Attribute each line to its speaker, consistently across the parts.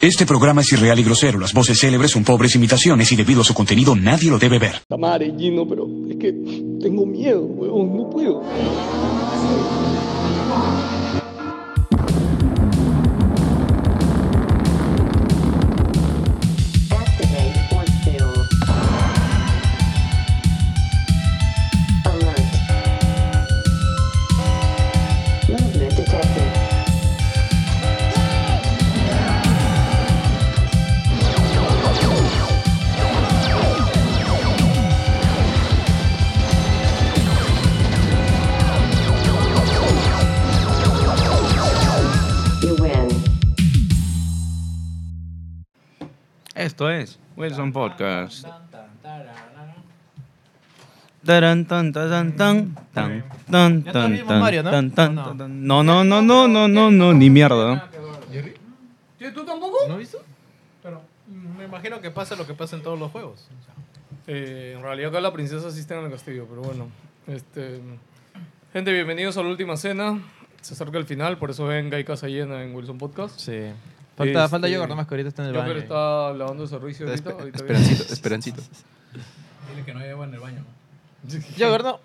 Speaker 1: Este programa es irreal y grosero. Las voces célebres son pobres imitaciones y debido a su contenido nadie lo debe ver.
Speaker 2: Tamara y Gino, pero es que tengo miedo, weón, no puedo.
Speaker 3: Activate force field. Alert. Movement detected. You win.
Speaker 4: Esto es Wilson Podcast. Tarán, tan, tarán, tan, tan, tan, tan,
Speaker 5: Ya terminamos,
Speaker 4: tan,
Speaker 5: Mario, ¿no?
Speaker 4: tan, tan,
Speaker 5: ¿O no?
Speaker 4: tan. No, no, no, no, no, no, no, ni mierda.
Speaker 5: ¿Tú tampoco? ¿No visto? Pero mm, me imagino que pasa lo que pasa en todos los juegos. Eh, en realidad acá la princesa asiste en el castillo, pero bueno. Este, gente, bienvenidos a la última cena. Se acerca el final, por eso ven Gai Casa Llena en Wilson Podcast.
Speaker 6: Sí. Falta,
Speaker 5: Este,
Speaker 6: falta Yogurt, nomás que ahorita está en el
Speaker 5: Joker
Speaker 6: baño.
Speaker 5: está lavando el servicio ahorita.
Speaker 6: Espe-
Speaker 5: ahorita viene.
Speaker 6: esperancito, esperancito.
Speaker 7: Dile que no llevo en el baño.
Speaker 6: Yogurt, no.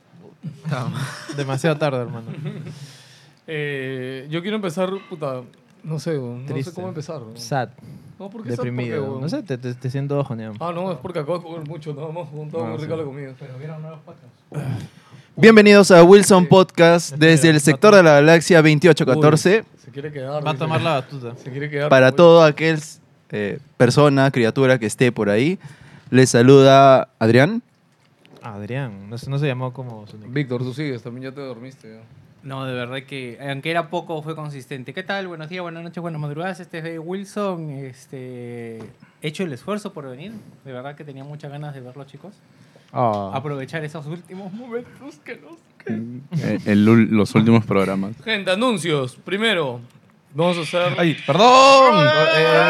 Speaker 6: Demasiado tarde, hermano.
Speaker 5: Eh, yo quiero empezar, puta, no sé, weón, no sé
Speaker 6: Triste.
Speaker 5: cómo empezar. weón.
Speaker 6: Sad,
Speaker 5: No, ¿por qué sad? ¿Por qué,
Speaker 6: deprimido.
Speaker 5: weón?
Speaker 6: no sé, te, te, te siento bajoneado.
Speaker 5: Ah, no, es porque acabo de comer mucho, nada más, weón, estaba
Speaker 6: Ah,
Speaker 5: muy
Speaker 6: sí.
Speaker 5: rica la comida.
Speaker 7: Pero vieron nuevos podcasts.
Speaker 8: Bienvenidos a Wilson Podcast desde el sector de la galaxia 2814
Speaker 5: Se quiere quedar.
Speaker 6: Va a
Speaker 5: dice.
Speaker 6: tomar la batuta.
Speaker 5: Se quiere quedar.
Speaker 8: para
Speaker 5: güey.
Speaker 8: todo aquel eh, persona, criatura que esté por ahí. Les saluda Adrián.
Speaker 6: Adrián, no, se- no se llamó como su nick.
Speaker 5: Víctor, tú sigues, también ya te dormiste. ya.
Speaker 9: No, de verdad que, aunque era poco, fue consistente. ¿Qué tal? Buenos días, buenas noches, buenas madrugadas. Este es eh, Wilson. Este, he hecho el esfuerzo por venir. De verdad que tenía muchas ganas de verlos, chicos.
Speaker 6: Ah.
Speaker 9: Aprovechar esos últimos momentos que nos...
Speaker 4: Eh, los últimos programas.
Speaker 5: Gente, anuncios. Primero, vamos a hacer.
Speaker 6: ¡Ay, perdón!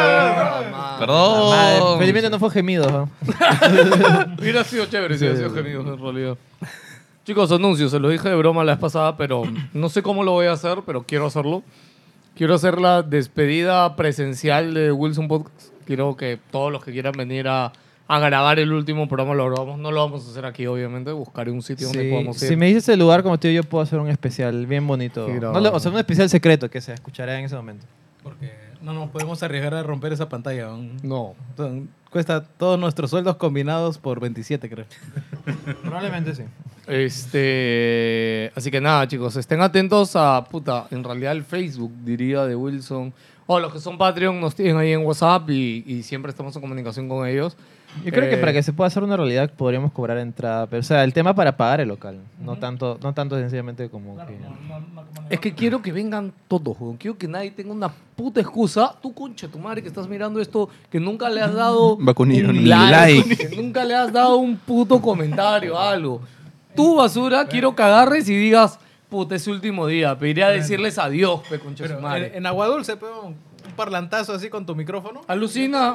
Speaker 5: Ah, man.
Speaker 6: ¡Perdón! Madre, felizmente no fue gemido. ¿no?
Speaker 5: Hubiera sido chévere, si hubiera sido gemido, en realidad. Chicos, anuncios. Se los dije de broma la vez pasada, pero no sé cómo lo voy a hacer, pero quiero hacerlo. Quiero hacer la despedida presencial de Wilson Podcast. Quiero que todos los que quieran venir a, a grabar el último programa lo grabamos. No lo vamos a hacer aquí, obviamente. Buscaré un sitio donde
Speaker 6: Sí,
Speaker 5: podamos ir.
Speaker 6: si me dices el lugar como tío, yo puedo hacer un especial bien bonito.
Speaker 5: Sí,
Speaker 6: No
Speaker 5: grabado.
Speaker 6: le- o sea, un especial secreto que se escuchará en ese momento.
Speaker 7: Porque no nos podemos arriesgar a romper esa pantalla. aún.
Speaker 5: No.
Speaker 7: Entonces, Cuesta todos nuestros sueldos combinados por 27, creo.
Speaker 6: Probablemente sí.
Speaker 5: Este, así que nada, chicos, estén atentos a puta, en realidad el Facebook diría de Wilson. O los que son Patreon nos tienen ahí en WhatsApp y, y siempre estamos en comunicación con ellos.
Speaker 6: Yo creo que
Speaker 5: Eh,
Speaker 6: para que se pueda hacer una realidad podríamos cobrar entrada, pero o sea, el tema para pagar el local, no tanto no tanto sencillamente como que
Speaker 5: Es que quiero que vengan todos, weón. Quiero que nadie tenga una puta excusa. Tú, concha, tu madre que estás mirando esto, que nunca le has dado
Speaker 8: Vacunillo,
Speaker 5: un
Speaker 8: ¿no?
Speaker 5: like,
Speaker 8: Like.
Speaker 5: que nunca le has dado un puto comentario, algo. Tú, basura, quiero que agarres y digas, puta, es su último día. Pediría decirles adiós, pe, concha, su
Speaker 7: Pero
Speaker 5: madre.
Speaker 7: en, en agua dulce, pues, un un parlantazo así con tu micrófono.
Speaker 5: Alucina,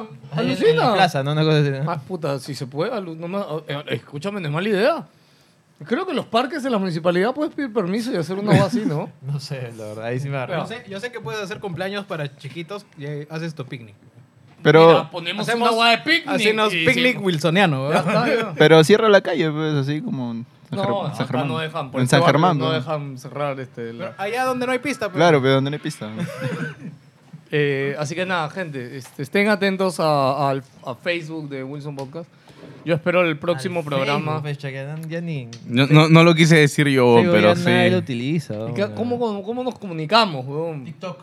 Speaker 6: Ahí en- en la
Speaker 5: alucina.
Speaker 6: plaza, no una cosa así, ¿no?
Speaker 5: Ah, puta, si se puede, alu- no me- eh, escúchame, no es mala idea. Creo que los parques de la municipalidad puedes pedir permiso y hacer una hueá así, ¿no?
Speaker 6: No sé, la verdad, ahí sí me agarró.
Speaker 7: Yo sé, yo sé que puedes hacer cumpleaños para chiquitos y eh, haces tu picnic.
Speaker 8: Pero,
Speaker 5: ponemos
Speaker 7: Hacemos-
Speaker 5: una hueá de picnic.
Speaker 7: Hacemos
Speaker 5: y-
Speaker 7: picnic wilsoniano.
Speaker 5: Ya
Speaker 7: ¿verdad?
Speaker 5: está, ya.
Speaker 8: pero cierra la calle, pues así como en San,
Speaker 5: No,
Speaker 8: Germ- San
Speaker 5: acá
Speaker 8: Germán.
Speaker 5: no dejan. por
Speaker 8: en
Speaker 5: este
Speaker 8: San
Speaker 5: barrio
Speaker 8: Germán.
Speaker 5: No
Speaker 8: pues.
Speaker 5: dejan cerrar este. la-
Speaker 7: Pero allá donde no hay pista. pues.
Speaker 8: Claro, pero donde no hay pista.
Speaker 5: Eh, así que nada, gente, este, estén atentos a, al- a Facebook de Wilson Podcast. Yo espero el próximo
Speaker 6: Al
Speaker 5: programa.
Speaker 6: Facebook, pues, chaca, ya ni
Speaker 4: No, no, no lo quise decir yo,
Speaker 6: Facebook
Speaker 4: pero
Speaker 6: ya nadie lo
Speaker 4: sí.
Speaker 6: utiliza.
Speaker 5: ¿Y
Speaker 6: ¿no?
Speaker 5: qué- ¿Cómo, ¿Cómo nos comunicamos, weón?
Speaker 7: TikTok.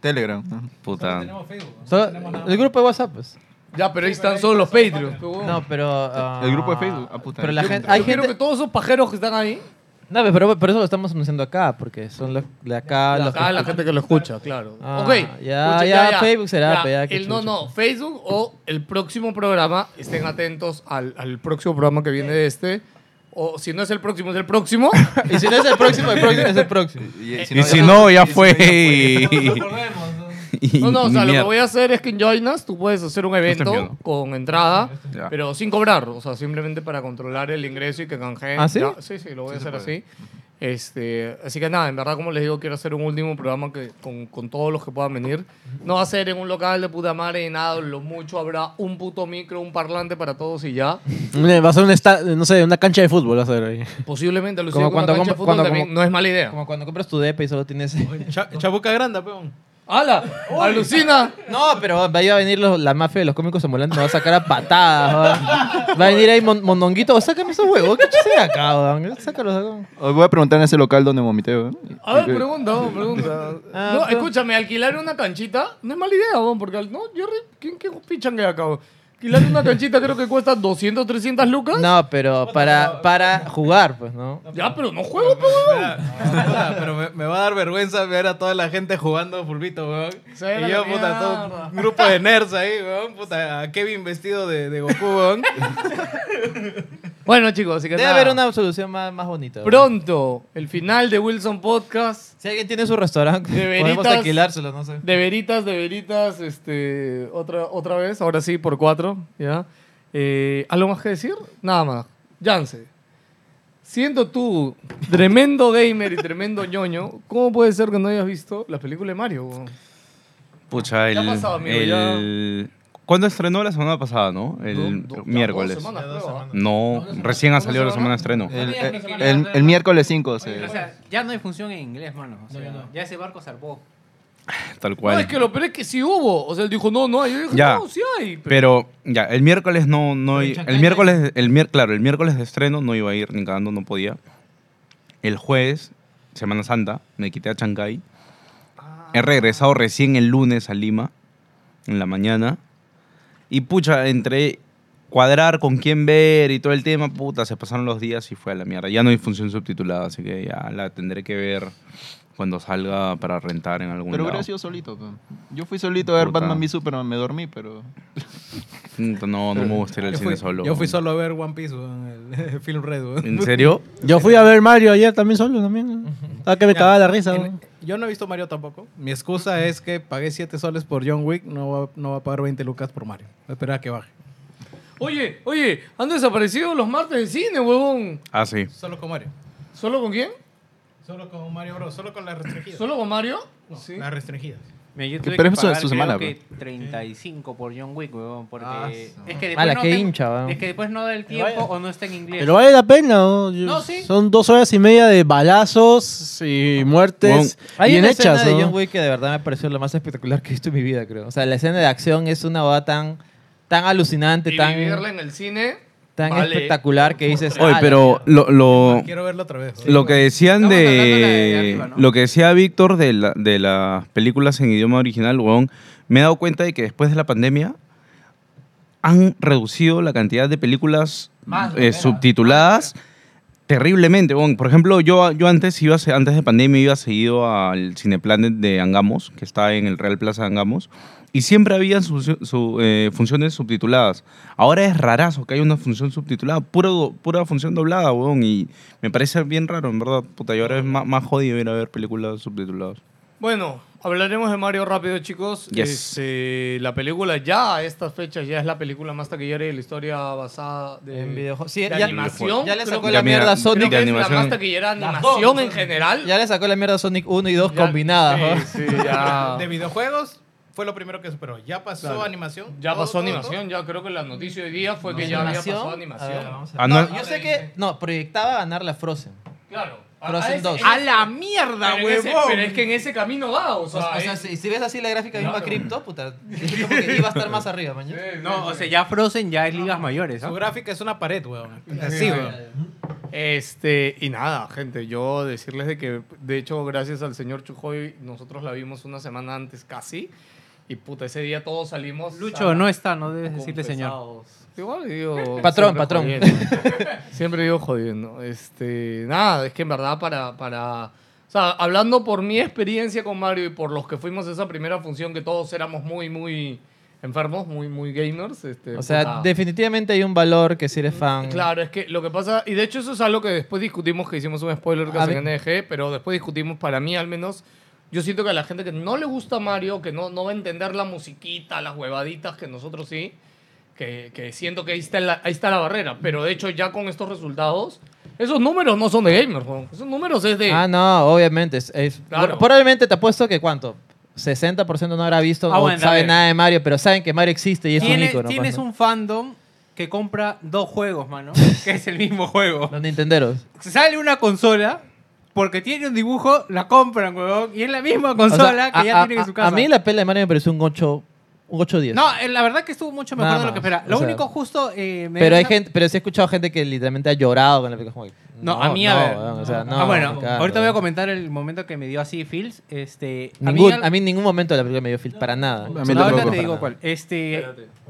Speaker 8: Telegram. ¿no?
Speaker 4: Puta.
Speaker 7: Tenemos Facebook. no
Speaker 6: Solo-
Speaker 7: tenemos nada
Speaker 6: el grupo de WhatsApp, pues.
Speaker 5: Ya, pero ahí están solo los Patreons. pe, weón.
Speaker 6: No, pero ah,
Speaker 8: El grupo de Facebook, ah, puta.
Speaker 6: Pero la
Speaker 8: Yo-
Speaker 6: gente,
Speaker 5: Yo
Speaker 6: hay
Speaker 5: quiero
Speaker 6: gente,
Speaker 5: que todos esos pajeros que están ahí.
Speaker 6: no, pero- pero por eso lo estamos anunciando acá, porque son los de acá, los
Speaker 5: Acá
Speaker 6: que-
Speaker 5: la gente que lo escucha, claro.
Speaker 6: Ah,
Speaker 5: ok.
Speaker 6: ya, ya, Facebook será, pe, ya, qué
Speaker 5: el- no,
Speaker 6: chucha.
Speaker 5: no, Facebook o el próximo programa. Estén atentos al, al próximo programa que viene de este. O si no es el próximo, es el próximo.
Speaker 6: Y si no es el próximo, el próximo es el próximo.
Speaker 5: Eh,
Speaker 8: Y,
Speaker 4: Y si no, ya fue. Y-
Speaker 5: No, no, o
Speaker 4: ni
Speaker 5: sea, lo que
Speaker 4: mierda.
Speaker 5: voy a hacer es que en Join Us tú puedes hacer un evento
Speaker 4: miedo.
Speaker 5: con entrada,
Speaker 4: Ya.
Speaker 5: pero sin cobrar. O sea, simplemente para controlar el ingreso y que canjeen.
Speaker 6: ¿Ah, sí?
Speaker 5: Ya, sí, sí, lo voy a hacer así. Este, así que nada, en verdad, como les digo, quiero hacer un último programa que, con, con todos los que puedan venir. No va a ser en un local de puta madre ni nada, lo mucho habrá un puto micro, un parlante para todos y ya.
Speaker 6: Eh,
Speaker 8: Va a ser un esta- no sé, una cancha de fútbol, vas a ver ahí.
Speaker 5: Posiblemente, Lucía,
Speaker 6: Como
Speaker 5: con una
Speaker 6: cuando
Speaker 5: cancha de
Speaker 6: comp-
Speaker 5: fútbol
Speaker 6: cuando
Speaker 5: también
Speaker 6: como-
Speaker 5: no es mala idea.
Speaker 6: Como cuando compras tu depa y solo tienes...
Speaker 7: Cha- Chabuca Granda, peón.
Speaker 5: ¡Hala! ¡Alucina!
Speaker 6: No, pero va a venir los- la mafia de los cómicos ambulantes, nos va a sacar a patadas. va. Va a venir ahí mon- mondonguito, "Oh, sácame esos huevos, ¿qué chiste de acá? weón? Sácalos acá.
Speaker 10: Os voy a preguntar en ese local donde vomiteo. ¿eh?
Speaker 5: A ver, pregunta, vamos, pregunta.
Speaker 6: Ah,
Speaker 5: no,
Speaker 6: pero-
Speaker 5: escúchame, alquilar una canchita no es mala idea, vamos, porque al- no, Jerry, ¿quién qué pichan que acabo? Alquilar una canchita creo que cuesta 200, 300 lucas.
Speaker 6: No, pero para, para jugar, pues, ¿no?
Speaker 5: Ya, pero no juego, pues, huevón.
Speaker 7: Puta, Ah, pero me, me va a dar vergüenza ver a toda la gente jugando fulbito, weón.
Speaker 5: Se ve la
Speaker 7: Y yo,
Speaker 5: mierda.
Speaker 7: puta, todo un grupo de nerds ahí, weón. Puta, a Kevin vestido de, de Goku, weón.
Speaker 5: Bueno, chicos, así que
Speaker 6: Debe
Speaker 5: nada.
Speaker 6: haber una solución más, más bonita. weón.
Speaker 5: Pronto, el final de Wilson Podcast.
Speaker 6: Si alguien tiene su restaurante,
Speaker 5: De
Speaker 6: podemos
Speaker 5: veritas.
Speaker 6: alquilárselo, no sé.
Speaker 5: De veritas, de veritas, este, otra, otra vez, ahora sí, por cuatro, ¿ya? Eh, ¿Algo más que decir? Nada más. Yance, siendo tú tremendo gamer y tremendo ñoño, ¿cómo puede ser que no hayas visto la película de Mario? weón?
Speaker 4: Pucha, el.
Speaker 5: ha pasado, amigo, ya.
Speaker 4: el- ¿Cuándo estrenó la semana pasada, no? El
Speaker 5: Do- do-
Speaker 4: miércoles.
Speaker 5: dos semanas, creo, ¿ah?
Speaker 4: No, recién ha salido la semana de estreno.
Speaker 10: El, el- el- el miércoles 5.
Speaker 11: O sea, ya no hay función en inglés, mano. O sea, Ya ese barco zarpó.
Speaker 4: Tal cual.
Speaker 5: Eh. No, es que lo peor es que sí hubo. O sea, él dijo, no, no hay. Yo dije,
Speaker 4: Ya.
Speaker 5: no, sí hay.
Speaker 4: Pero ya, el miércoles no, no i- el miércoles, el mier- claro, el miércoles de estreno no iba a ir ni cagando, no podía. El jueves, Semana Santa, me quité a Chancay. He regresado recién el lunes a Lima, en la mañana. Y pucha, entre cuadrar con quién ver y todo el tema, puta, se pasaron los días y fue a la mierda. Ya no hay función subtitulada, así que ya la tendré que ver cuando salga para rentar en algún
Speaker 10: Pero
Speaker 4: lado.
Speaker 10: hubiera sido solito. pe. Yo fui solito a ver
Speaker 4: Puta.
Speaker 10: Batman v Superman, me dormí, pero.
Speaker 4: Puta, No, no me gusta ir al
Speaker 7: Yo
Speaker 4: cine
Speaker 7: fui,
Speaker 4: solo.
Speaker 7: yo fui solo a ver One Piece, weón. El, film red, weón.
Speaker 4: ¿En serio?
Speaker 8: Yo fui a ver Mario ayer también solo, también. Ah, que me cagaba la risa.
Speaker 7: En-
Speaker 8: weón.
Speaker 7: yo no he visto Mario tampoco. Mi excusa es que pagué 7 soles por John Wick, no va, no va a pagar 20 lucas por Mario. Voy a esperar a que baje.
Speaker 5: Oye, oye, han desaparecido los martes de cine, huevón.
Speaker 4: Ah, sí.
Speaker 7: Solo con Mario.
Speaker 5: ¿Solo con quién?
Speaker 7: Solo con Mario Bros. Solo con las restringidas.
Speaker 5: ¿Solo con Mario? Sí.
Speaker 7: Las restringidas.
Speaker 11: Mira, yo tuve
Speaker 10: pero
Speaker 11: que
Speaker 10: eso es
Speaker 11: pagar,
Speaker 10: su
Speaker 11: creo
Speaker 10: semana, pues.
Speaker 11: que 35 por John Wick, weón, porque
Speaker 6: Ah,
Speaker 11: es que después
Speaker 6: Ala,
Speaker 11: no
Speaker 6: qué
Speaker 11: tengo-
Speaker 6: hincha, weón.
Speaker 11: Es que después no da el tiempo o no está en inglés.
Speaker 8: Pero vale la pena, ¿no? Yo-
Speaker 11: No, sí.
Speaker 8: Son dos horas y media de balazos y muertes
Speaker 6: Hay
Speaker 8: bien
Speaker 6: una
Speaker 8: hechas,
Speaker 6: escena de
Speaker 8: ¿no?
Speaker 6: John Wick que de verdad me pareció lo más espectacular que he visto en mi vida, creo. O sea, la escena de acción es una boda tan, tan alucinante,
Speaker 5: Y
Speaker 6: tan,
Speaker 5: vivirla en el cine.
Speaker 6: tan
Speaker 5: vale.
Speaker 6: espectacular que dices...
Speaker 4: Oye,
Speaker 6: "Ah, la
Speaker 4: pero lo,
Speaker 6: mierda".
Speaker 4: lo,
Speaker 7: Quiero verlo otra vez.
Speaker 4: lo que decían
Speaker 11: Estamos hablando de la de
Speaker 4: de.
Speaker 11: arriba, ¿no?
Speaker 4: Lo que decía Víctor de, la- de las películas en idioma original, weón, me he dado cuenta de que después de la pandemia han reducido la cantidad de películas
Speaker 11: Más,
Speaker 4: eh,
Speaker 11: de veras.
Speaker 4: subtituladas terriblemente. weón. por ejemplo, yo, yo antes, iba, se- antes de pandemia iba seguido al Cineplanet de Angamos, que está en el Real Plaza de Angamos, y siempre había su- su- eh, funciones subtituladas. Ahora es rarazo que haya una función subtitulada, pura, do- pura función doblada, weón, y me parece bien raro, en verdad. Puta, y ahora es más, más jodido ir a ver películas subtituladas.
Speaker 5: Bueno, hablaremos de Mario rápido, chicos.
Speaker 4: Yes.
Speaker 5: Este, la película ya a estas fechas ya es la película más taquillera de la historia basada de,
Speaker 6: En videojuego- sí,
Speaker 5: de
Speaker 6: ya-
Speaker 5: animación.
Speaker 6: ya le sacó
Speaker 5: Creo
Speaker 6: la
Speaker 5: que-
Speaker 6: mierda
Speaker 4: mira,
Speaker 6: a Sonic.
Speaker 5: creo que
Speaker 4: de
Speaker 5: es la más
Speaker 4: animación.
Speaker 5: taquillera de
Speaker 6: Las
Speaker 5: animación
Speaker 6: dos.
Speaker 5: en general.
Speaker 6: Ya le sacó la mierda a Sonic 1 y 2
Speaker 5: Ya-
Speaker 6: combinadas, ¿no?
Speaker 5: Sí, sí, ya.
Speaker 7: De videojuegos fue lo primero que superó. Ya pasó animación.
Speaker 5: Ya
Speaker 7: todo,
Speaker 5: pasó
Speaker 7: todo,
Speaker 5: animación, ya creo que la noticia hoy día fue que ya había
Speaker 6: ¿Animación?
Speaker 5: pasado
Speaker 6: A ver,
Speaker 5: animación.
Speaker 6: vamos a
Speaker 4: Ah,
Speaker 6: ver.
Speaker 4: no-
Speaker 6: No, yo sé que... No, proyectaba ganar la Frozen.
Speaker 5: Claro. Ah,
Speaker 6: Frozen
Speaker 5: ese-
Speaker 6: 2.
Speaker 5: en ese-
Speaker 6: A
Speaker 11: la mierda,
Speaker 5: pero en ese- Pero es que en ese camino va, o
Speaker 6: O sea,
Speaker 5: sea.
Speaker 6: o sea,
Speaker 5: es-
Speaker 6: si, si ves así la gráfica de
Speaker 5: Ah, ¿eh?
Speaker 6: Imba
Speaker 5: Claro.
Speaker 6: Crypto, puta, es como que iba a estar más arriba, mañana.
Speaker 11: No, o sea, ya Frozen ya es ligas mayores,
Speaker 7: Su
Speaker 11: ¿ah?
Speaker 7: gráfica es una pared, weón. Así, weón.
Speaker 5: Este, y nada, gente, yo decirles de que, de hecho, gracias al señor Chujoy, nosotros la vimos una semana antes casi. Y puta, ese día todos salimos.
Speaker 11: Lucho no está, no debes decirle señor.
Speaker 5: Igual digo.
Speaker 6: Patrón,
Speaker 5: siempre
Speaker 6: patrón.
Speaker 5: jodiendo. siempre digo jodiendo. Este, nada, es que en verdad, para. para o sea, hablando por mi experiencia con Mario y por los que fuimos a esa primera función, que todos éramos muy, muy enfermos, muy, muy gamers. Este,
Speaker 6: O sea,
Speaker 7: Ah.
Speaker 5: puta.
Speaker 6: definitivamente hay un valor que si eres fan...
Speaker 5: Claro, es que lo que pasa, y de hecho eso es algo que después discutimos, que hicimos un spoiler que
Speaker 6: A
Speaker 5: en
Speaker 6: ver.
Speaker 5: NG, pero después discutimos, para mí al menos, yo siento que a la gente que no le gusta Mario, que no, no va a entender la musiquita, las huevaditas, que nosotros sí, que, que siento que ahí está, la, ahí está la barrera, pero de hecho ya con estos resultados, Esos números no son de gamers, weón. Esos números es de.
Speaker 6: Ah, no, obviamente. es- es-
Speaker 5: Claro.
Speaker 6: por- Probablemente te apuesto que cuánto. 60% no habrá visto
Speaker 9: Ah,
Speaker 6: o
Speaker 9: bueno,
Speaker 6: sabe
Speaker 9: dale.
Speaker 6: nada de Mario, pero saben que Mario existe y es un
Speaker 9: Tiene-
Speaker 6: ícono.
Speaker 9: tienes
Speaker 6: pues, ¿no?
Speaker 9: un fandom que compra dos juegos, mano. que es el mismo juego.
Speaker 6: Los Nintenderos.
Speaker 9: Sale una consola. Porque tiene un dibujo, la compran, huevón. Y es la misma consola
Speaker 6: O sea,
Speaker 9: que
Speaker 6: a-
Speaker 9: ya
Speaker 6: a-
Speaker 9: tiene en su
Speaker 6: a-
Speaker 9: casa.
Speaker 6: A mí la pelea de Mario me pareció un 8 un 8-10.
Speaker 9: No, eh, la verdad que estuvo mucho mejor
Speaker 6: Nada
Speaker 9: de lo que
Speaker 6: más,
Speaker 9: esperaba.
Speaker 6: o
Speaker 9: Lo
Speaker 6: sea.
Speaker 9: único justo... eh, me
Speaker 6: pero
Speaker 9: da
Speaker 6: hay
Speaker 9: pena-
Speaker 6: gente, pero sí he escuchado gente que literalmente ha llorado con la película. como que,
Speaker 9: No, a mí a
Speaker 6: no,
Speaker 9: ver.
Speaker 6: weón, o sea, no,
Speaker 9: ah, bueno,
Speaker 6: me cago,
Speaker 9: ahorita voy a
Speaker 6: weón.
Speaker 9: comentar el momento que me dio así Fields. Este,
Speaker 6: Ningún-
Speaker 9: a mí,
Speaker 6: a mí en ningún momento de la película me dio feel para nada.
Speaker 12: mí
Speaker 9: no, ahorita
Speaker 12: tampoco.
Speaker 9: te digo cuál. Este,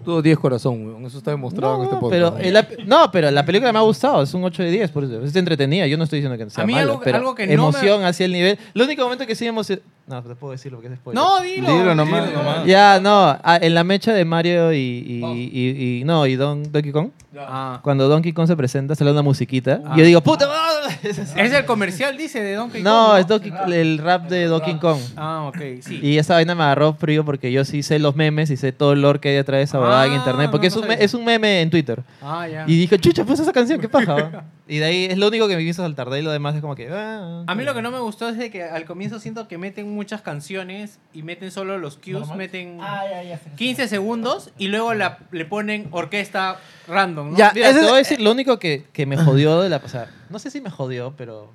Speaker 5: Tuvo 10 corazón, weón. Eso está demostrado en este
Speaker 6: No,
Speaker 5: podcast.
Speaker 6: pero, el ap- no, pero la película me ha gustado, es un 8 de 10, por eso. Es entretenida, yo no estoy diciendo que sea
Speaker 9: A mí
Speaker 6: malo,
Speaker 9: algo-
Speaker 6: pero
Speaker 9: algo que no
Speaker 6: emoción hacia el nivel. El único momento que sí emoción... No, te puedo decirlo porque es spoiler.
Speaker 9: no, dilo.
Speaker 12: Dilo nomás.
Speaker 6: Ya, no, ah, en la mecha de Mario y, y,
Speaker 9: Oh.
Speaker 6: y- y- no, y Don, Donkey Kong,
Speaker 9: Ah.
Speaker 6: cuando Donkey Kong se presenta, sale una musiquita,
Speaker 9: Ah.
Speaker 6: y yo digo, ¡puta!
Speaker 9: Es el comercial, dice, de Donkey Kong.
Speaker 6: No, es Donkey- el rap de Donkey Kong.
Speaker 9: Ah, ok, sí.
Speaker 6: Y esa vaina me agarró frío porque yo sí sé los memes y sé todo el lore que hay detrás de esa bobada en
Speaker 9: Ah,
Speaker 6: internet. Porque
Speaker 9: no,
Speaker 6: es,
Speaker 9: no
Speaker 6: un me-
Speaker 9: sabía.
Speaker 6: es un meme en Twitter.
Speaker 9: Ah, ya.
Speaker 6: Y dije, chucha, pues esa canción, qué paja. va?". y de ahí es lo único que me hizo saltar. De ahí lo demás es como que. ah,
Speaker 9: A mí lo que no me gustó es de que al comienzo siento que meten muchas canciones y meten solo los cues, meten 15 segundos y luego la, le ponen orquesta random, ¿no?
Speaker 6: Ya, eh, mira,
Speaker 9: Mira, te
Speaker 6: te
Speaker 9: voy
Speaker 6: voy a decir, lo único que, que me jodió de la. O sea, no sé si me jodió, pero.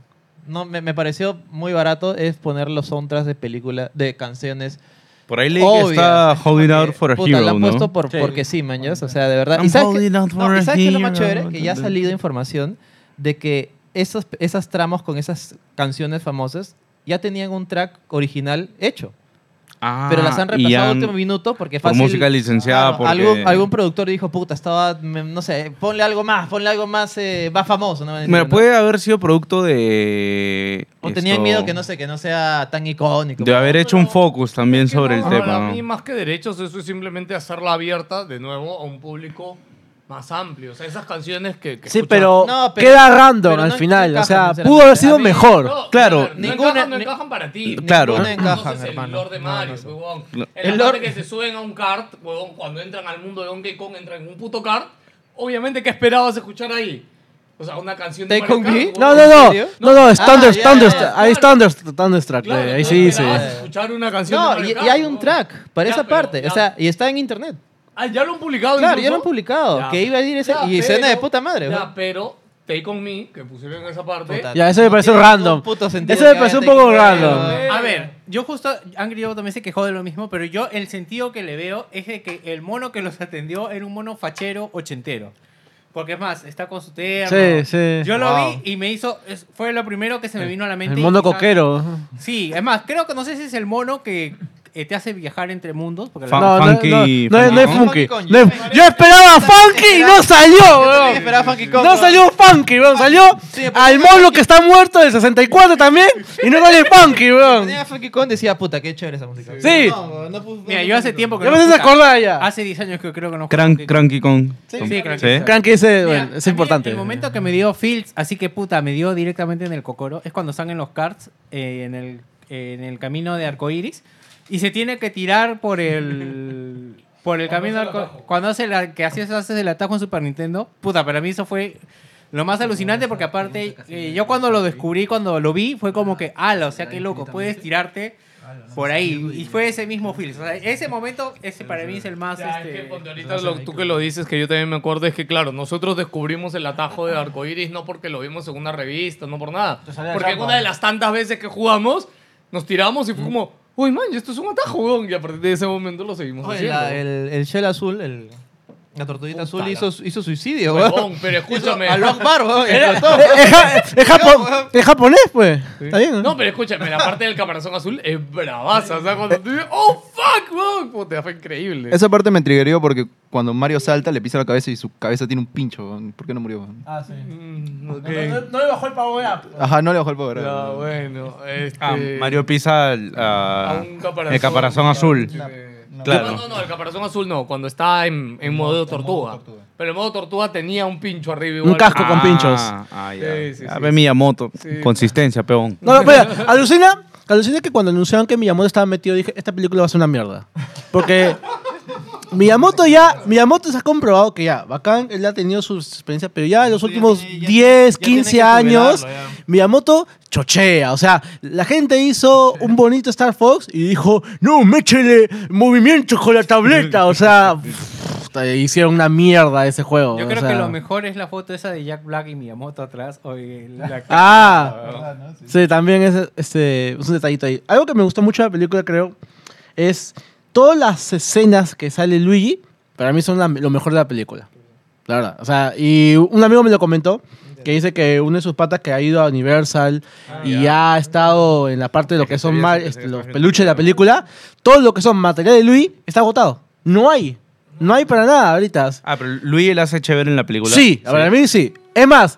Speaker 6: No, me, me pareció muy barato es poner los soundtracks de películas, de canciones.
Speaker 4: Por ahí leí
Speaker 6: obvias.
Speaker 4: que está
Speaker 6: Es como
Speaker 4: Holding
Speaker 6: que,
Speaker 4: Out for a
Speaker 6: puta, la
Speaker 4: Hero,
Speaker 6: han
Speaker 4: ¿no?
Speaker 6: puesto por, porque sí, man, ya, O sea, de verdad.
Speaker 4: I'm
Speaker 6: ¿Y sabes, qué,
Speaker 4: holding out
Speaker 6: no,
Speaker 4: for
Speaker 6: ¿y
Speaker 4: a
Speaker 6: sabes qué es lo más
Speaker 4: hero.
Speaker 6: chévere? Que ya ha salido información de que esas, esas tramas con esas canciones famosas ya tenían un track original hecho.
Speaker 4: Ah,
Speaker 6: pero las han
Speaker 4: y
Speaker 6: repasado último minuto porque
Speaker 4: Por
Speaker 6: fácil...
Speaker 4: música licenciada, porque...
Speaker 6: Algún, algún productor dijo, puta, estaba, me- no sé, ponle algo más, ponle algo más, eh, más famoso. ¿no?
Speaker 4: Mira,
Speaker 6: ¿No?
Speaker 4: puede haber sido producto de...
Speaker 6: O tenían
Speaker 4: esto-
Speaker 6: miedo que no sé, que no sea tan icónico.
Speaker 4: De haber hecho un focus también
Speaker 5: Que
Speaker 4: sobre el
Speaker 5: no, Para
Speaker 4: tema.
Speaker 5: mí,
Speaker 4: ¿no?
Speaker 5: más que derechos, eso es simplemente hacerla abierta de nuevo a un público más amplio. O sea, esas canciones que. que
Speaker 8: Sí,
Speaker 5: escuchan-
Speaker 8: pero,
Speaker 6: No, pero-
Speaker 8: queda random
Speaker 6: pero no-
Speaker 8: al
Speaker 6: no
Speaker 8: final.
Speaker 6: encaja,
Speaker 8: o sea,
Speaker 6: sinceramente.
Speaker 8: pudo haber
Speaker 6: A
Speaker 8: sido
Speaker 6: mí-
Speaker 8: mejor.
Speaker 5: No,
Speaker 4: claro.
Speaker 5: a ver, no
Speaker 6: Ninguna-
Speaker 5: encajan, no
Speaker 6: ni-
Speaker 5: encajan para ti.
Speaker 4: Claro.
Speaker 6: No encajan,
Speaker 5: Conoces el
Speaker 6: hermano.
Speaker 5: lore de
Speaker 6: No,
Speaker 5: Mario,
Speaker 6: no sé.
Speaker 5: huevón.
Speaker 4: No.
Speaker 5: En
Speaker 6: El
Speaker 5: la parte
Speaker 6: lore-
Speaker 5: que se suben a un kart, huevón, cuando entran al mundo de Donkey Kong, entran en un puto kart. Obviamente, ¿qué esperabas escuchar ahí? O sea, una canción de
Speaker 6: Take on
Speaker 5: Mario
Speaker 6: me?
Speaker 5: Kart,
Speaker 8: No,
Speaker 5: huevón.
Speaker 8: no, no.
Speaker 6: serio?
Speaker 8: No, no, es
Speaker 6: Ah,
Speaker 8: Thunder,
Speaker 6: ya,
Speaker 8: Thunder,
Speaker 6: ya,
Speaker 5: ya,
Speaker 8: ahí es
Speaker 5: claro.
Speaker 8: Thunder, Thunderstruck,
Speaker 5: Claro,
Speaker 8: eh, ahí
Speaker 5: no
Speaker 8: sí, sí.
Speaker 5: esperabas escuchar una canción de
Speaker 6: No,
Speaker 5: Mario
Speaker 6: y,
Speaker 5: Kart,
Speaker 6: y hay un
Speaker 5: huevón.
Speaker 6: track para
Speaker 5: Ya,
Speaker 6: esa
Speaker 5: pero
Speaker 6: parte.
Speaker 5: ya-
Speaker 6: O sea, y está en internet.
Speaker 5: Ah, ya lo han publicado.
Speaker 6: Claro, ya
Speaker 5: incluso?
Speaker 6: lo han publicado.
Speaker 5: Ya.
Speaker 6: Que iba a ir ese,
Speaker 5: Ya,
Speaker 6: y escena de
Speaker 5: pero-
Speaker 6: puta madre.
Speaker 5: Ya,
Speaker 6: güey.
Speaker 5: pero Take On Me, que pusieron en esa parte.
Speaker 6: Puta,
Speaker 8: Ya, eso me
Speaker 6: no
Speaker 8: pareció
Speaker 6: tiene
Speaker 8: random.
Speaker 6: ningún puto sentido
Speaker 8: Eso me
Speaker 6: que
Speaker 8: pareció un
Speaker 6: hagan
Speaker 8: poco
Speaker 6: Take On Me,
Speaker 8: random.
Speaker 6: güey.
Speaker 9: A ver, yo justo, Angry Joe también se quejó de lo mismo, pero yo el sentido que le veo es de que el mono que los atendió era un mono fachero ochentero. Porque es más, está con su terno.
Speaker 8: Sí, sí.
Speaker 9: Yo lo
Speaker 6: Wow.
Speaker 9: vi y me hizo, es- fue lo primero que se me vino a la mente.
Speaker 8: El
Speaker 9: y
Speaker 8: mundo
Speaker 9: quizá-
Speaker 8: coquero.
Speaker 9: Sí, es más, creo que no sé si es el mono que eh, te hace viajar entre mundos. Porque
Speaker 4: Fa-
Speaker 9: la-
Speaker 8: No, no,
Speaker 4: funky-
Speaker 8: no, no, no es
Speaker 6: funky.
Speaker 8: funky.
Speaker 6: Funky
Speaker 8: No es-
Speaker 6: con-
Speaker 8: yo esperaba funky y no salió, weón.
Speaker 6: esperaba Funky Kong,
Speaker 8: No
Speaker 6: weón.
Speaker 8: salió funky, weón. Salió
Speaker 6: Sí, me ponía
Speaker 8: al mono que está muerto del 64 también y no salió funky, weón.
Speaker 6: Tenía Funky Kong decía, puta, qué chévere esa música.
Speaker 8: Sí.
Speaker 6: No, güey, no puso-
Speaker 9: Mira, yo hace tiempo que
Speaker 8: Ya
Speaker 9: no
Speaker 8: me haces
Speaker 9: escuchaba.
Speaker 8: acordar ya.
Speaker 9: Hace 10 años que creo que no
Speaker 4: Crank,
Speaker 9: escucho.
Speaker 4: cranky con...
Speaker 9: Sí, sí, Cranky Kong.
Speaker 8: Cranky ese,
Speaker 9: Mira,
Speaker 8: weón, es
Speaker 9: a mí
Speaker 8: importante.
Speaker 9: El momento que me dio Fields, así que puta, me dio directamente en el cocoro, es cuando están en los karts, eh, en, el, eh, en el camino de arcoiris, y se tiene que tirar por el. Por el camino de arco- Cuando hace la, que hacías haces el atajo en Super Nintendo, puta, para mí eso fue lo más alucinante porque aparte, eh, yo cuando lo descubrí, cuando lo vi, fue como que, ala, o sea, qué loco, puedes tirarte por ahí. Y fue ese mismo Fields. O sea, ese momento, ese para mí es el más...
Speaker 5: Ya, es
Speaker 9: este,
Speaker 5: que ponte ahorita lo- tú que lo dices, que yo también me acuerdo, es que claro, nosotros descubrimos el atajo de arcoiris no porque lo vimos en una revista, no por nada. Porque una de las tantas veces que jugamos, nos tiramos y fue como, uy, man, esto es un atajo, weón. Y a partir de ese momento lo seguimos
Speaker 6: Oye,
Speaker 5: haciendo.
Speaker 6: la- el, el Shell azul, el- la tortuguita azul hizo, hizo suicidio, güey.
Speaker 5: Huevón, pero escúchame.
Speaker 6: Al Akbar, güey, explotó.
Speaker 8: Eh, es ja- es japo- es japonés, pues. Está bien,
Speaker 5: No, pero escúchame, la parte del caparazón azul es bravaza. O sea, cuando tú dices, oh, fuck, weón. Puta, fue increíble.
Speaker 12: Esa parte me triggerió porque cuando Mario salta le pisa la cabeza y su cabeza tiene un pincho. weón. ¿Por qué no murió? weón?
Speaker 8: Ah, sí.
Speaker 5: Mm, ok.
Speaker 8: le bajó el power up.
Speaker 12: Ajá, no le bajó el poder.
Speaker 5: Ya,
Speaker 12: weón.
Speaker 5: bueno, este...
Speaker 4: Ah, Mario pisa al- a-
Speaker 5: a un caparazón.
Speaker 4: el caparazón azul.
Speaker 5: No,
Speaker 4: Claro.
Speaker 5: no, no, el caparazón azul no, cuando está en, en modo tortuga. Pero el modo tortuga tenía un pincho arriba igual.
Speaker 8: Un casco. con pinchos.
Speaker 4: Ah, ya.
Speaker 5: Sí, sí,
Speaker 4: Ya
Speaker 5: sí.
Speaker 4: ve Miyamoto.
Speaker 5: Sí.
Speaker 4: Consistencia, peón.
Speaker 8: No, no, espera, alucina, alucina que cuando anunciaron que Miyamoto estaba metido, dije, esta película va a ser una mierda. Porque Miyamoto ya, Miyamoto se ha comprobado que ya, bacán, él ha tenido su experiencia, pero ya en los últimos 10, 15 años, Miyamoto chochea. O sea, la gente hizo un bonito Star Fox y dijo, no, méchele movimientos con la tableta. O sea, puta, hicieron una mierda ese juego.
Speaker 11: Yo
Speaker 8: o
Speaker 11: creo
Speaker 8: sea.
Speaker 11: que lo mejor es la foto esa de Jack Black y Miyamoto atrás. o el- la-
Speaker 8: Ah, sí, también es, este, es un detallito ahí. Algo que me gustó mucho de la película, creo, es todas las escenas que sale Luigi, para mí son la- lo mejor de la película. La verdad. O sea, y un amigo me lo comentó, que dice que uno de sus patas que ha ido a Universal y ha estado en la parte de lo que son ma- este, los peluches de la película, todo lo que son material de Luigi está agotado. No hay. No hay para nada ahorita.
Speaker 4: Ah, pero Luigi la hace chévere en la película.
Speaker 8: Sí, para mí sí. Es más,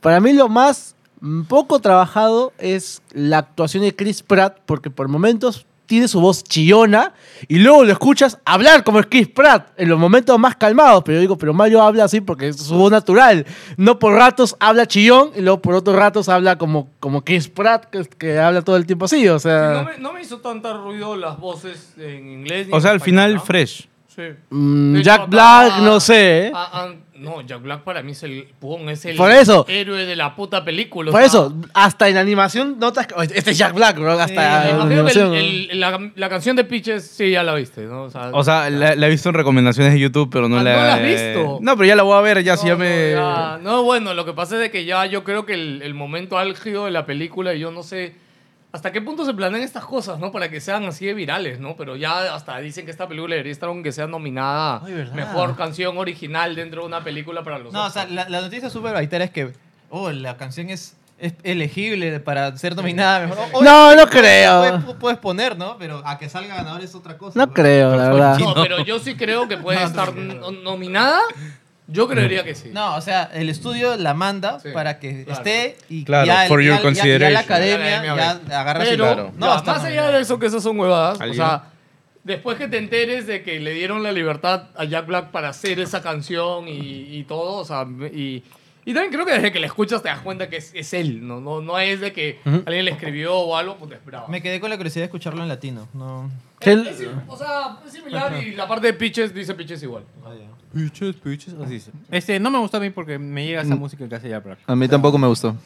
Speaker 8: para mí lo más mm, poco trabajado es la actuación de Chris Pratt, porque por momentos tiene su voz chillona y luego lo escuchas hablar como es Chris Pratt en los momentos más calmados. Pero yo digo, pero Mario habla así porque es su voz natural. No por ratos habla chillón y luego por otros ratos habla como, como Chris Pratt, que, que habla todo el tiempo así. O
Speaker 5: No
Speaker 8: sea,
Speaker 5: me, no me hizo tanta ruido las voces en inglés. ni
Speaker 4: O
Speaker 5: en
Speaker 4: sea, al
Speaker 5: español,
Speaker 4: final,
Speaker 5: ¿no?
Speaker 4: fresh.
Speaker 5: Sí.
Speaker 8: mm,
Speaker 5: De hecho,
Speaker 8: Jack
Speaker 5: a-
Speaker 8: Black, no sé. ¿eh?
Speaker 5: a- a- ah, no, Jack Black para mí es el, pum, es el
Speaker 8: Por eso.
Speaker 5: héroe de la puta película. o
Speaker 8: Por
Speaker 5: sea,
Speaker 8: eso, hasta en animación notas que... oye, Este es Jack Black, bro. Hasta
Speaker 5: me
Speaker 8: en
Speaker 5: imagino que el-
Speaker 8: animación.
Speaker 5: el- la, la canción de Pitches, sí, ya la viste, ¿no? O sea,
Speaker 4: O sea, la, la he visto en recomendaciones de YouTube, pero no
Speaker 5: Ah,
Speaker 4: la...
Speaker 5: ¿no la has visto?
Speaker 4: No, pero ya la voy a ver, ya si Ah, ya
Speaker 5: no,
Speaker 4: me...
Speaker 5: ya- no, bueno, lo que pasa es de que ya yo creo que el, el momento álgido de la película, y yo no sé hasta qué punto se planean estas cosas, ¿no? Para que sean así de virales, ¿no? Pero ya hasta dicen que esta película debería estar aunque sea nominada
Speaker 6: Ay, ¿verdad?
Speaker 5: mejor canción original dentro de una película para los
Speaker 6: No, o
Speaker 5: Oscars.
Speaker 6: sea, la, la noticia súper baitera es que, oh, la canción es, es elegible para ser nominada. Mejor. Oh,
Speaker 8: No,
Speaker 6: oh,
Speaker 8: no
Speaker 6: puedes-
Speaker 8: creo.
Speaker 6: Puedes, puedes poner, ¿no? Pero a que salga ganador es otra cosa.
Speaker 8: No
Speaker 6: pues.
Speaker 8: creo, la verdad.
Speaker 5: No, pero yo sí creo que puede estar no- nominada. Yo creería que sí. Mm.
Speaker 6: No, o sea, el estudio la manda
Speaker 5: Sí,
Speaker 6: para que
Speaker 5: claro.
Speaker 6: esté y
Speaker 4: Claro,
Speaker 6: ya, el-
Speaker 4: for your
Speaker 6: ya- ya- ya la
Speaker 4: consideration.
Speaker 6: academia
Speaker 5: Ya la
Speaker 6: ya,
Speaker 5: academia,
Speaker 6: agarra su
Speaker 5: Pero,
Speaker 4: claro.
Speaker 5: no,
Speaker 6: No, está
Speaker 5: más allá
Speaker 6: nominada.
Speaker 5: de eso, que esas son huevadas.
Speaker 4: ¿Alguien?
Speaker 5: O sea, después que te enteres de que le dieron la libertad a Jack Black para hacer esa canción y, y todo, o sea, y, y también creo que desde que la escuchas te das cuenta que es, es él, ¿no? No, no es de que alguien le escribió o algo, pues es bravo.
Speaker 6: Me quedé con la curiosidad de escucharlo en latino. No.
Speaker 8: Que
Speaker 5: Es- es
Speaker 8: el-
Speaker 5: sim- o sea, es similar y la parte de pitches dice pitches igual.
Speaker 4: Piches, piches, así dice.
Speaker 11: Este, no me gusta a mí porque me llega
Speaker 8: Mm.
Speaker 11: esa música que hace Jack Black.
Speaker 10: A mí tampoco me gustó.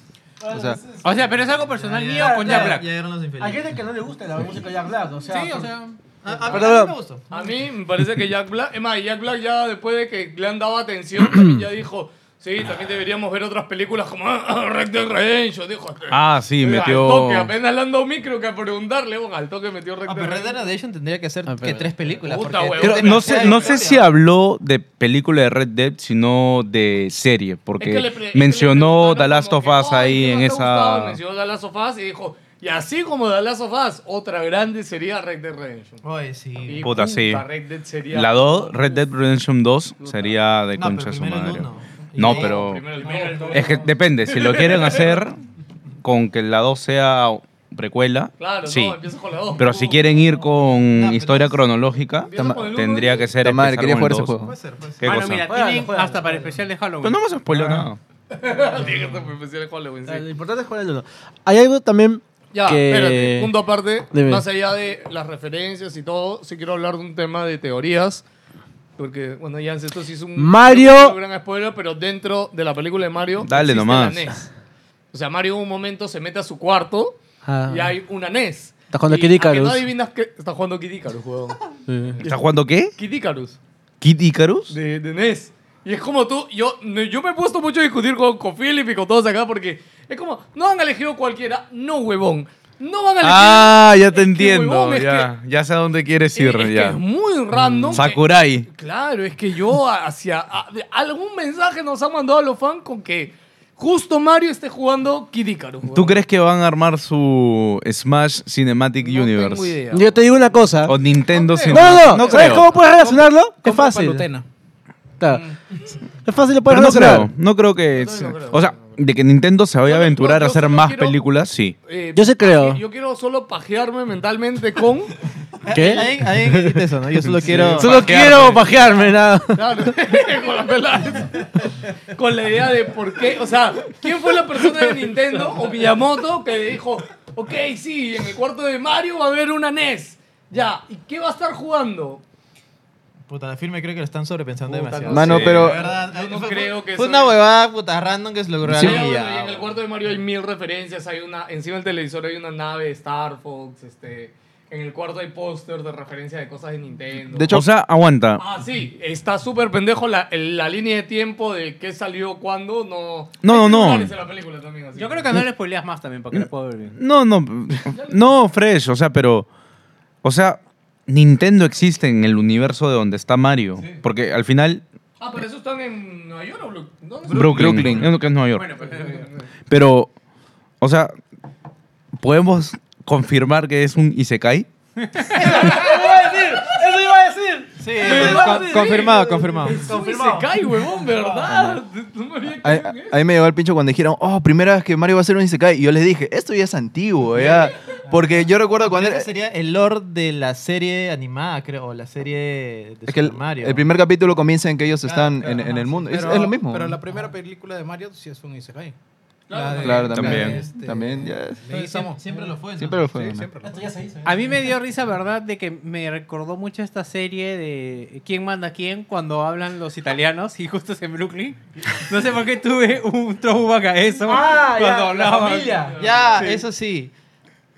Speaker 10: O sea,
Speaker 11: O sea, pero es algo personal mío con Jack
Speaker 6: Ya,
Speaker 11: Black.
Speaker 6: ya eran los
Speaker 8: Hay
Speaker 6: infelices.
Speaker 8: gente que no le gusta la música de Jack Black, o sea.
Speaker 11: Sí, o sea.
Speaker 6: A, a, mí,
Speaker 8: Perdón.
Speaker 6: a mí me gustó.
Speaker 5: A mí me parece que Jack Black, es más, Jack Black ya después de que le han dado atención, también ya dijo, sí, también deberíamos ver otras películas como ah, Red Dead Redemption, dijo.
Speaker 4: Ah, sí,
Speaker 5: Oiga,
Speaker 4: metió...
Speaker 5: Al toque, apenas le han dado micro que a preguntarle, bueno, al toque metió Red
Speaker 6: A Ah,
Speaker 5: Dead
Speaker 6: Red Dead
Speaker 5: Redemption.
Speaker 6: Redemption tendría que hacer
Speaker 8: Ah,
Speaker 6: que
Speaker 8: pero-
Speaker 6: tres películas.
Speaker 5: Puta,
Speaker 6: porque-
Speaker 5: huevón.
Speaker 4: Pero no sé, no sé si habló de película de Red Dead, sino de serie, porque
Speaker 5: Es que le pre- es que le
Speaker 4: mencionó
Speaker 5: preguntaron
Speaker 4: The Last
Speaker 5: como
Speaker 4: of
Speaker 5: que,
Speaker 4: Us
Speaker 5: "Ay,
Speaker 4: ahí
Speaker 5: ¿qué
Speaker 4: en
Speaker 5: más te ha gustado?"
Speaker 4: esa...
Speaker 5: Mencionó The Last of Us y dijo, y así como The Last of Us, otra grande sería Red Dead Redemption.
Speaker 6: Oye, sí.
Speaker 5: Y
Speaker 4: Puta, sí.
Speaker 5: Red Dead sería...
Speaker 4: La 2, Red Dead Redemption 2, sería de
Speaker 6: No, pero
Speaker 4: concha de su
Speaker 6: primero el
Speaker 4: madre.
Speaker 6: uno. Y
Speaker 4: No,
Speaker 6: luego-
Speaker 4: pero...
Speaker 5: Primero el primero, el dos.
Speaker 4: Es que depende, si lo quieren hacer con que la 2 sea precuela,
Speaker 5: Claro,
Speaker 4: sí.
Speaker 5: no, empieza con la 2.
Speaker 4: Pero si quieren ir con
Speaker 6: pero
Speaker 4: historia
Speaker 6: es-
Speaker 4: cronológica,
Speaker 5: Empieza
Speaker 10: Tama-
Speaker 5: con el uno,
Speaker 4: tendría
Speaker 5: ¿no?
Speaker 4: que ser
Speaker 10: la madre,
Speaker 4: empezar
Speaker 10: quería
Speaker 4: con
Speaker 10: jugar
Speaker 4: el
Speaker 10: ese
Speaker 4: dos.
Speaker 10: juego.
Speaker 4: ¿Qué
Speaker 11: Ah, no,
Speaker 4: cosa?
Speaker 11: mira,
Speaker 8: Juega,
Speaker 11: tienen
Speaker 8: juega,
Speaker 11: hasta para el especial de Halloween.
Speaker 4: Pero no hemos spoilado
Speaker 5: Ah.
Speaker 4: nada.
Speaker 5: Tiene que ser profesional Halloween, sí.
Speaker 8: Lo importante es jugar el uno. Hay algo también.
Speaker 5: Ya,
Speaker 8: que...
Speaker 5: espérate, punto aparte,
Speaker 8: Dime.
Speaker 5: más allá de las referencias y todo, sí quiero hablar de un tema de teorías, porque, bueno, ya esto sí es un
Speaker 8: Mario-
Speaker 5: es un gran spoiler, pero dentro de la película de Mario
Speaker 4: Dale
Speaker 5: existe
Speaker 4: nomás.
Speaker 5: la NES. O sea, Mario en un momento se mete a su cuarto
Speaker 8: Ah.
Speaker 5: y hay una NES.
Speaker 8: Está jugando
Speaker 5: Y
Speaker 8: Kid
Speaker 5: a que
Speaker 8: Icarus.
Speaker 5: no adivinas que está jugando Kid Icarus, juego.
Speaker 4: ¿Está jugando qué?
Speaker 5: Kid Icarus,
Speaker 4: ¿Kid Icarus?
Speaker 5: de, de NES. Y es como tú, yo, yo me he puesto mucho a discutir con, con Philip y con todos acá porque es como, no han elegido cualquiera, no huevón. No van a elegir
Speaker 4: Ah, ya te
Speaker 5: Es que,
Speaker 4: entiendo.
Speaker 5: huevón, es
Speaker 4: Ya, ya sé a dónde quieres
Speaker 5: Es-
Speaker 4: ir.
Speaker 5: Eh, es que
Speaker 4: ya. Mm,
Speaker 5: es muy random. que-
Speaker 4: Sakurai.
Speaker 5: claro, es que yo hacia a- de- algún mensaje nos han mandado a los fans con que justo Mario esté jugando Kid Icarus.
Speaker 4: ¿Tú crees que van a armar su Smash Cinematic Universe?
Speaker 5: No tengo idea.
Speaker 8: Yo te digo una cosa.
Speaker 4: O Nintendo
Speaker 5: No
Speaker 8: No,
Speaker 4: Cinematic.
Speaker 8: no, no. ¿Sabes
Speaker 4: creo.
Speaker 8: cómo puedes relacionarlo? Es
Speaker 7: Compra
Speaker 8: fácil.
Speaker 7: palutena.
Speaker 8: Claro. Es fácil, lo
Speaker 4: Pero
Speaker 8: puedes
Speaker 4: no
Speaker 8: relacionar.
Speaker 4: creo. No creo que.
Speaker 5: Yo también no creo.
Speaker 4: O sea, de que Nintendo se vaya a
Speaker 5: Yo-
Speaker 4: aventurar a
Speaker 5: yo
Speaker 4: hacer
Speaker 5: solo
Speaker 4: más
Speaker 5: quiero-
Speaker 4: películas, sí.
Speaker 5: Eh,
Speaker 8: Yo sí creo.
Speaker 5: Yo quiero solo pajearme mentalmente con.
Speaker 8: ¿Qué?
Speaker 6: Alguien alguien que quite eso, ¿no? Yo solo quiero.
Speaker 8: Solo quiero pajearme, nada.
Speaker 5: Claro, con la pelada. Con la idea de por qué. O sea, ¿quién fue la persona de Nintendo o Miyamoto que dijo, ok, sí, E en el cuarto de Mario va a haber una NES? Ya, ¿y qué va a estar jugando?
Speaker 6: Puta, la firme creo que lo están sobrepensando
Speaker 5: Puta,
Speaker 10: no
Speaker 6: demasiado.
Speaker 10: Mano, sé. pero-
Speaker 6: La verdad,
Speaker 5: Yo no
Speaker 6: fue-
Speaker 5: creo que
Speaker 6: Fue
Speaker 5: eso
Speaker 6: una
Speaker 5: es-
Speaker 6: huevada, puta, random que se logró
Speaker 5: Sí,
Speaker 6: la
Speaker 5: bueno,
Speaker 6: guía,
Speaker 5: y en el cuarto de Mario hay mil referencias. Hay una, encima del televisor hay una nave de Star Fox. Este, en el cuarto hay pósters de referencia de cosas de Nintendo.
Speaker 4: De hecho, o sea, aguanta.
Speaker 5: Ah, sí, está súper pendejo la, el- la línea de tiempo de qué salió, cuándo, no...
Speaker 4: No, no, no.
Speaker 5: Hay titulares en la película también, así
Speaker 11: Yo creo que no le spoileas más también
Speaker 8: Mm.
Speaker 11: para que la pueda ver bien.
Speaker 4: No, no, no, Fresh, o sea, pero, o sea, Nintendo existe en el universo de donde está Mario, porque al final
Speaker 5: Ah, pero eso están en Nueva York o Bru- ¿dónde son?
Speaker 4: Brooklyn, yo creo que es Nueva York,
Speaker 5: Bueno, pues, eh,
Speaker 4: pero,
Speaker 5: pero...
Speaker 4: o sea, podemos confirmar que es un Isekai.
Speaker 6: ¡Eso iba a decir! Sí,
Speaker 5: Me
Speaker 6: con-
Speaker 5: vas a decir.
Speaker 6: confirmado, confirmado.
Speaker 5: Confirmado. Se cae, huevón,
Speaker 4: Ah,
Speaker 5: ¿verdad? No me había
Speaker 10: A,
Speaker 5: caído en
Speaker 10: a mí me llegó el pincho cuando dijeron, oh, primera vez que Mario va a hacer un Isekai. Y yo les dije, esto ya es antiguo, ya. Porque yo recuerdo cuando era.
Speaker 6: Ese sería el lore de la serie animada, creo, o la serie de
Speaker 10: Es que el,
Speaker 6: Super Mario.
Speaker 10: el primer capítulo comienza en que ellos
Speaker 7: Claro,
Speaker 10: están
Speaker 7: claro,
Speaker 10: en, en
Speaker 7: ajá,
Speaker 10: el
Speaker 7: sí.
Speaker 10: mundo. Es-
Speaker 7: Pero-
Speaker 10: es, lo mismo.
Speaker 7: Pero la primera película de Mario sí es un Isekai. La de-
Speaker 10: Claro,
Speaker 7: la
Speaker 10: también.
Speaker 7: de este-
Speaker 10: También, ya es.
Speaker 7: Leguizamo. Siempre lo fue. ¿no?
Speaker 10: Siempre lo fue,
Speaker 7: Sí,
Speaker 10: ¿no?
Speaker 7: siempre lo fue.
Speaker 11: A mí me dio risa, ¿verdad? De que me recordó mucho esta serie de ¿Quién manda a quién? cuando hablan los italianos y justo es en Brooklyn. No sé por qué tuve un throwback a eso
Speaker 6: Ah,
Speaker 11: cuando
Speaker 6: ya, la
Speaker 11: hablaban.
Speaker 6: familia. Ya,
Speaker 11: Sí.
Speaker 6: eso sí.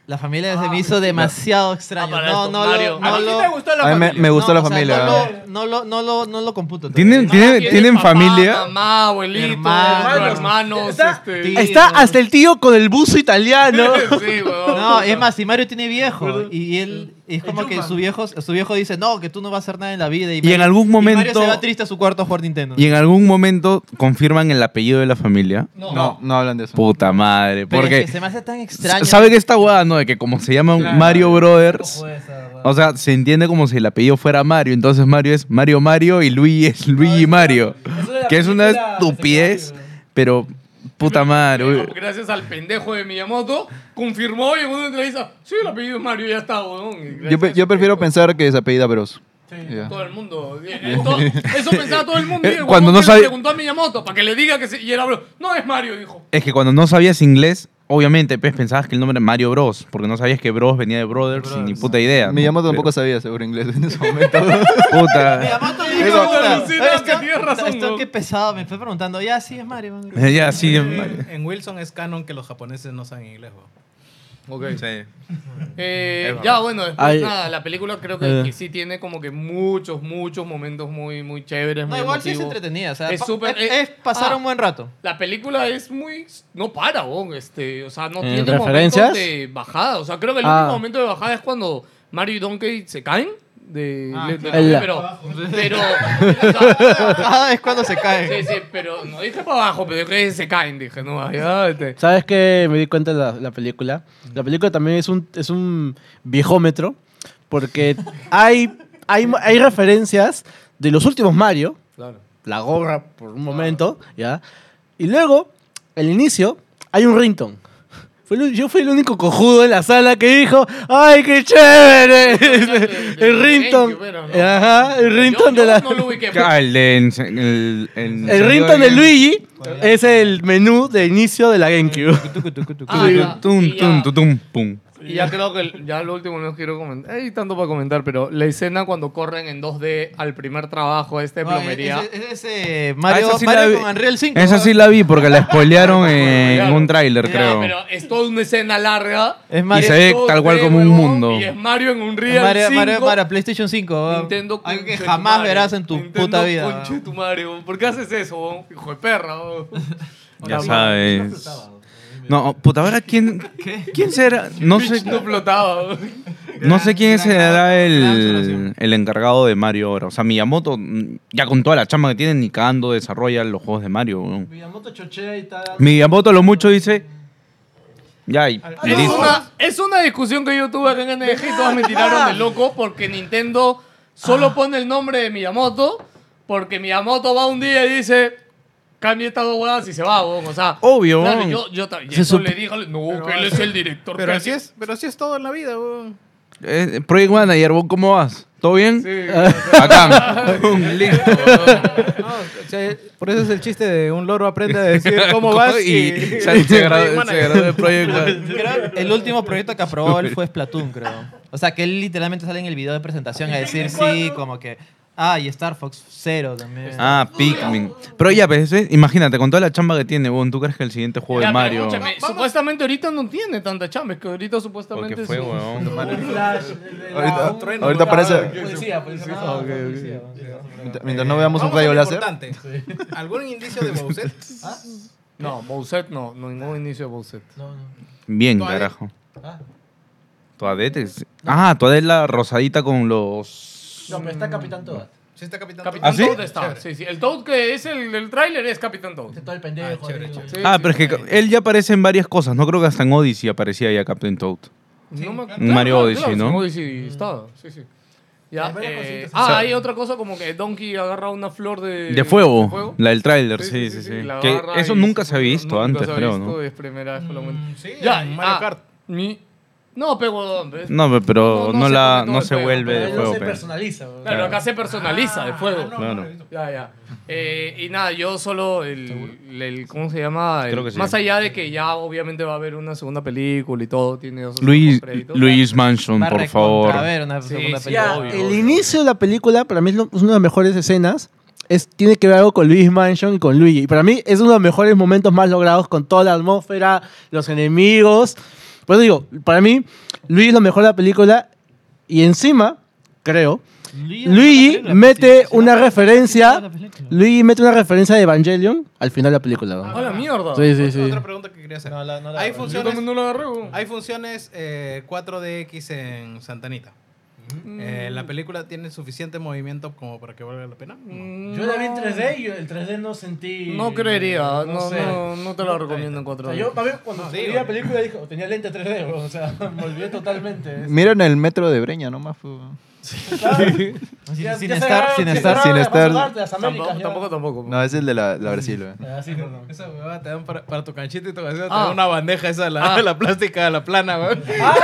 Speaker 6: La
Speaker 7: Ah,
Speaker 6: familia se me hizo demasiado extraño.
Speaker 5: Ah, para
Speaker 6: No,
Speaker 5: esto,
Speaker 6: no,
Speaker 5: Mario.
Speaker 6: lo, no
Speaker 5: A mí sí
Speaker 6: lo-
Speaker 5: me gustó
Speaker 10: A mí me, me gustó
Speaker 6: no,
Speaker 10: la
Speaker 6: o sea,
Speaker 10: familia.
Speaker 6: no,
Speaker 10: ¿verdad?
Speaker 6: lo, no, lo, no, lo, no lo computo.
Speaker 4: ¿Tienen, tienen,
Speaker 5: Ah, Tiene
Speaker 4: tienen
Speaker 5: papá,
Speaker 4: familia?
Speaker 5: Mamá, abuelito, hermanos,
Speaker 6: Hermanos.
Speaker 5: este...
Speaker 8: Está hasta el tío con el buzo italiano.
Speaker 5: Sí, huevón.
Speaker 6: No, es más, si Mario tiene viejo y él es como que su viejo, su viejo dice, no, que tú no vas a hacer nada en la vida. Y,
Speaker 4: Y en algún
Speaker 6: y Mario
Speaker 4: momento,
Speaker 6: se va triste a su cuarto a jugar Nintendo.
Speaker 4: y en algún momento confirman el apellido de la familia.
Speaker 5: No,
Speaker 10: No, no hablan de eso.
Speaker 4: Puta madre,
Speaker 6: Pero es
Speaker 4: porque
Speaker 6: que se me hace tan extraño.
Speaker 4: ¿Sabe que esta hueá, no? De que como se llama un Mario Brothers, o sea, se entiende como si el apellido fuera Mario. Entonces Mario es Mario Mario y Luigi es Luigi Mario. Que es una estupidez, pero puta madre.
Speaker 5: Pero
Speaker 4: uy.
Speaker 5: Gracias al pendejo de Miyamoto, confirmó y en una entrevista, sí, el apellido es Mario ya está, huevón. Y gracias
Speaker 10: Yo, pe- yo prefiero
Speaker 5: a-
Speaker 10: pensar que es apellida Peros. Ya.
Speaker 5: Todo el mundo. eh, eh, to- Eso pensaba todo el mundo. Y el
Speaker 4: Eh,
Speaker 5: huevón
Speaker 4: cuando no
Speaker 5: que le
Speaker 4: sabe-
Speaker 5: preguntó a Miyamoto para que le diga que sí. Y él habló, no es Mario, dijo.
Speaker 4: Es que cuando no sabías inglés, obviamente pues, pensabas que el nombre era Mario Bros. Porque no sabías que Bros venía de Brothers, y ni puta idea.
Speaker 10: Mi
Speaker 4: ¿no?
Speaker 10: llamado
Speaker 4: Pero-
Speaker 10: tampoco sabía seguro inglés en ese momento.
Speaker 4: Puta.
Speaker 6: Yamato
Speaker 5: Eso-
Speaker 6: dijo, puta,
Speaker 5: alucina,
Speaker 6: esto-
Speaker 5: que tienes razón,
Speaker 6: esto
Speaker 5: ¿no?
Speaker 6: qué pesado, me fue preguntando, ya sí es Mario. man".
Speaker 10: Eh,
Speaker 4: ya, sí. Mario.
Speaker 7: En, en Wilson es canon que los japoneses no saben inglés. weón.
Speaker 5: Eh,
Speaker 4: Es verdad.
Speaker 5: ya, bueno, después
Speaker 8: Ay.
Speaker 5: nada, la película creo que,
Speaker 8: Eh.
Speaker 5: que sí tiene como que muchos, muchos momentos muy, muy chéveres.
Speaker 6: No,
Speaker 5: muy
Speaker 6: igual sí es
Speaker 5: emotivos.
Speaker 6: entretenida, o sea,
Speaker 5: Es
Speaker 6: pa-
Speaker 5: súper-
Speaker 6: es,
Speaker 5: eh,
Speaker 6: es pasar
Speaker 5: ah.
Speaker 6: un buen rato.
Speaker 5: La película es muy. No para, bon, este, o sea, no
Speaker 8: ¿En
Speaker 5: tiene
Speaker 8: referencias?
Speaker 5: momentos de bajada. O sea, creo que el
Speaker 8: Ah.
Speaker 5: único momento de bajada es cuando Mario y Donkey se caen. De, de- de-
Speaker 8: claro.
Speaker 5: pero. Pero. o sea,
Speaker 6: Ah, es cuando se cae.
Speaker 5: sí, sí, pero no dije para abajo, pero dije se caen. Dije, no, allá. Este.
Speaker 8: ¿Sabes qué? Me di cuenta de la, la película. La película también es un, es un viejómetro porque hay, hay, hay referencias de los últimos Mario,
Speaker 5: Claro.
Speaker 8: la gorra por un momento, ¿ya? Y luego, al inicio, hay un ringtone. Fui el- yo fui el único cojudo de la sala que dijo, ¡ay, qué chévere! el ringtone.
Speaker 5: Bueno, no.
Speaker 8: Ajá, el ringtone
Speaker 5: Yo-
Speaker 8: de la...
Speaker 5: yo No lo ubiqué.
Speaker 4: Ah, el de. en- El, en-
Speaker 8: El ringtone de Luigi es el menú de inicio de la GameCube.
Speaker 6: Eh,
Speaker 5: Ah, ya.
Speaker 4: Tum,
Speaker 5: Y
Speaker 4: tum,
Speaker 5: ya-
Speaker 4: tum, tum, pum.
Speaker 5: Y ya creo que el- ya lo último no quiero comentar. Hay tanto para comentar, pero la escena cuando corren en 2D al primer trabajo este de
Speaker 6: No,
Speaker 5: plomería.
Speaker 6: es, es- es Ah, ese Mario,
Speaker 4: Ah, esa sí la
Speaker 6: Mario
Speaker 4: vi.
Speaker 6: con Unreal 5.
Speaker 4: Esa
Speaker 6: ¿no?
Speaker 4: sí la vi porque la spoilearon en
Speaker 5: Claro.
Speaker 4: un tráiler,
Speaker 5: Ya,
Speaker 4: creo.
Speaker 5: Pero es toda una escena larga.
Speaker 6: Es
Speaker 4: Y
Speaker 6: Mario,
Speaker 4: se ve
Speaker 5: Todo
Speaker 4: tal cual
Speaker 5: de
Speaker 4: como un
Speaker 5: huevón,
Speaker 4: mundo.
Speaker 5: Y es Mario en un
Speaker 6: es
Speaker 5: Real
Speaker 6: Mario,
Speaker 5: 5.
Speaker 6: Mario para PlayStation 5. ¿no?
Speaker 5: Nintendo
Speaker 6: Algo que
Speaker 5: conche
Speaker 6: jamás
Speaker 5: tu madre.
Speaker 6: verás en tu
Speaker 5: Nintendo
Speaker 6: puta vida.
Speaker 5: conche
Speaker 6: ¿no?
Speaker 5: tu madre, huevón. ¿Por qué haces eso, huevón? hijo de perra? huevón.
Speaker 4: Ya sabes. No, oh, puta, ahora quién, quién será. No sé,
Speaker 5: No flotaba. huevón.
Speaker 4: no sé quién
Speaker 6: gran- gran
Speaker 4: será el,
Speaker 6: observación.
Speaker 4: el encargado de Mario ahora. O sea, Miyamoto, mm, ya con toda la chamba que tiene, ni cagando desarrolla los juegos de Mario. ¿no?
Speaker 6: Miyamoto chochea y tal.
Speaker 4: Miyamoto lo mucho dice. Ya, y le
Speaker 5: Es
Speaker 4: dice-
Speaker 5: una, es una discusión que yo tuve acá en NG y todos me tiraron de loco porque Nintendo
Speaker 7: Ah.
Speaker 5: solo pone el nombre de Miyamoto porque Miyamoto va un día y dice cambia estas dos huevas y se va, huevón. O sea,
Speaker 4: Obvio,
Speaker 5: claro,
Speaker 4: huevón.
Speaker 5: yo, yo, ta- y
Speaker 4: Se
Speaker 5: eso
Speaker 4: sup-
Speaker 5: le dije, no, que él es el director.
Speaker 7: Pero así
Speaker 5: creativo".
Speaker 7: es, pero así es todo en la vida. weón.
Speaker 4: eh, Project Manager, ¿vos ¿cómo vas? ¿Todo bien?
Speaker 5: Sí.
Speaker 4: Acá. Pum, listo.
Speaker 7: No, o sea, por eso es el chiste de un loro aprende a decir cómo vas y,
Speaker 4: Y se se graduó se graduó de Project Manager.
Speaker 6: Creo el último proyecto que aprobó él fue Splatoon, creo. O sea, que él literalmente sale en el video de presentación a decir sí, como que Ah, y Star Fox Zero también.
Speaker 4: Ah, Pikmin. Pero ya, pues, ese- imagínate, con toda la chamba que tiene, weón, ¿tú crees que el siguiente juego
Speaker 5: Ya,
Speaker 4: de
Speaker 5: pero
Speaker 4: Mario...
Speaker 5: escúchame, supuestamente ahorita no tiene tanta chamba, es que ahorita supuestamente...
Speaker 4: Porque fue,
Speaker 5: su-
Speaker 4: weón.
Speaker 10: Ahorita- ahorita parece- Policía,
Speaker 7: Ah, ok, ok.
Speaker 10: Mientras- Mientras no veamos un
Speaker 7: Vamos a
Speaker 10: rayo
Speaker 7: lo
Speaker 10: láser.
Speaker 7: importante. ¿Algún indicio de Bowser? ¿Ah?
Speaker 5: No, Bowset no, no, ningún inicio de Bowset.
Speaker 4: Bien,
Speaker 7: Toadette.
Speaker 4: carajo.
Speaker 5: Ah.
Speaker 4: Toadette. es- Ah, Toadette es la rosadita con los...
Speaker 8: No, pero está Capitán Toad.
Speaker 7: Sí, está Capitán
Speaker 5: Capitán
Speaker 4: ¿Ah, sí?
Speaker 5: Toad está. Sí, sí. El Toad que es el del tráiler es Capitán Toad.
Speaker 8: Todo el pendejo.
Speaker 5: Sí,
Speaker 4: Ah,
Speaker 5: sí.
Speaker 4: pero es que ca- él ya aparece en varias cosas. No creo que hasta en Odyssey aparecía ya Captain Toad.
Speaker 5: No me-
Speaker 4: Un Mario Odyssey, ¿no?
Speaker 5: sí, Odyssey estaba, sí, sí. Ya, eh, ah, hay otra cosa como que Donkey agarra una flor de,
Speaker 4: De fuego, la del tráiler, sí, sí, sí.
Speaker 5: la
Speaker 4: Que
Speaker 5: agarra
Speaker 4: eso
Speaker 5: y
Speaker 4: nunca se había
Speaker 5: no,
Speaker 4: visto
Speaker 5: nunca
Speaker 4: antes,
Speaker 5: se ha
Speaker 4: creo,
Speaker 5: visto,
Speaker 4: ¿no?
Speaker 5: Es primera vez que lo ven.
Speaker 7: Mm, Sí,
Speaker 5: Ya,
Speaker 7: en Mario
Speaker 5: ah,
Speaker 7: Kart.
Speaker 5: mi- No, pero... ¿ves?
Speaker 4: No, pe- pero no,
Speaker 5: se
Speaker 4: la,
Speaker 5: pone todo
Speaker 4: no
Speaker 5: el
Speaker 4: se
Speaker 5: juego,
Speaker 4: vuelve
Speaker 5: pero
Speaker 4: de fuego.
Speaker 8: se
Speaker 4: pe.
Speaker 8: personaliza.
Speaker 5: Claro,
Speaker 4: Claro.
Speaker 5: acá se personaliza
Speaker 8: Ah,
Speaker 5: de fuego.
Speaker 4: Claro.
Speaker 5: Ya, ya. Eh, y nada, yo solo el, el- ¿cómo se llama? El-
Speaker 4: Creo que sí.
Speaker 5: Más allá de que ya obviamente va a haber una segunda película y todo, tiene esos
Speaker 4: Luis,
Speaker 5: postcréditos.
Speaker 4: Luis Mansion,
Speaker 6: Va
Speaker 4: por
Speaker 6: recontra
Speaker 4: favor.
Speaker 6: A ver, una
Speaker 5: Sí,
Speaker 6: segunda
Speaker 5: sí,
Speaker 6: película.
Speaker 5: obvio,
Speaker 8: El
Speaker 5: obvio.
Speaker 8: inicio de la película, para mí es, lo- es una de las mejores escenas. Es, tiene que ver algo con Luis Mansion y con Luigi. Y para mí es uno de los mejores momentos más logrados con toda la atmósfera, los enemigos. Por eso digo, para mí, Luigi es lo mejor de la película. Y encima, creo, Luigi mete una referencia. Luigi mete una referencia de Evangelion al final de la película. ¿no?
Speaker 5: ¡A la mierda!
Speaker 8: Sí, sí, sí.
Speaker 7: Otra pregunta que quería hacer. hay
Speaker 5: Yo
Speaker 7: funciones,
Speaker 5: también no lo agarré. güey.
Speaker 7: hay funciones eh, 4DX en Santanita.
Speaker 8: Mm.
Speaker 7: Eh, ¿La película tiene suficiente movimiento como para que valga la pena? No.
Speaker 8: Yo la vi en 3D y el 3D no sentí.
Speaker 5: No creería, no, no,
Speaker 8: sé.
Speaker 5: no, te lo recomiendo en cuatro
Speaker 8: O sea,
Speaker 5: días.
Speaker 8: yo, para mí, cuando
Speaker 7: No,
Speaker 8: vi
Speaker 7: digo. eh.
Speaker 8: la película, dijo, tenía lente 3D, bro. O sea, me olvidé totalmente.
Speaker 10: Miren el metro de Breña nomás. fue-
Speaker 8: Sin,
Speaker 6: sin estar- sin estar-
Speaker 10: sin estar.
Speaker 5: Tampoco, tampoco, tampoco.
Speaker 10: No, ese es el de la, la Brasil. güey.
Speaker 8: Así, perdón.
Speaker 7: Esa huevada te dan para, para tu canchita y tu casita, te
Speaker 5: Ah.
Speaker 7: dan una bandeja esa, la,
Speaker 5: Ah.
Speaker 7: la plástica, la plana, weón.
Speaker 8: Ah.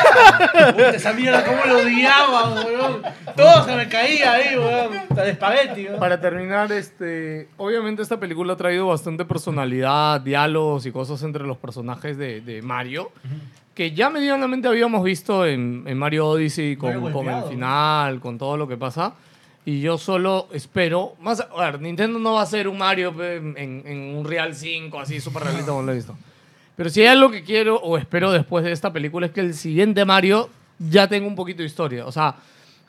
Speaker 8: Puta, esa mierda, cómo lo odiaba, weón. Todo se me caía ahí, weón. Hasta el espagueti, weón.
Speaker 5: Para terminar, este, obviamente esta película ha traído bastante personalidad, diálogos y cosas entre los personajes de, de Mario, que ya medianamente habíamos visto en, en Mario Odyssey con,
Speaker 8: Mario
Speaker 5: con el
Speaker 8: golpeado, ¿no?
Speaker 5: final, con todo lo que pasa. Y yo solo espero, más, a ver, Nintendo no va a ser un Mario pe, en, en un Real 5 así súper realista como lo he visto. Pero si hay algo que quiero o espero después de esta película es que el siguiente Mario ya tenga un poquito de historia. O sea,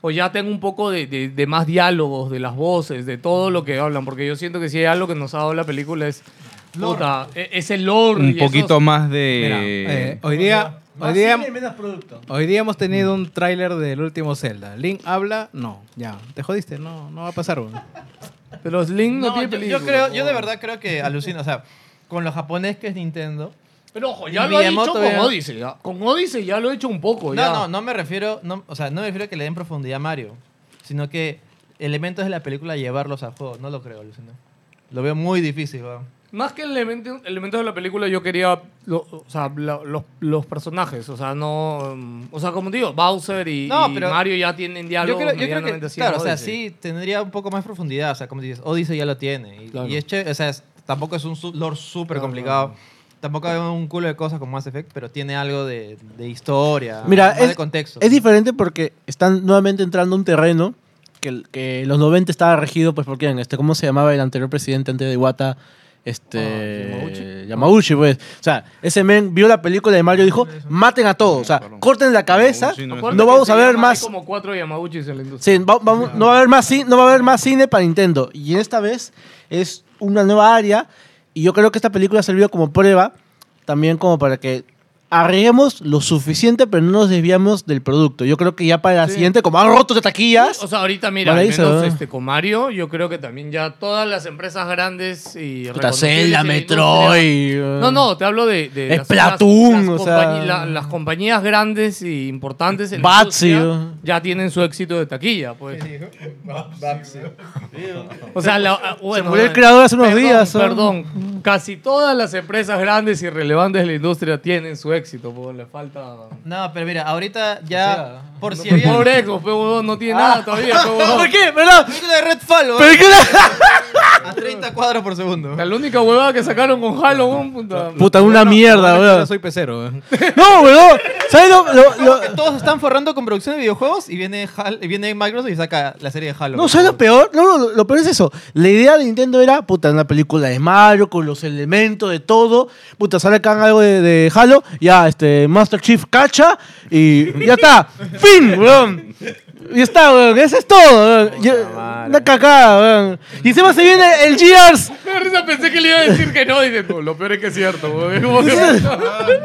Speaker 5: o ya tenga un poco de, de- de más diálogos, de las voces, de todo lo que hablan. Porque yo siento que si hay algo que nos ha dado la película es. puta, e- es el lore. y
Speaker 4: Un
Speaker 5: esos-
Speaker 4: poquito más
Speaker 7: Mira,
Speaker 4: de...
Speaker 7: eh, hoy día... Hoy
Speaker 8: cine y
Speaker 7: día,
Speaker 8: menos producto.
Speaker 7: hoy día hemos tenido un tráiler del último Zelda. Link habla, no, ya, te jodiste, no, no va a pasar, weón.
Speaker 5: Pero Link no,
Speaker 6: No,
Speaker 5: tiene
Speaker 6: yo,
Speaker 5: película.
Speaker 6: yo creo, yo de verdad creo que alucino. O sea, con lo japonés que es Nintendo.
Speaker 5: Pero ojo, ya lo ha
Speaker 6: Miyamoto
Speaker 5: hecho con
Speaker 6: ya-
Speaker 5: Odyssey. ya. Con Odyssey ya lo he hecho un poco. ya.
Speaker 6: No, no, no me refiero. No, o sea, no me refiero a que le den profundidad a Mario. Sino que elementos de la película llevarlos al juego. No lo creo, alucino. Lo veo muy difícil, weón.
Speaker 5: Más que elemento- elementos de la película, yo quería lo- o sea, la- los, los personajes. O sea, no. mm, O sea, como digo, Bowser y,
Speaker 6: No,
Speaker 5: y
Speaker 6: pero-
Speaker 5: Mario ya tienen diálogo.
Speaker 6: Yo creo, yo creo que, claro, o sea, sí tendría un poco más profundidad, o sea, como dices, Odyssey ya lo tiene, y,
Speaker 5: Claro.
Speaker 6: y es chévere, o sea, es- tampoco es un su- lore súper complicado, tampoco hay un culo de cosas como Mass Effect, pero tiene algo de, de historia,
Speaker 8: Mira,
Speaker 6: más
Speaker 8: es,
Speaker 6: de contexto.
Speaker 8: es diferente porque están nuevamente entrando a un terreno que, que los 90 estaba regido, pues, porque en este, ¿cómo se llamaba el anterior presidente antes de Iwata? Este. Yamauchi. pues. O sea, ese men vio la película de Mario y dijo: maten a todos, o sea, corten la cabeza,
Speaker 4: Yamauchi no es-
Speaker 8: no vamos a ver más.
Speaker 5: como cuatro Yamauchis en la industria.
Speaker 8: Sí, va- vamos- no, va a haber más, cin- no va a haber más cine para Nintendo. Y esta vez es una nueva área. Y yo creo que esta película ha servido como prueba. También como para que arriesguemos lo suficiente, pero no nos desviamos del producto. Yo creo que ya para la siguiente, como han roto de taquillas.
Speaker 5: O sea, ahorita, mira,
Speaker 8: Vale,
Speaker 5: al
Speaker 8: dice,
Speaker 5: menos
Speaker 8: ¿verdad?
Speaker 5: este, con Mario, yo creo que también ya todas las empresas grandes y.
Speaker 8: Puta,
Speaker 5: reconocibles
Speaker 8: Zelda,
Speaker 5: en la
Speaker 8: Metroid.
Speaker 5: industria- No, no, te hablo de. de las-
Speaker 8: Splatoon,
Speaker 5: las
Speaker 8: o sea.
Speaker 5: compañi- la- las compañías grandes y importantes en
Speaker 8: Batsy,
Speaker 5: la
Speaker 8: ¿no?
Speaker 5: industria ya tienen su éxito de taquilla, pues. O sea, la, ah, bueno,
Speaker 8: murió el
Speaker 5: eh,
Speaker 8: creador hace unos
Speaker 5: perdón,
Speaker 8: días, son-
Speaker 5: Perdón, casi todas las empresas grandes y relevantes de la industria tienen su éxito, porque le falta.
Speaker 6: No, pero mira, ahorita ya, por si había...
Speaker 8: Ah.
Speaker 5: Pobre Xbox, pe, huevón, no tiene nada todavía. pe, huevón.
Speaker 6: qué? ¿Verdad? Película de Redfall, weón.
Speaker 8: Pero es que-
Speaker 6: A 30 cuadros por segundo.
Speaker 5: La única huevada que sacaron con Halloween, puta.
Speaker 8: Puta, una mierda,
Speaker 6: Yo
Speaker 8: weón.
Speaker 6: soy pecero. weón.
Speaker 8: No, weón. ¿Sabes lo, lo- lo-
Speaker 6: Que Todos están forrando con producción de videojuegos y viene, Hal- y viene Microsoft y saca la serie de Halo.
Speaker 8: No, ¿sabes lo peor? No, no, lo- lo peor es eso. La idea de Nintendo era, puta, una película de Mario con los elementos de todo. Puta, sale acá algo de, de Halo, ya, este, Master Chief cacha y ya está. ¡Fin, weón! Ya está, weón. Eso es todo, weón. Ya- Una cagada, weón. Y encima se viene el Gears.
Speaker 5: Me da risa, pensé que le iba a decir que no. Y dije, no, lo peor es que es cierto, weón. Como que-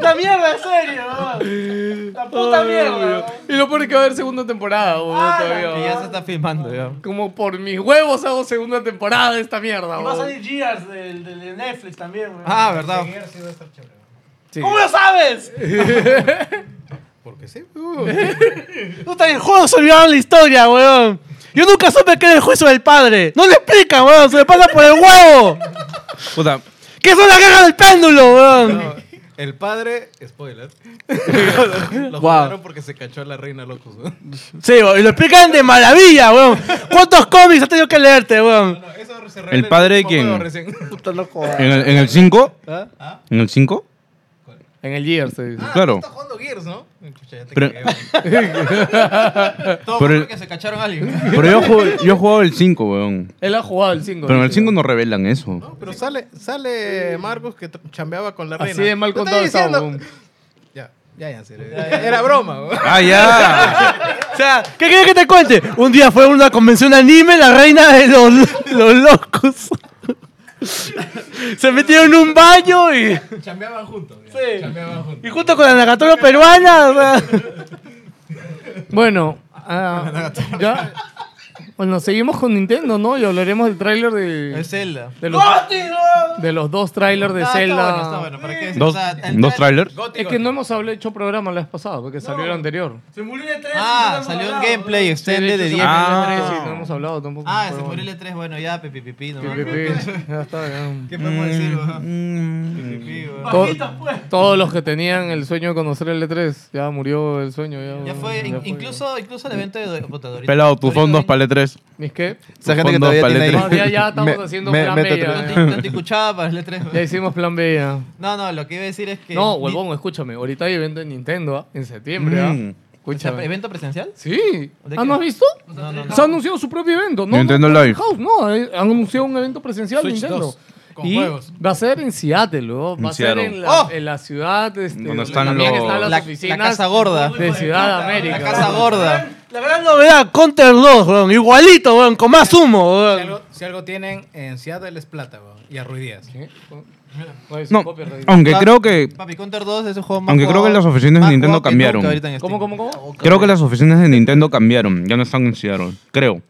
Speaker 8: La mierda, en serio, weón. La puta mierda, weón.
Speaker 5: Y lo peor es que va a haber segunda temporada, weón, todavía,
Speaker 6: Que
Speaker 5: weón.
Speaker 6: ya se está filmando. ya.
Speaker 5: Como por mis huevos hago segunda temporada de esta mierda,
Speaker 8: Y va a
Speaker 5: weón.
Speaker 8: salir Gears del, del de Netflix también, weón.
Speaker 6: Ah, verdad.
Speaker 5: Sí.
Speaker 8: ¿Cómo lo sabes?
Speaker 7: Porque sí.
Speaker 8: Puta, el juego se olvidaron la historia, weón. Yo nunca supe que era el juicio del padre. No le explican, weón. Se le pasa por el huevo.
Speaker 4: Puta,
Speaker 8: ¿Qué son las cajas del péndulo, weón?
Speaker 7: El padre, spoiler. lo
Speaker 8: Wow.
Speaker 7: jugaron porque se cachó a la reina Locus. weón.
Speaker 8: Sí, weón, y lo explican de maravilla, weón. ¿Cuántos cómics has tenido que leerte, weón?
Speaker 7: No, eso se
Speaker 4: ¿El padre de quién?
Speaker 8: Puta, no
Speaker 4: ¿en el- en el 5?
Speaker 10: ¿Ah?
Speaker 4: ¿En el 5?
Speaker 5: En el Gears, se dice.
Speaker 4: Claro.
Speaker 7: Está jugando Gears, ¿no? Chucha, ya te
Speaker 4: Pero-
Speaker 7: cagué, weón.
Speaker 6: Todo
Speaker 4: Pero-
Speaker 6: porque se cacharon a alguien.
Speaker 4: Pero yo, ju- yo he jugado el 5, weón.
Speaker 5: Él ha jugado el 5.
Speaker 4: Pero en el 5 no revelan eso.
Speaker 7: No, pero sale, sale Marcos que tra- chambeaba con la reina.
Speaker 5: Así de mal
Speaker 7: Te
Speaker 5: contado
Speaker 7: estoy
Speaker 5: está,
Speaker 7: diciendo-
Speaker 5: weón.
Speaker 7: Ya, ya, ya, en serio. Era broma, weón.
Speaker 4: ¡Ah, ya!
Speaker 8: O sea, ¿qué quieres que te cuente? Un día fue a una convención anime, la reina de los, los locos. Se metieron en un baño y.
Speaker 7: Chambeaban juntos. ya.
Speaker 8: Sí.
Speaker 7: Chambeaban juntos.
Speaker 8: Y junto con la Nakatomi peruana, o sea.
Speaker 5: Bueno, ah, ya. Bueno, seguimos con Nintendo, ¿no? Y hablaremos del tráiler de,
Speaker 6: El Zelda.
Speaker 5: de los,
Speaker 8: ¡Ah!
Speaker 5: de los dos trailers de
Speaker 6: Ah, está
Speaker 5: Zelda.
Speaker 6: bueno, está bueno, ¿para qué?
Speaker 4: ¿Dos,
Speaker 6: O sea, el
Speaker 4: dos
Speaker 6: tra-
Speaker 4: trailers?
Speaker 6: Goti,
Speaker 5: Es que
Speaker 6: Goti.
Speaker 5: no hemos hablado, hecho programa la vez pasada, porque salió el anterior.
Speaker 8: Se murió el
Speaker 6: Ah, salió un gameplay
Speaker 5: Sí, de
Speaker 6: extended
Speaker 5: hecho,
Speaker 6: de
Speaker 5: se
Speaker 6: 10
Speaker 5: murió
Speaker 4: Ah.
Speaker 5: el E3 y no hemos hablado tampoco.
Speaker 6: Ah,
Speaker 5: Pero
Speaker 6: se murió
Speaker 5: bueno.
Speaker 6: el E3. Bueno, ya, pipi, pipi, no.
Speaker 5: Pi, pi, pi. Ya está, ya.
Speaker 6: ¿Qué podemos decir, weón?
Speaker 13: Mm,
Speaker 6: Pi, pi, weón.
Speaker 5: To-
Speaker 6: pues.
Speaker 5: todos los que tenían el sueño de conocer el E3, ya murió el sueño. Ya,
Speaker 6: Ya fue, in- incluso, incluso el evento de votadores.
Speaker 4: Pelado, tus fondos E para el 3
Speaker 5: ¿Mis qué?
Speaker 10: Esa gente que
Speaker 4: Fondo E
Speaker 10: todavía tiene ahí-
Speaker 4: paletero.
Speaker 5: No, ya, ya estamos
Speaker 10: Me-
Speaker 5: haciendo
Speaker 10: me-
Speaker 5: plan
Speaker 10: meta
Speaker 5: B, ya,
Speaker 10: tres.
Speaker 5: ya.
Speaker 6: No te escuchaba para el E3.
Speaker 5: Ya
Speaker 6: weón.
Speaker 5: hicimos plan B ya.
Speaker 6: No, no, lo que iba a decir es que.
Speaker 5: No, huevón, escúchame. Ahorita hay evento en Nintendo ¿ah? en septiembre.
Speaker 4: Mm.
Speaker 5: ¿ah?
Speaker 6: O sea,
Speaker 5: Escúchame.
Speaker 6: ¿Evento presencial?
Speaker 5: Sí.
Speaker 6: ¿De
Speaker 5: ¿Ah,
Speaker 6: qué?
Speaker 5: no has visto?
Speaker 6: No, no, no.
Speaker 5: Se ha anunciado su propio evento. No,
Speaker 4: Nintendo
Speaker 5: no,
Speaker 4: Live.
Speaker 5: House, no, eh, han anunciado un evento presencial de
Speaker 7: Switch
Speaker 5: Nintendo.
Speaker 7: 2, con
Speaker 5: y
Speaker 7: juegos.
Speaker 5: va a ser en Seattle, luego.
Speaker 4: En
Speaker 5: va a ser en
Speaker 4: Seattle.
Speaker 5: la,
Speaker 6: ¡Oh!
Speaker 5: en la ciudad este,
Speaker 4: Donde están
Speaker 5: también
Speaker 4: los-
Speaker 5: están las
Speaker 6: La,
Speaker 5: oficinas
Speaker 6: la casa gorda.
Speaker 5: de Ciudad América.
Speaker 6: La casa gorda.
Speaker 8: La gran novedad, Counter 2, weón. Igualito, weón. Con más humo,
Speaker 7: Si
Speaker 8: weón.
Speaker 7: algo, si algo tienen en Seattle es plata, weón. Y a Ruidías.
Speaker 5: ¿Qué? Oye, su
Speaker 4: No,
Speaker 5: copia, Rey.
Speaker 4: aunque
Speaker 6: Pa-
Speaker 4: creo que
Speaker 6: Papi, Counter 2 es un juego más.
Speaker 4: Aunque creo
Speaker 6: jugado-
Speaker 4: que las oficinas de
Speaker 6: más
Speaker 4: Nintendo
Speaker 6: jugado que
Speaker 4: cambiaron.
Speaker 6: nunca ahorita en este Steam.
Speaker 5: ¿Cómo, cómo, cómo?
Speaker 4: creo que las oficinas de Nintendo cambiaron, ya no están en Seattle, creo.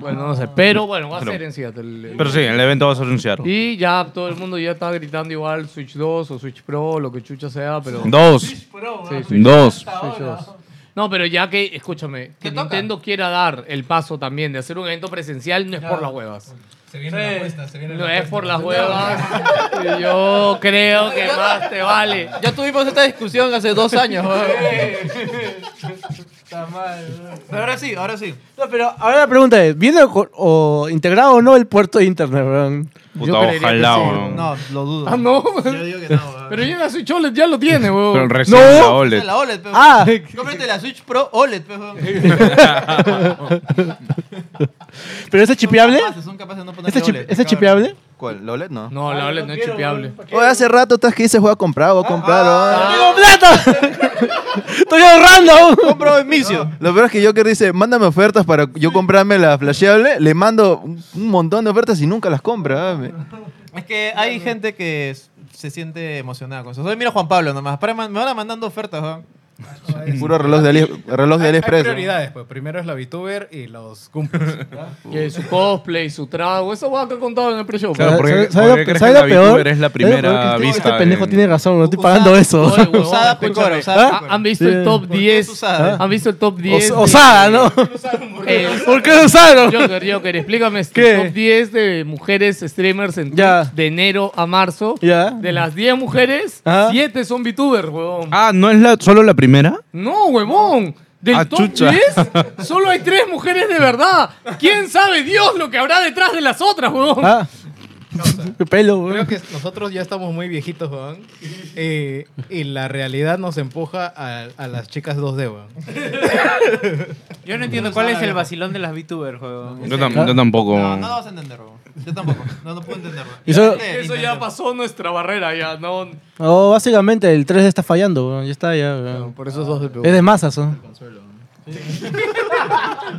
Speaker 5: Bueno, no sé. Pero bueno, va a
Speaker 4: Pero-
Speaker 5: ser en Seattle. el- el-
Speaker 4: Pero sí, el evento va a ser en Seattle.
Speaker 5: Y ya todo el mundo ya está gritando igual Switch 2 o Switch Pro, lo que chucha sea, pero...
Speaker 4: Dos,
Speaker 5: Sí, Switch
Speaker 4: dos.
Speaker 5: Switch 2. No, pero ya que, escúchame, que
Speaker 6: toca?
Speaker 5: Nintendo quiera dar el paso también de hacer un evento presencial no es por las huevas.
Speaker 7: Se viene la apuesta, se viene
Speaker 5: No
Speaker 7: la
Speaker 5: es por las huevas. Y Yo creo que más te vale.
Speaker 6: Ya tuvimos esta discusión hace dos años. weón. Pero ahora sí, ahora sí.
Speaker 8: No, pero ahora la pregunta es: ¿viene o, o integrado o no el puerto de internet, weón?
Speaker 4: Puta,
Speaker 5: Yo creería que
Speaker 4: ojalá,
Speaker 5: sí.
Speaker 4: weón.
Speaker 6: No, lo dudo.
Speaker 5: Ah, no.
Speaker 7: Yo digo que no, weón.
Speaker 5: Pero ya la Switch OLED ya lo tiene, huevón.
Speaker 4: Pero recién
Speaker 8: No.
Speaker 4: la OLED.
Speaker 6: La OLED, pero.
Speaker 8: Ah.
Speaker 6: Cómprate la Switch Pro OLED, pero.
Speaker 8: ¿Pero ese es chipeable?
Speaker 6: Son capaces de no ponerle
Speaker 8: ¿Ese, chip-
Speaker 6: OLED.
Speaker 8: ¿ese chipeable?
Speaker 10: ¿Cuál? ¿La OLED? No.
Speaker 5: No, la OLED no es chipeable.
Speaker 10: Oye, hace rato estás que dices voy a comprar, voy a comprar. voy a-
Speaker 8: Ah, ¡Tengo plata! ¡Estoy ahorrando aún!
Speaker 10: Compro en vicio. Lo peor es que Joker dice, mándame ofertas para yo comprarme la flasheable. Le mando un un montón de ofertas y nunca las compra. ah, me-
Speaker 6: Es que hay gente que s- se siente emocionada con eso. Soy mira Juan Pablo nomás. Para, me van mandando ofertas, weón.
Speaker 10: Puro reloj de, Ali- reloj
Speaker 7: Hay,
Speaker 10: de
Speaker 7: hay
Speaker 10: AliExpress. ¿no?
Speaker 7: prioridades, pues. Primero es la VTuber y los cumples.
Speaker 5: Que su cosplay, su trago, eso va que ha contado en el pre-show.
Speaker 4: Claro,
Speaker 5: pero-
Speaker 4: porque-
Speaker 8: ¿Sabes-
Speaker 4: porque
Speaker 8: ¿Sabes
Speaker 4: crees que
Speaker 8: lo- sabes
Speaker 4: la
Speaker 8: lo peor?
Speaker 4: VTuber es la
Speaker 8: ¿Sabes lo peor?
Speaker 4: primera
Speaker 8: Que este-
Speaker 4: vista
Speaker 8: Este pendejo
Speaker 4: en-
Speaker 8: tiene razón, no estoy
Speaker 6: Usada-
Speaker 8: pagando eso.
Speaker 5: Oye, huevón,
Speaker 6: Usada por
Speaker 5: escúchame.
Speaker 6: cobra, usada por
Speaker 5: Ah,
Speaker 6: cobra.
Speaker 5: ¿Han visto el
Speaker 8: Sí.
Speaker 5: top
Speaker 6: ¿Por qué
Speaker 5: 10?
Speaker 6: es usada?
Speaker 5: ¿Han visto el top 10?
Speaker 8: Os-
Speaker 5: de-
Speaker 8: Osada, ¿no?
Speaker 5: El-
Speaker 8: ¿Por qué usada?
Speaker 5: Joker, Joker, explícame este
Speaker 8: ¿Qué?
Speaker 5: top 10 de mujeres streamers en
Speaker 8: Ya.
Speaker 5: Twitch de enero a marzo.
Speaker 8: Ya.
Speaker 5: De las 10 mujeres,
Speaker 8: Ajá.
Speaker 5: 7 son VTubers, huevón.
Speaker 4: Ah, ¿no es la, solo la primera?
Speaker 5: No, huevón. Del
Speaker 4: Ah,
Speaker 5: top
Speaker 4: chucha.
Speaker 5: 10, solo hay tres mujeres de verdad. ¿Quién sabe Dios lo que habrá detrás de las otras, huevón?
Speaker 8: Ah. Qué pelo, weón.
Speaker 7: Creo que nosotros ya estamos muy viejitos, weón. Y, y la realidad nos empuja a, a las chicas 2D, weón.
Speaker 11: Yo no entiendo cuál es el vacilón de las VTubers, juego.
Speaker 4: Yo, tam- yo tampoco.
Speaker 14: No, no lo vas a entender, bro. Yo tampoco. No, no puedo entenderlo.
Speaker 8: Eso-
Speaker 14: Intenté,
Speaker 5: Eso
Speaker 14: intenté.
Speaker 5: ya pasó nuestra barrera, ya no.
Speaker 8: Oh, básicamente el 3D está fallando, weón. Ya está, ya. weón.
Speaker 5: Por eso dos de
Speaker 8: Es de masas, ¿no?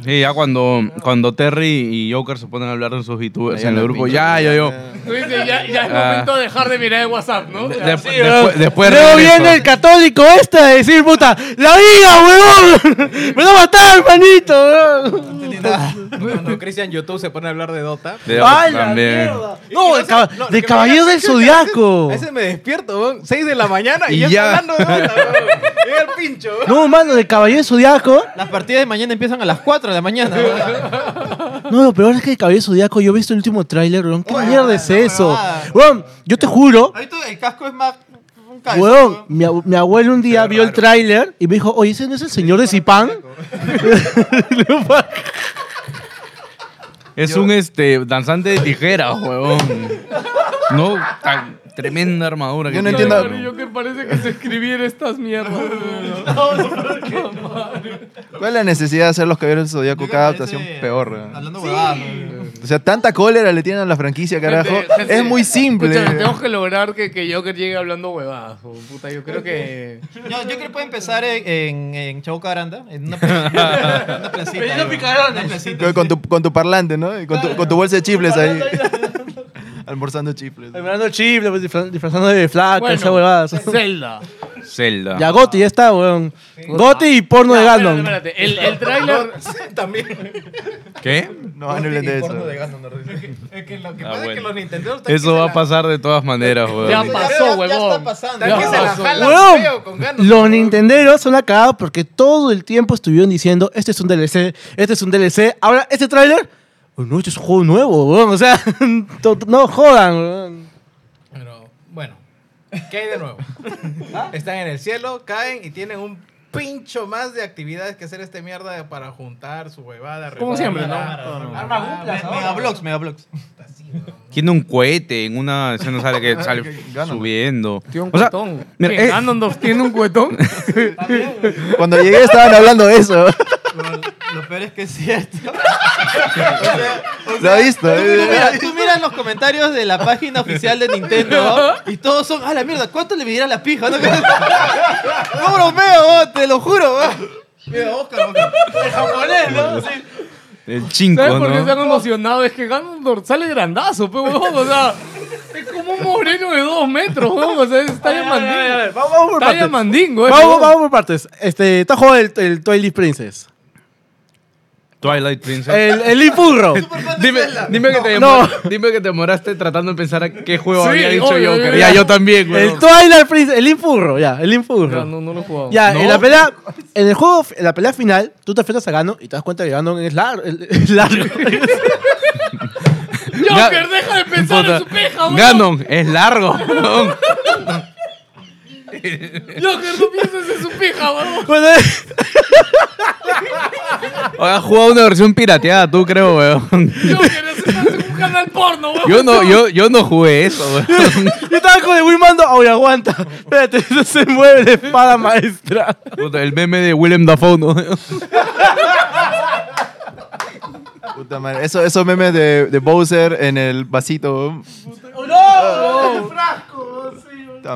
Speaker 4: Sí, ya cuando, cuando Terry y Joker se ponen a hablar de sus VTubers
Speaker 10: Ya
Speaker 4: en el
Speaker 10: los
Speaker 4: grupo,
Speaker 10: pinchos,
Speaker 4: ya, yo, yo.
Speaker 5: Tú dices, ya, ya es
Speaker 4: Ah.
Speaker 5: momento de dejar de mirar el WhatsApp, ¿no?
Speaker 4: De-
Speaker 5: Ya.
Speaker 4: de-
Speaker 5: Sí,
Speaker 4: después-
Speaker 5: ¿verdad?
Speaker 4: después
Speaker 8: Luego
Speaker 4: regreso.
Speaker 8: viene el católico este de decir, puta, la vida, weón. Me va a matar, manito, weón.
Speaker 7: Cuando Cristian YouTube se pone a hablar de Dota.
Speaker 4: De-
Speaker 8: ¡Ay, la
Speaker 4: también.
Speaker 8: mierda! No, el cab-
Speaker 7: No,
Speaker 8: de
Speaker 7: que
Speaker 8: caballero
Speaker 7: me-
Speaker 8: del zodiaco.
Speaker 7: A veces me despierto, weón. 6 de la mañana y,
Speaker 4: Y
Speaker 7: ya,
Speaker 4: ya.
Speaker 7: está hablando de Dota, weón. Es el pincho, weón.
Speaker 8: No, mano, de caballero del zodiaco.
Speaker 6: Las partidas de mañana empiezan a las 4 de la mañana. weón.
Speaker 8: No, lo peor es que el caballero del zodiaco, yo he visto el último tráiler, weón. ¿Qué mierda es
Speaker 6: la
Speaker 8: eso?
Speaker 6: huevada.
Speaker 8: Weón, yo te juro.
Speaker 14: Ahorita el casco es más. Un cabezón,
Speaker 8: Weón,
Speaker 14: weón.
Speaker 8: mi, abu- mi abuelo un día vio el tráiler y me dijo, oye, ¿ese no es el señor de Zipán?
Speaker 4: Es un este danzante de tijera, huevón. No, tan tremenda armadura que
Speaker 10: Yo no
Speaker 4: tiene,
Speaker 10: entiendo-
Speaker 4: bro.
Speaker 5: Yo que parece que se escribieron estas mierdas.
Speaker 10: ¿Cuál es la necesidad de hacer los caballeros del zodiaco?
Speaker 14: Yo
Speaker 10: Cada
Speaker 14: creo que
Speaker 10: adaptación
Speaker 14: parece-
Speaker 10: peor. weón.
Speaker 14: Hablando huevadas, weón.
Speaker 10: O sea, tanta cólera le tienen a la franquicia, carajo.
Speaker 5: Gente, gente,
Speaker 10: es muy simple.
Speaker 5: escúchame, tenemos que lograr que, que Joker llegue hablando huevadas. oh, Puta, yo creo que.
Speaker 14: Yo, yo creo que puede empezar en, en, en Chauca Aranda, en una placita. una placita.
Speaker 6: Pequeños
Speaker 14: weón.
Speaker 6: picarones.
Speaker 14: Una placita.
Speaker 10: Con- Con tu, con tu parlante, ¿no? Y Con tu, con tu bolsa de chifles ahí. Almorzando chifles.
Speaker 8: Hermano chifle, pues, disfra- disfrazando de flaca,
Speaker 5: Bueno,
Speaker 8: esa huevada.
Speaker 5: Zelda.
Speaker 4: Zelda.
Speaker 8: Ya Gotti, ya está, weón. Gotti y porno de
Speaker 5: Ya, Ah, espérate,
Speaker 8: Ganon.
Speaker 5: espérate. El, el tráiler.
Speaker 4: ¿Qué?
Speaker 10: No, no le de eso.
Speaker 7: Porno de Ganondorf, dice. Es que lo que
Speaker 4: Ah,
Speaker 7: pasa es que
Speaker 4: bueno.
Speaker 7: los Nintendo están que
Speaker 4: Eso
Speaker 7: se
Speaker 4: va
Speaker 7: la-
Speaker 4: a pasar de todas maneras,
Speaker 5: Ya
Speaker 4: huevón.
Speaker 5: pasó,
Speaker 14: Ya está
Speaker 5: huevón.
Speaker 14: pasando.
Speaker 5: Ya
Speaker 7: Están que se la
Speaker 5: pasó.
Speaker 7: jalan feo con
Speaker 8: Weón,
Speaker 7: Ganondorf.
Speaker 8: los nintenderos son la cagada porque todo el tiempo estuvieron diciendo, este es un DLC, este es un DLC. Ahora, este tráiler, oh, no, este es un juego nuevo, weón. O sea, to- no jodan, weón.
Speaker 7: Pero, bueno. ¿Qué hay de nuevo? Están en el cielo, caen y tienen un pincho más de actividades que hacer este mierda de- para juntar su huevada. Ah,
Speaker 5: Como
Speaker 7: reparar,
Speaker 5: siempre, ¿no?
Speaker 7: armar,
Speaker 14: Arma
Speaker 7: armar,
Speaker 14: Mega- Megablogs, Megablogs.
Speaker 4: Tiene un cohete en una escena sale
Speaker 5: Ah,
Speaker 4: que sale
Speaker 10: Ganon.
Speaker 4: subiendo.
Speaker 5: Tiene un
Speaker 4: O sea,
Speaker 5: cuetón.
Speaker 4: mira,
Speaker 5: ¿Qué,
Speaker 4: eh,
Speaker 5: Ganondorf tiene un cuetón.
Speaker 10: Cuando llegué estaban hablando de eso.
Speaker 14: Weón, Lo peor es que es cierto. O sea, o
Speaker 10: Lo he visto.
Speaker 14: Tú
Speaker 10: eh.
Speaker 14: mira, tú miras los comentarios de la página oficial de Nintendo y todos son, ah, la mierda, ¿cuánto le medirá la pija? No, No bromeo, weón, te lo juro. weón. Mira, Oscar, Oscar. El japonés, ¿no? Sí.
Speaker 4: el chinco,
Speaker 5: ¿Sabes por qué se han
Speaker 4: ¿no?
Speaker 5: emocionado? Es que Ganondorf sale grandazo, pero huevón. O sea, es como un moreno de dos metros, huevón. O sea, es talla mandingo.
Speaker 8: Vamos, vamos por
Speaker 5: Talla
Speaker 8: partes.
Speaker 5: mandingo, eh,
Speaker 8: Vamos,
Speaker 5: huevón.
Speaker 8: vamos por partes. Este, está jugando el, el Twilight Princess.
Speaker 4: Twilight Princess.
Speaker 5: Eh,
Speaker 8: El, el Ipurro.
Speaker 4: Dime, dime, que te
Speaker 8: No.
Speaker 4: demor- dime que te demoraste tratando de pensar a qué juego
Speaker 5: Sí,
Speaker 4: había dicho
Speaker 5: obvio,
Speaker 4: Joker.
Speaker 5: obvio.
Speaker 4: Ya, yo también, güey.
Speaker 8: El Twilight Princess, el Infurro, ya, el
Speaker 5: Ya,
Speaker 8: Infurro.
Speaker 5: No, no lo he jugado.
Speaker 8: Ya,
Speaker 4: ¿No?
Speaker 8: en la pelea, en el juego, en la pelea final, tú te enfrentas a Ganon y te das cuenta que Ganon es largo. Es largo.
Speaker 5: Joker, deja de pensar en su pija, huevón.
Speaker 4: Ganon, es largo. huevón.
Speaker 5: Joker, no pienses en su pija, huevón.
Speaker 8: Bueno, eh,
Speaker 4: O has jugado una versión pirateada, tú creo, weón.
Speaker 5: Joker, estás en un canal porno, huevón.
Speaker 4: Yo no, yo, yo no jugué eso, weón.
Speaker 8: yo estaba con el Wimando, ahora aguanta. Espérate, no se mueve la espada maestra.
Speaker 4: Puta, El meme de Willem Dafoe, ¿no?
Speaker 10: Puta madre. Eso, esos memes de, de Bowser en el vasito. Puta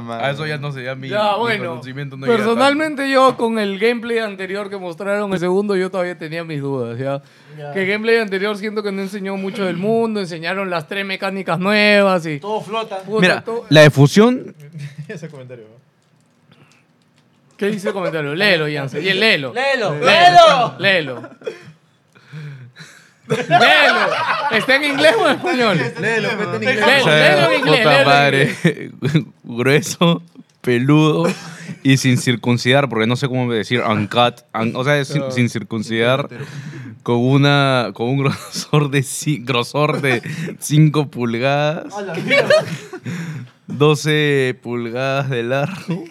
Speaker 10: madre.
Speaker 4: Ah, ya no se mi,
Speaker 5: Ya, bueno. Personalmente yo con el gameplay anterior que mostraron, el segundo, yo todavía tenía mis dudas, ¿ya? Que el gameplay anterior siento que no enseñó mucho del mundo, enseñaron las tres mecánicas nuevas y... Todo flota.
Speaker 4: Mira, la de fusión,
Speaker 5: ¿Qué dice el comentario? Léelo, Yance. Y léelo. Léelo. Léelo. Léelo. Léelo. ¿Está en inglés o en español?
Speaker 14: Léelo, vete en inglés.
Speaker 4: o
Speaker 5: Léelo,
Speaker 4: sea,
Speaker 5: léelo en inglés.
Speaker 4: puta
Speaker 5: léelo en
Speaker 4: madre,
Speaker 5: inglés.
Speaker 4: grueso, peludo y sin circuncidar, porque no sé cómo decir uncut, un- o sea, es sin, sin circuncidar, con, una, con un grosor de ci- grosor de 5 pulgadas, 12 pulgadas de largo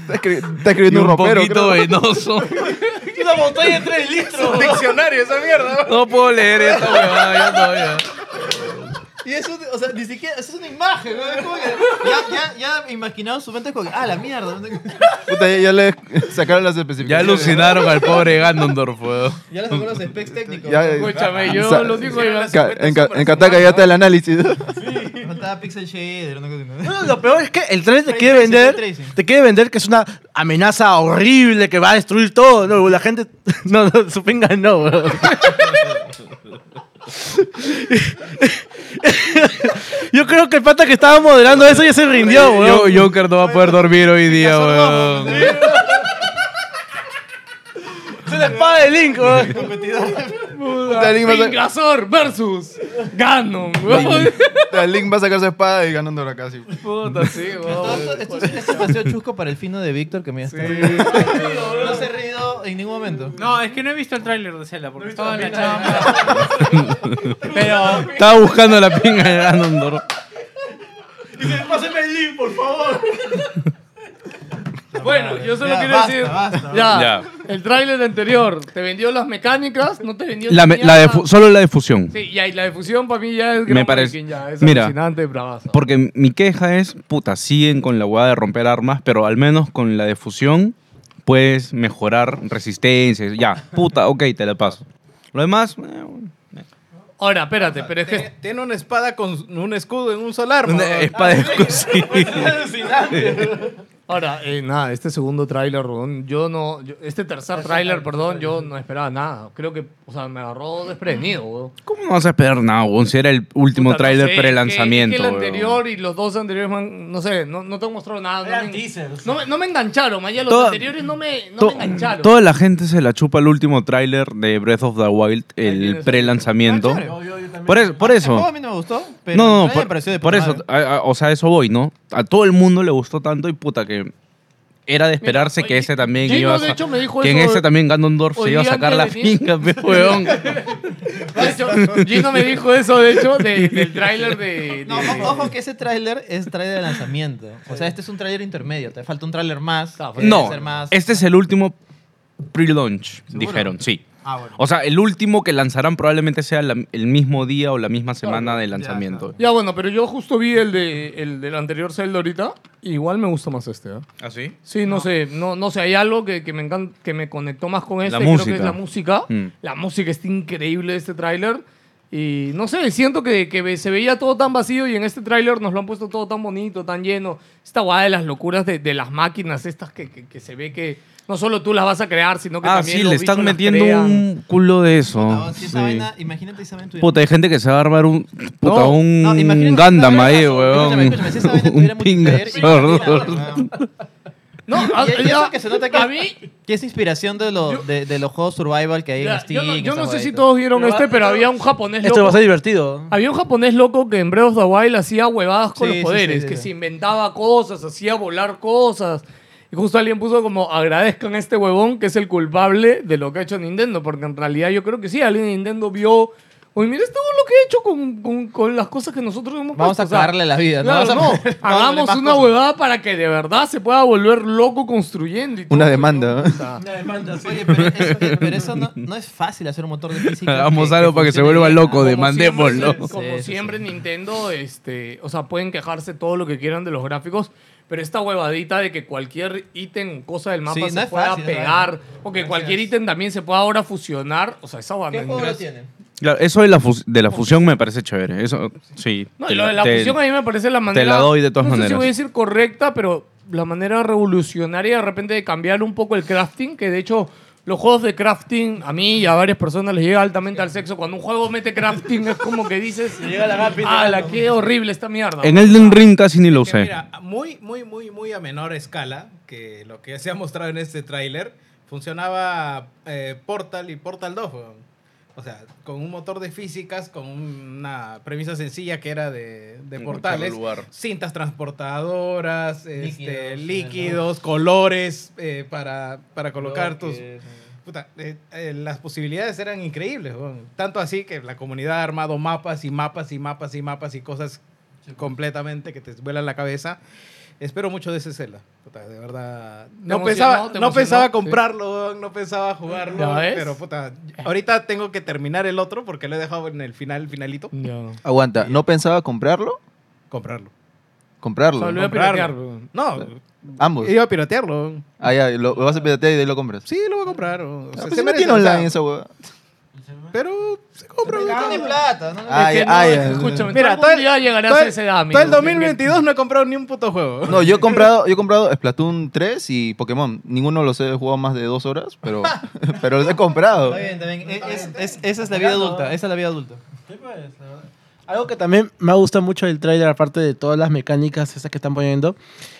Speaker 15: Está, escri- está escribiendo un,
Speaker 4: un
Speaker 15: ropero.
Speaker 4: poquito
Speaker 15: creo.
Speaker 4: venoso.
Speaker 6: Una montaña de 3 litros.
Speaker 9: diccionario esa mierda.
Speaker 4: No puedo leer esta huevada, ya todavía.
Speaker 6: Y eso, o sea, ni siquiera, eso es una imagen, ¿no? Es como que ya, ya, ya imaginaron su mente como que, ah, la mierda.
Speaker 15: Puta, ya, ya le sacaron las
Speaker 4: Ya
Speaker 15: especificaciones.
Speaker 4: alucinaron al pobre Gandondorf, weón.
Speaker 6: Ya le sacó los specs técnicos.
Speaker 15: Ya,
Speaker 5: Escúchame, yo
Speaker 15: sa-
Speaker 5: lo digo, iba a-
Speaker 15: Ca- en, Ca- en Kataka ya está el análisis.
Speaker 6: Faltaba pixel shader, una cosa así.
Speaker 8: No, lo peor es que el trailer te
Speaker 6: Ray
Speaker 8: quiere
Speaker 6: tracing,
Speaker 8: vender,
Speaker 6: ray tracing.
Speaker 8: te quiere vender que es una amenaza horrible que va a destruir todo. No, la gente, no, no su pinga no. weón. Yo creo que el pata que estaba moderando eso ya se rindió, weón.
Speaker 4: Yo, Joker no va a poder dormir hoy día, weón.
Speaker 8: Es la espada de Link, weón.
Speaker 15: Puta, Link va a sa-
Speaker 5: Pingasor versus Ganon, weón.
Speaker 15: Puta, Link va a sacar su espada y ganando ahora casi.
Speaker 5: Puta, sí,
Speaker 6: Todo esto,
Speaker 5: weón.
Speaker 6: esto, es- esto es paseo chusco para el fino de Víctor que me está. No se ha reído en ningún momento.
Speaker 16: No, es que no he visto el tráiler de Zelda porque estaba en la chamba. Pero
Speaker 4: Estaba buscando la pinga de Ganondorf.
Speaker 6: Pásenme el link, por favor.
Speaker 5: Bueno, yo solo
Speaker 6: Ya,
Speaker 5: quiero
Speaker 6: basta,
Speaker 5: decir.
Speaker 6: basta.
Speaker 5: ya,
Speaker 4: Ya.
Speaker 5: el tráiler anterior te vendió las mecánicas, no te vendió.
Speaker 4: La,
Speaker 5: ni
Speaker 4: me- la
Speaker 5: mierda.
Speaker 4: difu- solo la difusión.
Speaker 5: Sí, y ahí la difusión para mí ya es.
Speaker 4: Me
Speaker 5: gran
Speaker 4: parece-
Speaker 5: ranking ya, es
Speaker 4: mira.
Speaker 5: alucinante, bravazo.
Speaker 4: Porque mi queja es, puta, siguen con la hueá de romper armas, pero al menos con la difusión puedes mejorar resistencias. Ya, puta, ok, te la paso. Lo demás, eh, bueno.
Speaker 5: Ahora, espérate, pero es
Speaker 9: Tiene-
Speaker 5: que.
Speaker 9: Tiene una espada con un escudo en un solar.
Speaker 4: una
Speaker 5: Eh,
Speaker 4: espada de
Speaker 5: Ahora, eh, nada, este segundo tráiler, weón, yo no. yo- este tercer tráiler, perdón, yo no esperaba nada. Creo que, o sea, me agarró desprevenido, weón.
Speaker 4: ¿Cómo no vas a esperar nada, weón? Si era el último
Speaker 5: Puta, no
Speaker 4: tráiler
Speaker 5: sé, es que-
Speaker 4: pre-lanzamiento,
Speaker 5: es que el
Speaker 4: weón.
Speaker 5: anterior y los dos anteriores, man, no sé, no, no te han mostrado nada.
Speaker 16: Eran
Speaker 5: no, me,
Speaker 16: teasers.
Speaker 5: no, me, no me engancharon, man, ya los
Speaker 4: Toda-
Speaker 5: anteriores no me, no
Speaker 4: To-
Speaker 5: me engancharon.
Speaker 4: toda la gente se la chupa el último tráiler de Breath of the Wild, el
Speaker 5: tienes.
Speaker 4: pre-lanzamiento.
Speaker 6: Ah, chévere.
Speaker 4: Por eso, por
Speaker 6: El juego Ah, a
Speaker 4: eso.
Speaker 6: mí no me gustó, pero
Speaker 4: No,
Speaker 6: el
Speaker 4: no, no,
Speaker 6: trailer me
Speaker 4: por,
Speaker 6: pareció de
Speaker 4: por
Speaker 6: puta
Speaker 4: eso,
Speaker 6: madre.
Speaker 4: a- a- o sea, eso voy, ¿no? A todo el mundo le gustó tanto y puta que era de esperarse
Speaker 5: oye,
Speaker 4: que ese también
Speaker 5: Gino,
Speaker 4: iba a
Speaker 5: de
Speaker 4: sa-
Speaker 5: hecho, me dijo
Speaker 4: que en
Speaker 5: eso
Speaker 4: ese
Speaker 5: hoy-
Speaker 4: también Ganondorf se
Speaker 5: hoy
Speaker 4: iba a
Speaker 5: día
Speaker 4: sacar la
Speaker 5: antes de venir.
Speaker 4: finca, pe, weón.
Speaker 5: De hecho, Gino me dijo eso, de hecho, de- del tráiler de, de-
Speaker 6: No, o- ojo que ese tráiler es tráiler de lanzamiento. O sea, este es un tráiler intermedio. Te falta un tráiler más.
Speaker 5: Claro,
Speaker 6: que
Speaker 4: No,
Speaker 6: debe ser más-
Speaker 4: este es el último pre-launch, dijeron, sí.
Speaker 6: Ah, bueno.
Speaker 4: O sea, el último que lanzarán probablemente sea la- el mismo día o la misma semana de lanzamiento.
Speaker 5: Ya bueno, pero yo justo vi el, de, el del anterior Zelda ahorita. Igual me gusta más este, ¿ah?
Speaker 4: ¿Ah, sí?
Speaker 5: Sí, no, sé, no, no sé, hay algo que, que me encanta, que me conectó más con este,
Speaker 4: La
Speaker 5: creo que
Speaker 4: música.
Speaker 5: es la música.
Speaker 4: Mm.
Speaker 5: La música está increíble de este tráiler. Y no sé, siento que, que ve- se veía todo tan vacío y en este tráiler nos lo han puesto todo tan bonito, tan lleno. Esta guada de las locuras de, de las máquinas estas que, que- que se ve que no solo tú las vas a crear, sino que
Speaker 4: Ah,
Speaker 5: también
Speaker 4: sí,
Speaker 5: los
Speaker 4: le están
Speaker 5: bichos las
Speaker 4: metiendo
Speaker 5: crean.
Speaker 4: un culo de eso.
Speaker 6: Ah, si esa
Speaker 4: Oh, sí.
Speaker 6: vaina- imagínate esa vaina tuviera-
Speaker 4: Puta, hay gente que se va a armar un. Puta,
Speaker 5: No,
Speaker 4: un.
Speaker 6: no, imagínate si
Speaker 4: Gundam
Speaker 6: esa vaina-
Speaker 4: ahí,
Speaker 6: escúchame,
Speaker 4: weón.
Speaker 6: escúchame, si esa vaina tuviera
Speaker 4: Un
Speaker 6: multiplayer,
Speaker 4: pingasor.
Speaker 5: No, a,
Speaker 6: Y- y eso
Speaker 5: Ah, ya,
Speaker 6: que se nota que-
Speaker 5: a mí
Speaker 6: Que es inspiración de, lo- de, de los juegos survival que hay en
Speaker 5: Ya,
Speaker 6: Steam.
Speaker 5: yo no, yo
Speaker 6: esa
Speaker 5: no sé si
Speaker 6: huevadita.
Speaker 5: todos vieron este, pero había un japonés
Speaker 8: Esto va a
Speaker 5: loco.
Speaker 8: ser divertido.
Speaker 5: Había un japonés loco que en Breath of the Wild hacía huevadas
Speaker 6: Sí,
Speaker 5: con los
Speaker 6: sí,
Speaker 5: poderes,
Speaker 6: sí, sí,
Speaker 5: que
Speaker 6: sí.
Speaker 5: se inventaba cosas, hacía volar cosas. Y justo alguien puso como agradezcan a este huevón que es el culpable de lo que ha hecho Nintendo, porque en realidad yo creo que sí, alguien de Nintendo vio, oye, mira esto lo que he hecho con, con- con las cosas que nosotros hemos
Speaker 6: Vamos
Speaker 5: puesto",
Speaker 6: a
Speaker 5: o sea,
Speaker 6: cagarle la vida. ¿no?
Speaker 5: Claro, no,
Speaker 6: Vamos a- vamos a darle
Speaker 5: hagamos
Speaker 6: más
Speaker 5: una
Speaker 6: cosas.
Speaker 5: huevada para que de verdad se pueda volver loco construyendo. y todo,
Speaker 15: Una demanda, ¿no?
Speaker 5: ¿no? Puta.
Speaker 6: Oye, pero eso, pero eso no, no es fácil hacer un motor de física.
Speaker 4: Hagamos algo para que se vuelva
Speaker 6: funcione bien. Ah,
Speaker 4: loco,
Speaker 5: Como
Speaker 4: demandémoslo.
Speaker 5: siempre, Como
Speaker 6: Sí, sí,
Speaker 5: siempre Nintendo, este, o sea, pueden quejarse todo lo que quieran de los gráficos, pero esta huevadita de que cualquier ítem o cosa del mapa
Speaker 6: Sí, no
Speaker 5: se
Speaker 6: es
Speaker 5: pueda
Speaker 6: fácil, ¿verdad?
Speaker 5: pegar, o que
Speaker 6: Gracias.
Speaker 5: cualquier ítem también se pueda ahora fusionar, o sea, esa banda.
Speaker 6: ¿Qué juego lo
Speaker 5: inglesa-
Speaker 6: tienen?
Speaker 4: Claro, eso de la, fus- de la fusión me parece chévere. Eso, sí.
Speaker 5: No,
Speaker 4: te
Speaker 5: y lo de la
Speaker 4: te-
Speaker 5: fusión a mí me parece la manera.
Speaker 4: la doy de todas
Speaker 5: no sé si
Speaker 4: maneras.
Speaker 5: voy a decir correcta, pero la manera revolucionaria de repente de cambiar un poco el crafting, que de hecho. Los juegos de crafting, a mí y a varias personas les llega altamente al sexo. Cuando un juego mete crafting es como que dices,
Speaker 6: llega la gapa y te
Speaker 5: "Ala,
Speaker 6: mata".
Speaker 5: qué horrible esta mierda!
Speaker 4: En Elden Ring casi ni lo usé.
Speaker 9: Mira, muy, muy, muy, muy a menor escala que lo que se ha mostrado en este tráiler. Funcionaba eh, Portal y Portal 2. weón. O sea, con un motor de físicas, con una premisa sencilla que era de, de
Speaker 4: En
Speaker 9: portales.
Speaker 4: cualquier lugar.
Speaker 9: Cintas transportadoras, este,
Speaker 6: Líquidos,
Speaker 9: líquidos, colores eh, para, para colocar tus...
Speaker 6: Bloques,
Speaker 9: Puta, eh, eh, las posibilidades eran increíbles. weón. Tanto así que la comunidad ha armado mapas y mapas y mapas y mapas y cosas
Speaker 7: completamente, que te vuela la cabeza. Espero mucho de ese Zelda. Puta, de verdad. No
Speaker 5: emocionó?
Speaker 7: pensaba,
Speaker 5: ¿Te
Speaker 7: no
Speaker 5: emocionó?
Speaker 7: pensaba
Speaker 5: Sí.
Speaker 7: comprarlo, weón, no pensaba jugarlo.
Speaker 5: ¿Ya ves?
Speaker 7: Pero puta, ahorita tengo que terminar el otro porque lo he dejado en el final, finalito.
Speaker 10: Aguanta, ¿no pensaba comprarlo?
Speaker 7: Comprarlo.
Speaker 10: Comprarlo.
Speaker 7: O sea, lo iba a
Speaker 10: Comprarlo.
Speaker 7: piratear, weón. No,
Speaker 10: Ambos.
Speaker 7: Iba a piratearlo.
Speaker 10: Ah, ya, lo, lo vas a piratear y de ahí lo compras.
Speaker 7: Sí, lo voy a comprar. O
Speaker 10: Ah,
Speaker 7: sea, se
Speaker 10: pues si no
Speaker 7: merece,
Speaker 10: tiene
Speaker 7: o sea,
Speaker 10: online esa hueá.
Speaker 7: Pero se compra. weón.
Speaker 14: Tiene plata, ¿no?
Speaker 10: Ah,
Speaker 7: Es que
Speaker 10: ya,
Speaker 7: no,
Speaker 10: ah,
Speaker 7: es-
Speaker 10: ya.
Speaker 7: escúchame,
Speaker 5: Mira,
Speaker 7: mira, todo el,
Speaker 5: algún día llegarás
Speaker 7: todo
Speaker 5: a
Speaker 7: el-
Speaker 5: esa edad,
Speaker 7: todo el
Speaker 5: amigo.
Speaker 7: 2022 no he comprado ni un puto juego.
Speaker 10: No, yo he comprado, yo he comprado Splatoon 3 y Pokémon. Ninguno los he jugado más de dos horas, pero, pero los he comprado.
Speaker 14: Está bien, está bien. Es- es- esa es la vida adulta, esa es la vida adulta.
Speaker 8: pues, Algo que también me gusta mucho del tráiler, aparte de todas las mecánicas esas que están poniendo,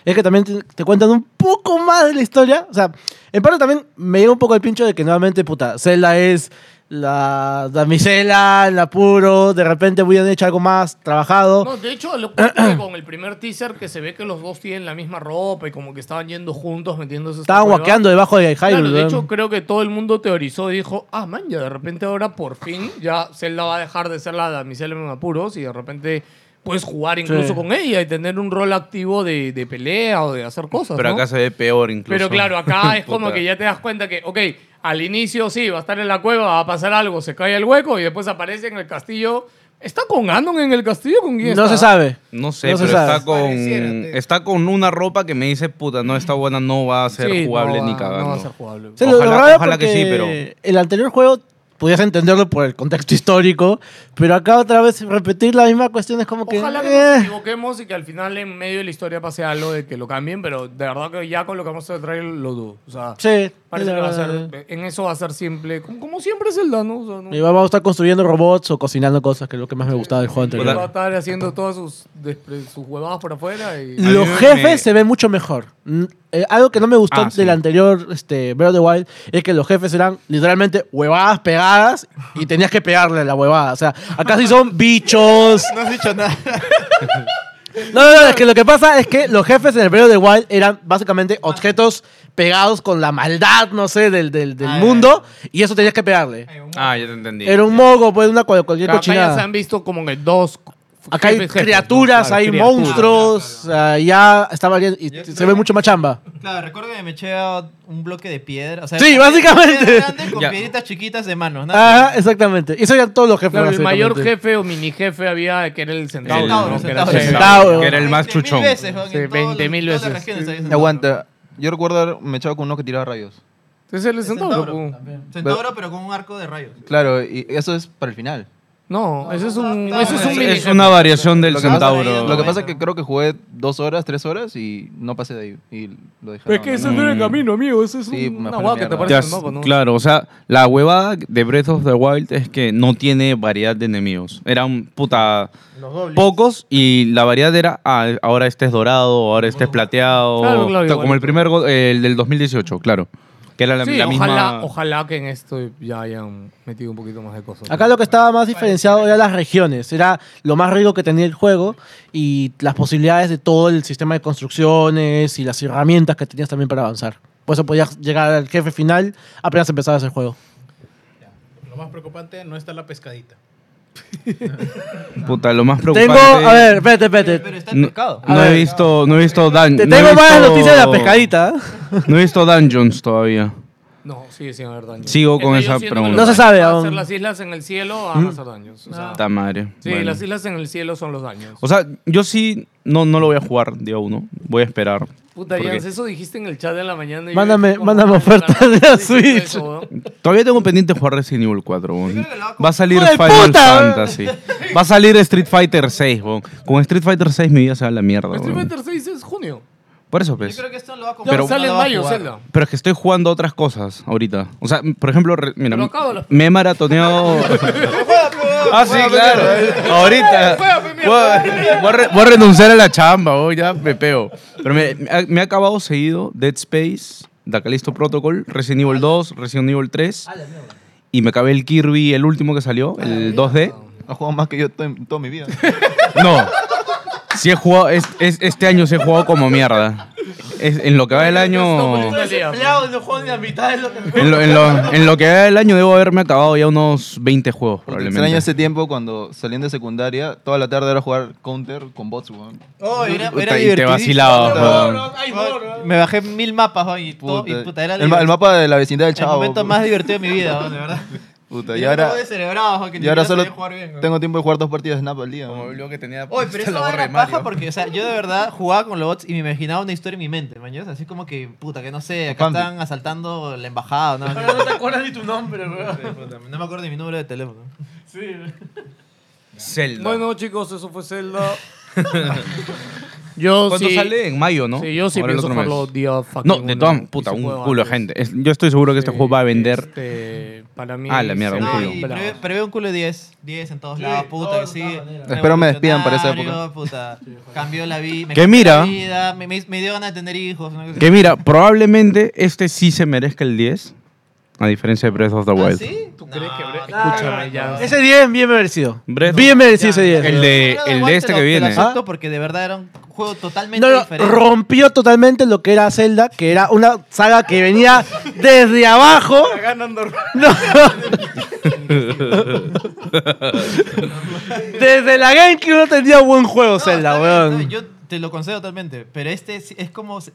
Speaker 8: es que también te, te cuentan un poco más de la historia. O sea, en parte también me llega un poco el pincho de que nuevamente, puta, Zelda es la damisela, el apuro, de repente hubieran hecho algo más trabajado.
Speaker 5: No, de hecho, lo cuento que con el primer teaser que se ve que los dos tienen la misma ropa y como que estaban yendo juntos metiéndose. esta
Speaker 8: Estaban
Speaker 5: huevada.
Speaker 8: guaqueando debajo de Hyrule.
Speaker 5: Claro, de
Speaker 8: weón.
Speaker 5: hecho, creo que todo el mundo teorizó y dijo, ah, man, ya de repente ahora por fin ya Zelda va a dejar de ser la damisela en apuros y de repente puedes jugar incluso
Speaker 4: Sí.
Speaker 5: con ella y tener un rol activo de, de pelea o de hacer cosas,
Speaker 4: Pero
Speaker 5: ¿no?
Speaker 4: acá se ve peor incluso.
Speaker 5: Pero claro, acá es como
Speaker 4: Puta.
Speaker 5: que ya te das cuenta que, ok, al inicio sí, va a estar en la cueva, va a pasar algo, se cae el hueco y después aparece en el castillo. ¿Está con Anon en el castillo? ¿Con quién
Speaker 8: No
Speaker 5: está?
Speaker 8: se sabe.
Speaker 4: No sé,
Speaker 8: No se
Speaker 4: pero
Speaker 8: sabe.
Speaker 4: está con, está con una ropa que me dice, puta, no, esta buena no va a ser
Speaker 5: Sí, no
Speaker 4: jugable
Speaker 5: va-
Speaker 4: ni
Speaker 5: no
Speaker 4: cagando.
Speaker 5: va a ser jugable.
Speaker 8: O sea, lo- lo
Speaker 4: Ojalá-
Speaker 8: raro
Speaker 4: ojalá que sí,
Speaker 8: porque
Speaker 4: pero-
Speaker 8: El anterior juego podías entenderlo por el contexto histórico, pero acá otra vez repetir la misma cuestión es como que.
Speaker 5: Ojalá que
Speaker 8: eh.
Speaker 5: nos equivoquemos y que al final en medio de la historia pase algo de que lo cambien, pero de verdad que ya con lo que vamos a traer lo dudo. O sea,
Speaker 8: Sí, eh,
Speaker 5: parece
Speaker 8: la
Speaker 5: que va a
Speaker 8: verdad.
Speaker 5: ser, eh, en eso va a ser simple, como, como siempre es el Dano. O sea, no-
Speaker 8: Y vamos a estar construyendo robots o cocinando cosas, que es lo que más me gustaba del juego
Speaker 5: va a
Speaker 8: anterior.
Speaker 5: estar haciendo todas sus, despre- sus huevadas por afuera. Y...
Speaker 8: Los jefes se ven mucho mejor. Mm, eh, algo que no me gustó
Speaker 5: Ah, sí.
Speaker 8: del anterior este, Breath of the Wild es que los jefes eran literalmente huevadas pegadas y tenías que pegarle a la huevada. O sea, acá sí son bichos.
Speaker 14: No has dicho nada.
Speaker 8: No, no, no, es que lo que pasa es que los jefes en el Breath of the Wild eran básicamente objetos pegados con la maldad, no sé, del, del,
Speaker 14: Ah,
Speaker 8: del mundo y eso tenías que pegarle.
Speaker 4: Ah, ya te entendí.
Speaker 8: Era un mogo, pues, una cual- cualquier
Speaker 5: Acá ya se
Speaker 8: cochinada.
Speaker 5: han visto como que dos.
Speaker 8: Acá hay
Speaker 5: jefes, jefes,
Speaker 8: criaturas,
Speaker 5: ¿no? Claro,
Speaker 8: hay
Speaker 5: criaturas.
Speaker 8: monstruos, ah, ya está variando y se ve mucho más chamba.
Speaker 14: Claro, recuerdo que me eché a un bloque de piedra. O sea,
Speaker 8: Sí, básicamente.
Speaker 14: piedra grande con
Speaker 8: Ya.
Speaker 14: piedritas chiquitas de mano. nada más.
Speaker 8: Ajá, exactamente. Y eso eran todos los jefes.
Speaker 5: Claro, el mayor
Speaker 8: básicamente.
Speaker 5: jefe o mini jefe había que era el centauro.
Speaker 8: El-
Speaker 5: ¿no?
Speaker 8: el
Speaker 5: Que era
Speaker 8: centauro.
Speaker 5: chévere.
Speaker 8: Centauro. Que
Speaker 4: era el más 20.000 chuchón.
Speaker 14: veces, Juan, en
Speaker 5: Sí, 20.000
Speaker 14: todas las
Speaker 5: veces.
Speaker 14: regiones hay
Speaker 10: Aguanta. Yo recuerdo haber- me echaba con uno que tiraba rayos.
Speaker 5: Es el centauro. pues. pu.
Speaker 14: Centauro, pero con un arco de rayos.
Speaker 10: Claro, y eso es para el final.
Speaker 5: No, eso es un, eso Ah, es un mini
Speaker 4: Es
Speaker 5: jefe.
Speaker 4: una variación del
Speaker 10: Lo que pasa-
Speaker 4: centauro.
Speaker 10: Lo que pasa es que creo que jugué dos horas, tres horas y no pasé de ahí. Y lo dejé.
Speaker 5: Pero es que eso no era el camino, amigo. Eso es
Speaker 10: Sí,
Speaker 5: una
Speaker 10: mejor
Speaker 5: guada que te
Speaker 10: mierda.
Speaker 5: Mm. parece
Speaker 4: Ya
Speaker 5: un
Speaker 4: s-
Speaker 5: mapa, ¿no?
Speaker 4: Claro, o sea, la huevada de Breath of the Wild es que no tiene variedad de enemigos. Eran puta pocos y la variedad era ah, ahora este es dorado, ahora este es plateado.
Speaker 5: Claro, claro,
Speaker 4: Ta-
Speaker 5: igual.
Speaker 4: como el primer go- eh, el del 2018, claro. Que era la,
Speaker 5: Sí,
Speaker 4: la misma.
Speaker 5: ojalá, ojalá que en esto ya hayan metido un poquito más de cosas.
Speaker 8: Acá lo que estaba más diferenciado era las regiones, era lo más rico que tenía el juego y las posibilidades de todo el sistema de construcciones y las herramientas que tenías también para avanzar. Por eso podías llegar al jefe final apenas empezabas el juego.
Speaker 7: Lo más preocupante no está la pescadita.
Speaker 4: Puta, lo más
Speaker 8: Tengo,
Speaker 4: preocupante.
Speaker 8: a ver, vete, vete.
Speaker 4: No, no
Speaker 8: A
Speaker 4: he
Speaker 8: ver.
Speaker 4: visto, no he visto dan-
Speaker 8: Te
Speaker 4: no he
Speaker 8: tengo más
Speaker 4: visto-
Speaker 8: noticias de la pescadita. ¿eh?
Speaker 4: No he visto dungeons todavía.
Speaker 5: No, sigue sin haber daños.
Speaker 4: Sigo con
Speaker 5: que
Speaker 4: esa
Speaker 5: yo siento que
Speaker 4: pregunta. Mm.
Speaker 5: lo
Speaker 4: No
Speaker 5: que
Speaker 4: se sabe
Speaker 5: van a
Speaker 4: aún.
Speaker 5: hacer las islas en el cielo van a hacer daños. o sea.
Speaker 4: Puta madre.
Speaker 5: Sí,
Speaker 4: Bueno.
Speaker 5: las islas en el cielo son los daños.
Speaker 4: O sea, yo sí no, no lo voy a jugar día uno. Voy a esperar.
Speaker 5: Puta,
Speaker 4: porque-
Speaker 5: Jans, eso dijiste en el chat de la mañana. y yo
Speaker 8: Mándame,
Speaker 5: dije, "Ah, ¿cómo
Speaker 8: mándame
Speaker 5: van a
Speaker 8: ofertas
Speaker 5: ganar?
Speaker 8: de la
Speaker 5: Sí, sí,
Speaker 8: Switch.
Speaker 5: eso, ¿no?
Speaker 4: Todavía tengo pendiente jugar Resident Evil 4, weón. Va a salir
Speaker 8: ¡Hijo de
Speaker 4: Final
Speaker 8: puta!
Speaker 4: Fantasy. Va a salir Street Fighter 6, weón. Con Street Fighter 6 mi vida se va a la mierda,
Speaker 5: Street
Speaker 4: weón.
Speaker 5: Fighter 6 es junio.
Speaker 4: Por eso, pues.
Speaker 5: que esto lo va a
Speaker 4: comprar. Pero-
Speaker 5: sale en
Speaker 4: No lo va a
Speaker 5: mayo,
Speaker 4: jugar.
Speaker 5: Zelda.
Speaker 4: Pero es que estoy jugando otras cosas ahorita. O sea, por ejemplo, re- mira,
Speaker 5: Pero acabo la-
Speaker 4: me he maratoneado. ah, sí, claro. Ahorita. Voy a- voy a re- voy a renunciar a la chamba, weón. Ya me peo. Pero me, me ha, me ha acabado seguido Dead Space, The Callisto Protocol, Resident Evil 2, Resident Evil 3. Y me acabé el Kirby, el último que salió, el 2D.
Speaker 10: Ha jugado más que yo to- toda mi vida.
Speaker 4: No. Sí he jugado, es- es- este año se he jugado como mierda. es- en lo que va del año.
Speaker 6: Estamos desempleados, no juegan ni la mitad de lo que
Speaker 4: En lo, en lo- en lo que va del año debo haberme acabado ya unos 20 juegos, probablemente.
Speaker 9: Extraño ese tiempo cuando saliendo de secundaria, toda la tarde era jugar counter con bots, weón.
Speaker 6: Oh, era,
Speaker 4: Puta,
Speaker 6: era
Speaker 4: y te
Speaker 6: divertidísimo.
Speaker 4: vacilabas,
Speaker 6: Ay,
Speaker 4: weón.
Speaker 6: bro, ay, bro, bro. Me bajé mil mapas, weón, y todo.
Speaker 9: Puta,
Speaker 6: y puta, era
Speaker 9: el, ma- el
Speaker 6: divertido.
Speaker 9: mapa de la vecindad del
Speaker 6: El
Speaker 9: chavo.
Speaker 6: momento
Speaker 9: weón.
Speaker 6: más divertido de mi vida, weón, de verdad.
Speaker 9: Puta, y
Speaker 6: Era un
Speaker 9: ahora,
Speaker 6: juego descerebrado, weón, que ni
Speaker 9: y ahora
Speaker 6: siquiera
Speaker 9: solo
Speaker 6: sabía jugar bien, weón.
Speaker 9: tengo tiempo de jugar dos partidas de Snap al día. weón.
Speaker 4: que tenía
Speaker 6: Oye, pero eso era paja porque, o sea, yo de verdad jugaba con los bots y me imaginaba una historia en mi mente, man. ¿sabes? Así como que, puta, que no sé, acá
Speaker 9: Pampi.
Speaker 6: están asaltando la embajada. No,
Speaker 17: Ahora no te
Speaker 6: acuerdas ni tu nombre, weón. No me acuerdo ni mi número de teléfono. Sí,
Speaker 4: Zelda.
Speaker 5: Bueno, chicos, eso fue Zelda.
Speaker 4: Yo
Speaker 5: Yo
Speaker 4: ¿Cuándo
Speaker 5: sí-
Speaker 4: sale? En mayo, ¿no?
Speaker 5: Sí, yo sí
Speaker 4: Ahora el
Speaker 5: pienso
Speaker 4: otro mes.
Speaker 5: jugarlo día fucking
Speaker 4: No, de
Speaker 5: uno,
Speaker 4: todas,
Speaker 5: y
Speaker 4: puta,
Speaker 5: se
Speaker 4: un
Speaker 5: juega
Speaker 4: culo de
Speaker 5: antes.
Speaker 4: gente. Es- yo estoy seguro que este
Speaker 5: Sí,
Speaker 4: juego va a vender.
Speaker 5: Eh, este, para mí.
Speaker 4: Ah, la mierda, un
Speaker 5: se-
Speaker 4: culo.
Speaker 5: no,
Speaker 6: Y
Speaker 5: pelado.
Speaker 6: prevé, prevé un culo de 10. 10 en todos lados, puta, que sí.
Speaker 9: Espero me despidan para esa época.
Speaker 6: revolucionario, Puta, cambió la vi- me
Speaker 4: Que
Speaker 6: cambió
Speaker 4: mira.
Speaker 6: la vida. Me, me- me dio ganas de tener hijos. una cosa
Speaker 4: Que
Speaker 6: así.
Speaker 4: mira, probablemente este sí se merezca el 10. A diferencia de Breath of the
Speaker 5: Ah,
Speaker 4: Wild.
Speaker 6: ¿Ah, ¿Sí?
Speaker 5: ¿Tú crees que Bre-
Speaker 6: no,
Speaker 5: Escúchame,
Speaker 6: no,
Speaker 5: ya.
Speaker 8: Ese 10 bien merecido.
Speaker 4: Breath-
Speaker 8: Bien merecido ese 10.
Speaker 4: El de,
Speaker 6: Pero da
Speaker 4: el
Speaker 6: igual,
Speaker 4: de
Speaker 6: te
Speaker 4: este
Speaker 6: lo-
Speaker 4: que
Speaker 6: te lo
Speaker 4: viene.
Speaker 6: acepto porque de verdad era un juego totalmente
Speaker 8: No, no,
Speaker 6: diferente.
Speaker 8: rompió totalmente lo que era Zelda, que era una saga que venía desde abajo. No. Desde la GameCube no tenía buen juego Zelda, weón.
Speaker 6: Yo te lo concedo totalmente, pero este es, es como... Es,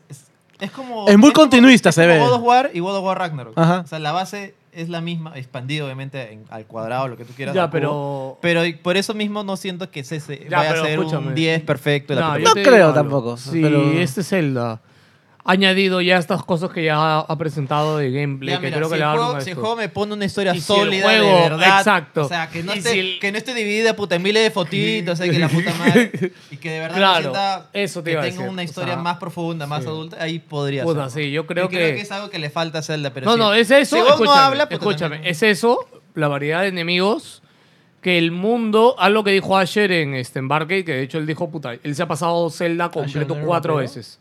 Speaker 6: es como...
Speaker 8: Es muy
Speaker 6: como-
Speaker 8: continuista,
Speaker 6: es
Speaker 8: se
Speaker 6: como
Speaker 8: ve.
Speaker 6: God of War y God of War Ragnarok.
Speaker 8: Ajá.
Speaker 6: O sea, la base es la misma, expandido obviamente en- al cuadrado, lo que tú quieras.
Speaker 5: Ya,
Speaker 6: al cubo.
Speaker 5: pero.
Speaker 6: Pero y por eso mismo no siento que se, se
Speaker 5: Ya,
Speaker 6: vaya
Speaker 5: pero
Speaker 6: a ser
Speaker 5: escúchame.
Speaker 6: un 10 perfecto. y la
Speaker 5: No,
Speaker 6: puta
Speaker 5: yo
Speaker 8: No
Speaker 5: te
Speaker 8: creo
Speaker 5: digo algo.
Speaker 8: tampoco,
Speaker 5: Si
Speaker 8: pero-
Speaker 5: este Zelda ha añadido ya estas cosas que ya ha presentado de gameplay,
Speaker 6: Ya,
Speaker 5: que
Speaker 6: mira,
Speaker 5: creo
Speaker 6: si
Speaker 5: que
Speaker 6: el
Speaker 5: le va a dar
Speaker 6: juego-
Speaker 5: un
Speaker 6: si el
Speaker 5: esto.
Speaker 6: juego me pone una historia
Speaker 5: Y si el
Speaker 6: sólida
Speaker 5: juego-
Speaker 6: de verdad.
Speaker 5: exacto.
Speaker 6: O sea, que no,
Speaker 5: Y
Speaker 6: esté,
Speaker 5: si el-
Speaker 6: que no esté dividida puta, en miles de fotitos, o sea, que la puta madre. Y que de verdad me
Speaker 5: Claro,
Speaker 6: sienta
Speaker 5: eso te
Speaker 6: que
Speaker 5: iba a
Speaker 6: tenga
Speaker 5: decir,
Speaker 6: una
Speaker 5: o
Speaker 6: historia
Speaker 5: sea,
Speaker 6: más profunda, más
Speaker 5: sí.
Speaker 6: adulta, ahí podría
Speaker 5: Puta,
Speaker 6: ser.
Speaker 5: sí, yo creo
Speaker 6: que... creo
Speaker 5: que
Speaker 6: que es algo que le falta a Zelda, pero
Speaker 5: No,
Speaker 6: sí.
Speaker 5: no, es eso.
Speaker 6: Si vos
Speaker 5: escúchame,
Speaker 6: no hablas, puta,
Speaker 5: escúchame,
Speaker 6: también-
Speaker 5: es eso, la variedad de enemigos, que el mundo, algo que dijo ayer en este embarque, que de hecho él dijo, puta, él se ha pasado Zelda completo
Speaker 8: ¿no era
Speaker 5: cuatro
Speaker 8: europeo?
Speaker 5: veces.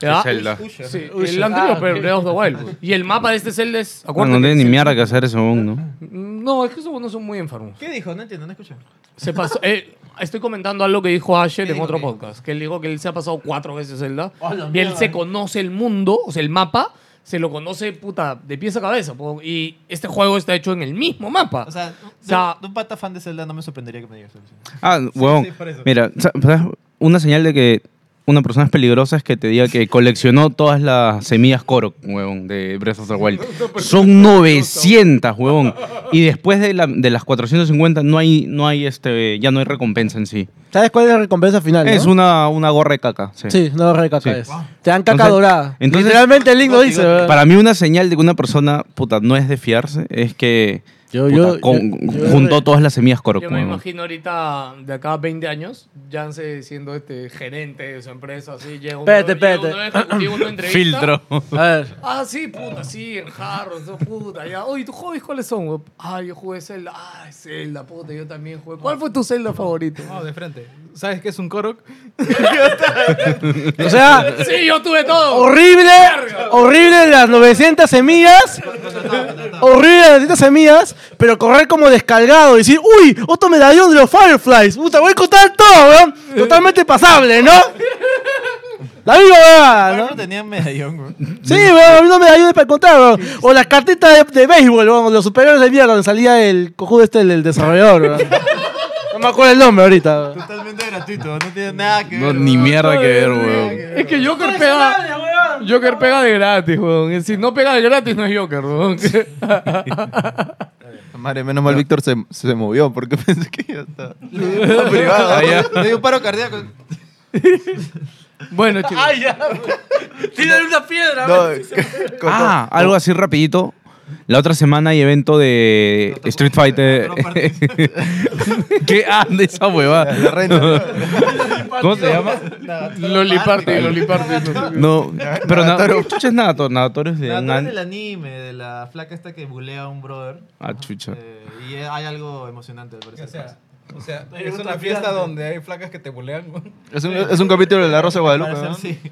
Speaker 5: ¿Ya?
Speaker 4: Zelda.
Speaker 5: Sí,
Speaker 8: Usher.
Speaker 5: el anterior,
Speaker 8: Ah,
Speaker 5: pero
Speaker 8: ok.
Speaker 5: Breath of the Wild. pues. Y el mapa de este Zelda es,
Speaker 4: Bueno,
Speaker 5: acuérdate
Speaker 4: no
Speaker 5: que
Speaker 4: tiene ni
Speaker 5: es el-
Speaker 4: mierda que hacer eso aún, ¿no?
Speaker 5: Mm, No, es que esos no son muy enfermos.
Speaker 6: ¿Qué dijo? No entiendo, no escuché.
Speaker 5: Se pasó, eh, estoy comentando algo que dijo Asher
Speaker 6: ¿Qué
Speaker 5: en
Speaker 6: dijo,
Speaker 5: otro
Speaker 6: qué?
Speaker 5: podcast. Que él dijo que él se ha pasado cuatro veces Zelda.
Speaker 6: Hola,
Speaker 5: y él
Speaker 6: mierda.
Speaker 5: se conoce el mundo, o sea, el mapa, se lo conoce, puta, de pies a cabeza. po. Y este juego está hecho en el mismo mapa.
Speaker 6: O sea,
Speaker 5: O sea,
Speaker 6: de, de un pata fan de Zelda no me sorprendería que me digas eso.
Speaker 4: Ah, huevón.
Speaker 6: sí, por eso.
Speaker 4: Mira, sa- ¿sabes? una señal de que una persona es peligrosa es que te diga que coleccionó todas las semillas Korok, huevón, de Breath of the Wild. Son 900, huevón. Y después de, la- de las 450 no hay, no hay este, ya no hay recompensa en sí.
Speaker 8: ¿Sabes cuál es la recompensa final?
Speaker 4: Es
Speaker 8: no?
Speaker 4: una, una gorra de caca. Sí.
Speaker 8: Sí, no re caca
Speaker 4: Sí.
Speaker 8: es. Te dan caca
Speaker 4: Entonces-
Speaker 8: dorada.
Speaker 4: entonces-
Speaker 8: Literalmente el link lo dice, weón.
Speaker 4: Para mí una señal de que una persona, puta, no es de fiarse es que
Speaker 8: Yo-
Speaker 4: puta,
Speaker 8: yo-
Speaker 4: con-
Speaker 8: yo- yo-
Speaker 4: juntó todas las semillas Korok,
Speaker 5: yo me
Speaker 4: huevón.
Speaker 5: imagino ahorita, de acá a 20 años, Yance siendo este gerente de su empresa, así, llega un
Speaker 8: Espérate,
Speaker 5: llega un
Speaker 8: espérate.
Speaker 5: nuevo ejecutivo, una entrevista.
Speaker 4: Filtro.
Speaker 8: A ver.
Speaker 5: Ah, sí, puta, sí, en jarros, no, puta, ya. Oye, ¿tus hobbies cuáles son? güey? Ah, yo jugué Zelda. Ah, Zelda, puta, yo también jugué. ¿Cuál fue tu Zelda favorito?
Speaker 17: No, de frente. ¿Sabes qué es un Korok?
Speaker 8: O sea,
Speaker 5: Sí, yo tuve todo.
Speaker 8: horrible, horrible las 900 semillas. Horrible las 900 semillas, pero correr como descargado y decir, uy, otro medallón de los Fireflies. Puta, voy a contar todo, weón. Totalmente pasable, ¿no? La misma weá,
Speaker 6: Pero
Speaker 8: ¿no?
Speaker 6: no tenía medallón, weón.
Speaker 8: Sí, weón, a mí no me ayudes para encontrar, weón. O las cartitas de, de béisbol, weón, los superiores de mierda donde salía el cojudo este, el, el desarrollador, weón. No me acuerdo el nombre ahorita, weón.
Speaker 6: Totalmente gratuito, no tiene nada que
Speaker 4: No,
Speaker 6: ver.
Speaker 4: ni
Speaker 6: weón.
Speaker 4: mierda que ver, huevón.
Speaker 5: Es que Joker pega. Joker pega de gratis, weón. Y Si no pega de gratis, no es Joker, weón.
Speaker 9: Madre, menos mal Víctor se, se movió porque pensé que ya estaba.
Speaker 6: Privado.
Speaker 4: Ah, ya.
Speaker 6: Le dio un paro cardíaco.
Speaker 5: Bueno, chicos.
Speaker 6: Tírale una piedra.
Speaker 9: No, con-
Speaker 4: Ah, algo así rapidito. La otra semana hay evento de Street Fighter. ¿Qué anda esa hueva?
Speaker 9: con- la reina.
Speaker 4: ¿Cómo se llama?
Speaker 5: Loli Party, Loli Party. no sé qué.
Speaker 4: No, pero Nagatoro. Chucha es Nagatoro. Nagatoro es de
Speaker 6: La
Speaker 4: un
Speaker 6: torre
Speaker 4: an-
Speaker 6: del anime, de la flaca esta que bulea a un brother.
Speaker 4: Ah, chucha.
Speaker 6: Eh, y hay algo emocionante, me parece.
Speaker 17: O sea, o sea, es
Speaker 6: otro
Speaker 17: una fiesta
Speaker 6: gigante.
Speaker 17: donde hay flacas que te bulean. güey.
Speaker 9: Es un, es un capítulo de La Rosa de Guadalupe.
Speaker 6: Al
Speaker 9: ¿no?
Speaker 6: parecer, sí.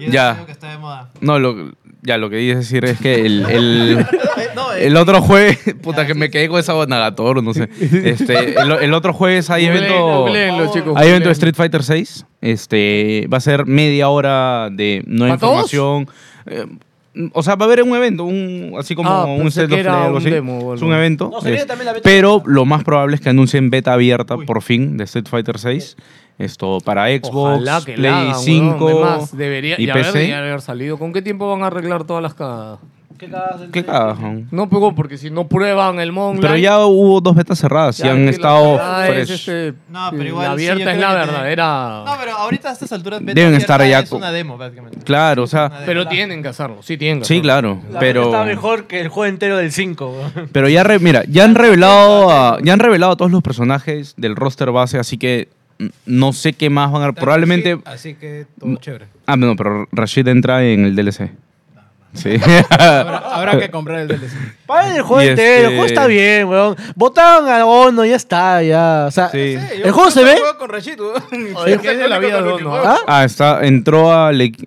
Speaker 6: Y es
Speaker 4: Ya.
Speaker 6: algo que está de moda.
Speaker 4: No, lo, ya lo que quería decir es que el, el,
Speaker 6: Eh, no, eh,
Speaker 4: el otro jueves. Puta, que me quedé con esa Nagatoro, no sé. Este, el, el otro jueves hay
Speaker 5: Googleenlo,
Speaker 4: evento.
Speaker 5: googleenlo, chicos.
Speaker 4: Hay evento de
Speaker 5: googleenlo.
Speaker 4: Street Fighter 6. Este, va a ser media hora de nueva
Speaker 5: ¿Para todos?
Speaker 4: información. Eh, o sea, va a haber un evento, un, así como
Speaker 5: Ah,
Speaker 4: un
Speaker 5: pensé
Speaker 4: set
Speaker 5: que
Speaker 4: of
Speaker 5: era
Speaker 4: play, algo
Speaker 5: un
Speaker 4: así.
Speaker 5: demo o
Speaker 4: es
Speaker 5: algo.
Speaker 4: un evento.
Speaker 5: No, sería
Speaker 4: es-
Speaker 5: también la beta
Speaker 4: pero lo más probable es que anuncien beta abierta por fin de Street Fighter 6. Esto para Xbox,
Speaker 5: Ojalá que la
Speaker 4: Play
Speaker 5: hagan, weón.
Speaker 4: 5
Speaker 5: Es más, debería,
Speaker 4: y
Speaker 5: ya
Speaker 4: PC.
Speaker 5: debería haber salido. ¿Con qué tiempo van a arreglar todas las cagadas?
Speaker 4: ¿Qué cagajón?
Speaker 5: No pegó porque si no prueban el Mongo.
Speaker 4: Pero ya hubo dos betas cerradas y
Speaker 5: Ya,
Speaker 4: han
Speaker 5: que la
Speaker 4: estado
Speaker 5: verdad es,
Speaker 4: fresh.
Speaker 5: este,
Speaker 6: No, pero
Speaker 5: la
Speaker 6: igual.
Speaker 5: abierta es la verdadera.
Speaker 6: No, pero ahorita a estas alturas. beta
Speaker 4: Deben
Speaker 6: abierta
Speaker 4: estar ya
Speaker 6: Es
Speaker 4: co-
Speaker 6: una demo, prácticamente.
Speaker 4: Claro, o sea,
Speaker 5: Pero tienen que hacerlo, sí tienen que
Speaker 4: sí, claro,
Speaker 5: hacerlo.
Speaker 4: pero
Speaker 18: Está mejor que el juego entero del 5.
Speaker 4: pero ya re- mira, ya han revelado a, ya han revelado a todos los personajes del roster base, así que mm, no sé qué más van a probablemente
Speaker 9: Así que todo chévere.
Speaker 4: Ah, no, pero Rashid entra en el DLC. Sí.
Speaker 9: Habrá, habrá que comprar el DLC.
Speaker 8: Paren el juego
Speaker 4: Y
Speaker 8: entero,
Speaker 4: este-
Speaker 8: el juego está bien, weón. Votaron a Ono, ya está, ya. O sea, el juego se ve.
Speaker 9: Con Rashid,
Speaker 5: Oye, ¿qué es de la vida de Ono,
Speaker 8: ¿Ah?
Speaker 4: Ah, está entró al equ-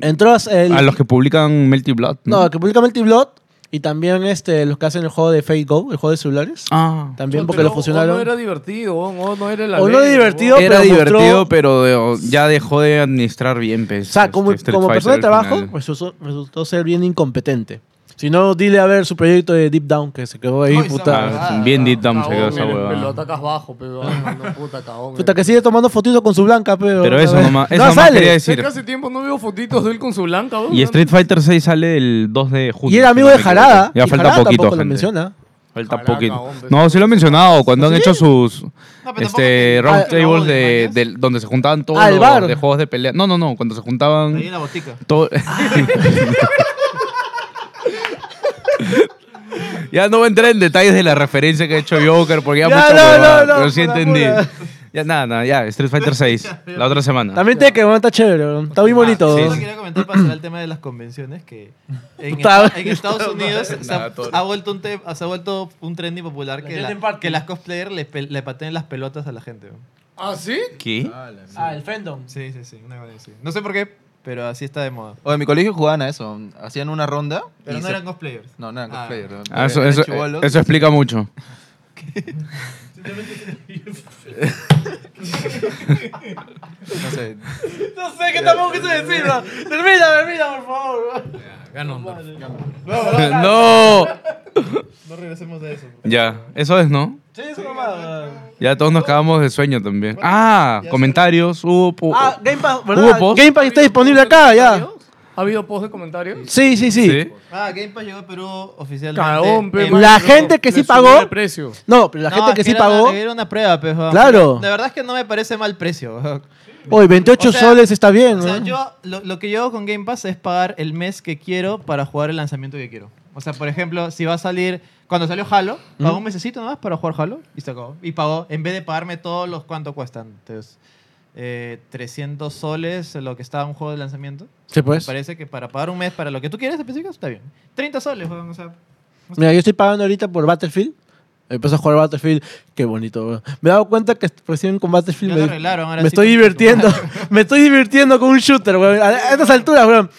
Speaker 8: Entró el-
Speaker 4: a los que publican Melty Blood.
Speaker 8: No, que publica Multiblot y también este, los que hacen el juego de Fate Go, el juego de celulares.
Speaker 4: Ah.
Speaker 8: También
Speaker 5: No,
Speaker 8: porque
Speaker 5: pero
Speaker 8: lo fusionaron.
Speaker 5: Ono era divertido, Ono era la
Speaker 8: Ono era
Speaker 5: ley,
Speaker 8: divertido,
Speaker 5: weón.
Speaker 4: Era
Speaker 8: pero mostró-
Speaker 4: divertido, pero de- ya dejó de administrar bien, pues,
Speaker 8: O sea,
Speaker 4: este,
Speaker 8: como,
Speaker 4: Street
Speaker 8: como persona de
Speaker 4: Fighter al
Speaker 8: trabajo, pues,
Speaker 4: final.
Speaker 8: resultó, resultó ser bien incompetente. Si no, dile a ver su proyecto de Deep Down que se quedó ahí, puta.
Speaker 4: Ah, bien deep down se quedó
Speaker 5: Caón,
Speaker 4: esa
Speaker 5: eres-
Speaker 4: huevada.
Speaker 5: pero Lo atacas bajo, pero ah, no, puta caón.
Speaker 8: Puta que sigue tomando fotitos con su blanca, pero.
Speaker 4: Pero eso nomás- eso
Speaker 8: no
Speaker 4: nomás
Speaker 8: sale.
Speaker 4: quería decir.
Speaker 5: Sé que hace tiempo no veo fotitos de él con su blanca, weón.
Speaker 4: Y Street Fighter 6 sale el 2 de junio.
Speaker 8: Y era
Speaker 4: si
Speaker 8: amigo
Speaker 4: no me
Speaker 8: de
Speaker 4: equivoco.
Speaker 8: Jarada.
Speaker 4: Ya
Speaker 8: y
Speaker 4: falta
Speaker 8: Jarada
Speaker 4: poquito,
Speaker 8: tampoco lo
Speaker 4: gente.
Speaker 8: menciona.
Speaker 4: Falta poquito. No, sí lo he mencionado cuando han hecho sus este round tables de, del- donde se juntaban todos
Speaker 8: Ah, el
Speaker 4: los
Speaker 8: bar.
Speaker 4: de juegos de pelea. No, no, no, cuando se
Speaker 6: Ahí en
Speaker 4: juntaban
Speaker 6: la botica.
Speaker 4: todo Ya no voy a entrar en detalles de la referencia que ha hecho Joker porque ya,
Speaker 8: Ya,
Speaker 4: mucha
Speaker 8: no, no,
Speaker 4: huevada,
Speaker 8: no,
Speaker 4: pero sí
Speaker 8: por la
Speaker 4: entendí.
Speaker 8: pura.
Speaker 4: Ya nada, nada, ya Street Fighter 6 la otra semana.
Speaker 8: También tiene que bueno, está chévere, weón. está muy bonito.
Speaker 6: Yo
Speaker 8: weón.
Speaker 6: solo quería comentar para cerrar el tema de las convenciones que en,
Speaker 8: Puta
Speaker 6: en Estados
Speaker 8: madre.
Speaker 6: Unidos se,
Speaker 8: Nada,
Speaker 6: ha, ha vuelto un te- se ha vuelto un trend popular que, la- que las cosplayers le, pe- le pateen las pelotas a la gente. ¿no?
Speaker 5: ¿Ah, sí?
Speaker 4: ¿Qué?
Speaker 8: Ah, el fandom.
Speaker 6: Sí, sí, sí, una cosa así. No sé por qué, pero así está de moda.
Speaker 19: O en mi colegio jugaban a eso. Hacían una ronda.
Speaker 6: Pero
Speaker 19: y
Speaker 6: no
Speaker 19: se-
Speaker 6: eran cosplayers.
Speaker 19: No, no eran
Speaker 6: Ah.
Speaker 19: cosplayers. ¿no?
Speaker 4: Ah, eso,
Speaker 19: Eran
Speaker 4: eso-
Speaker 19: chibolos.
Speaker 4: eso explica mucho.
Speaker 19: No sé.
Speaker 6: No sé qué tampoco quise decir, bro. Termina, termina, por favor.
Speaker 9: Ganó.
Speaker 4: No.
Speaker 6: No regresemos a eso.
Speaker 4: Ya, eso es, ¿no?
Speaker 6: Sí, eso mamada.
Speaker 4: Ya todos nos cagamos de sueño también. Ah, comentarios, hubo... po-
Speaker 8: Ah, Game Pass,
Speaker 4: ¿Hubo
Speaker 8: ¿verdad?
Speaker 4: post?
Speaker 8: Game Pass está disponible acá, ya.
Speaker 5: ¿Ha habido post de comentarios?
Speaker 8: Sí, sí, sí.
Speaker 4: ¿Sí?
Speaker 6: Ah, Game Pass llegó a Perú oficialmente.
Speaker 5: Cagón, pe,
Speaker 6: en-
Speaker 5: mano,
Speaker 8: La
Speaker 5: no,
Speaker 8: gente que
Speaker 5: le
Speaker 8: sí
Speaker 5: subió
Speaker 8: pagó-
Speaker 5: de precio.
Speaker 8: No, pero la gente
Speaker 6: es
Speaker 8: que sí
Speaker 6: era
Speaker 8: pagó.
Speaker 6: Una, era una prueba, pues, weón.
Speaker 8: Claro.
Speaker 6: La verdad es que no me parece mal precio. weón.
Speaker 8: Hoy, 28
Speaker 6: O sea,
Speaker 8: soles está bien,
Speaker 6: O sea,
Speaker 8: ¿no?
Speaker 6: yo lo, lo que yo hago con Game Pass es pagar el mes que quiero para jugar el lanzamiento que quiero. O sea, por ejemplo, si va a salir. Cuando salió Halo, pagó un mesecito nomás para jugar Halo y se acabó. Y pagó, en vez de pagarme todos los cuánto cuestan. Entonces, eh, 300 soles lo que estaba un juego de lanzamiento.
Speaker 8: Sí, pues.
Speaker 6: Me parece que para pagar un mes para lo que tú quieres específico está bien. 30 soles, weón, o sea.
Speaker 8: Mira, yo estoy pagando ahorita por Battlefield. Empiezo a jugar Battlefield. Qué bonito, weón. Me he dado cuenta que recién con Battlefield
Speaker 6: Ya lo
Speaker 8: me,
Speaker 6: arreglaron, ahora
Speaker 8: me
Speaker 6: sí
Speaker 8: estoy
Speaker 6: con-
Speaker 8: divirtiendo. me estoy divirtiendo con un shooter, weón. A, a estas alturas, weón.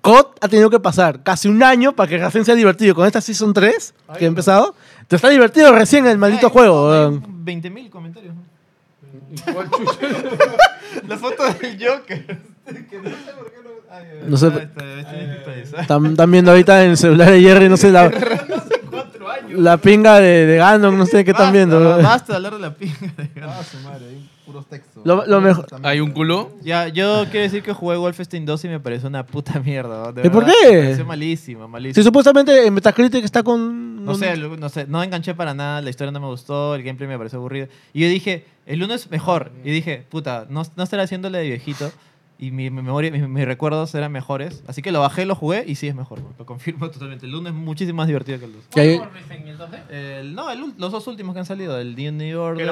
Speaker 8: COD ha tenido que pasar casi un año para que recién sea divertido. Con esta Season 3 que he empezado, te está divertido recién el maldito
Speaker 6: Ay,
Speaker 8: juego,
Speaker 6: hay
Speaker 8: weón.
Speaker 6: 20.000 comentarios. La foto del Joker. Que no sé por qué lo- Ay, ay, ay.
Speaker 8: No sé.
Speaker 6: Ah, está, está bien actualizado.
Speaker 8: Están están viendo ahorita en el celular de Jerry, no sé, la, la pinga de, de Ganon, no sé qué están
Speaker 6: Basta,
Speaker 8: viendo. weón.
Speaker 6: Basta de hablar de la pinga. de-
Speaker 8: Lo, lo mejor.
Speaker 4: ¿Hay un culo?
Speaker 6: Ya, yo quiero decir que jugué Wolfenstein 2 y me pareció una puta mierda. ¿no? De
Speaker 8: ¿Y por
Speaker 6: verdad,
Speaker 8: qué?
Speaker 6: Me pareció malísimo, malísimo.
Speaker 8: Si supuestamente en Metacritic está con.
Speaker 6: No sé, lo- no sé, no enganché para nada, la historia no me gustó, el gameplay me pareció aburrido. Y yo dije, el uno es
Speaker 20: Ah,
Speaker 6: mejor. Y dije, puta, no, no estará haciéndole de viejito. Y mi, mi memoria, mis, mis recuerdos eran mejores. Así que lo bajé, lo jugué y sí es mejor. Lo confirmo totalmente. El uno es muchísimo más divertido que el 2.
Speaker 8: Que hay-
Speaker 6: no, el ul- los dos últimos que han salido, el D&D Order.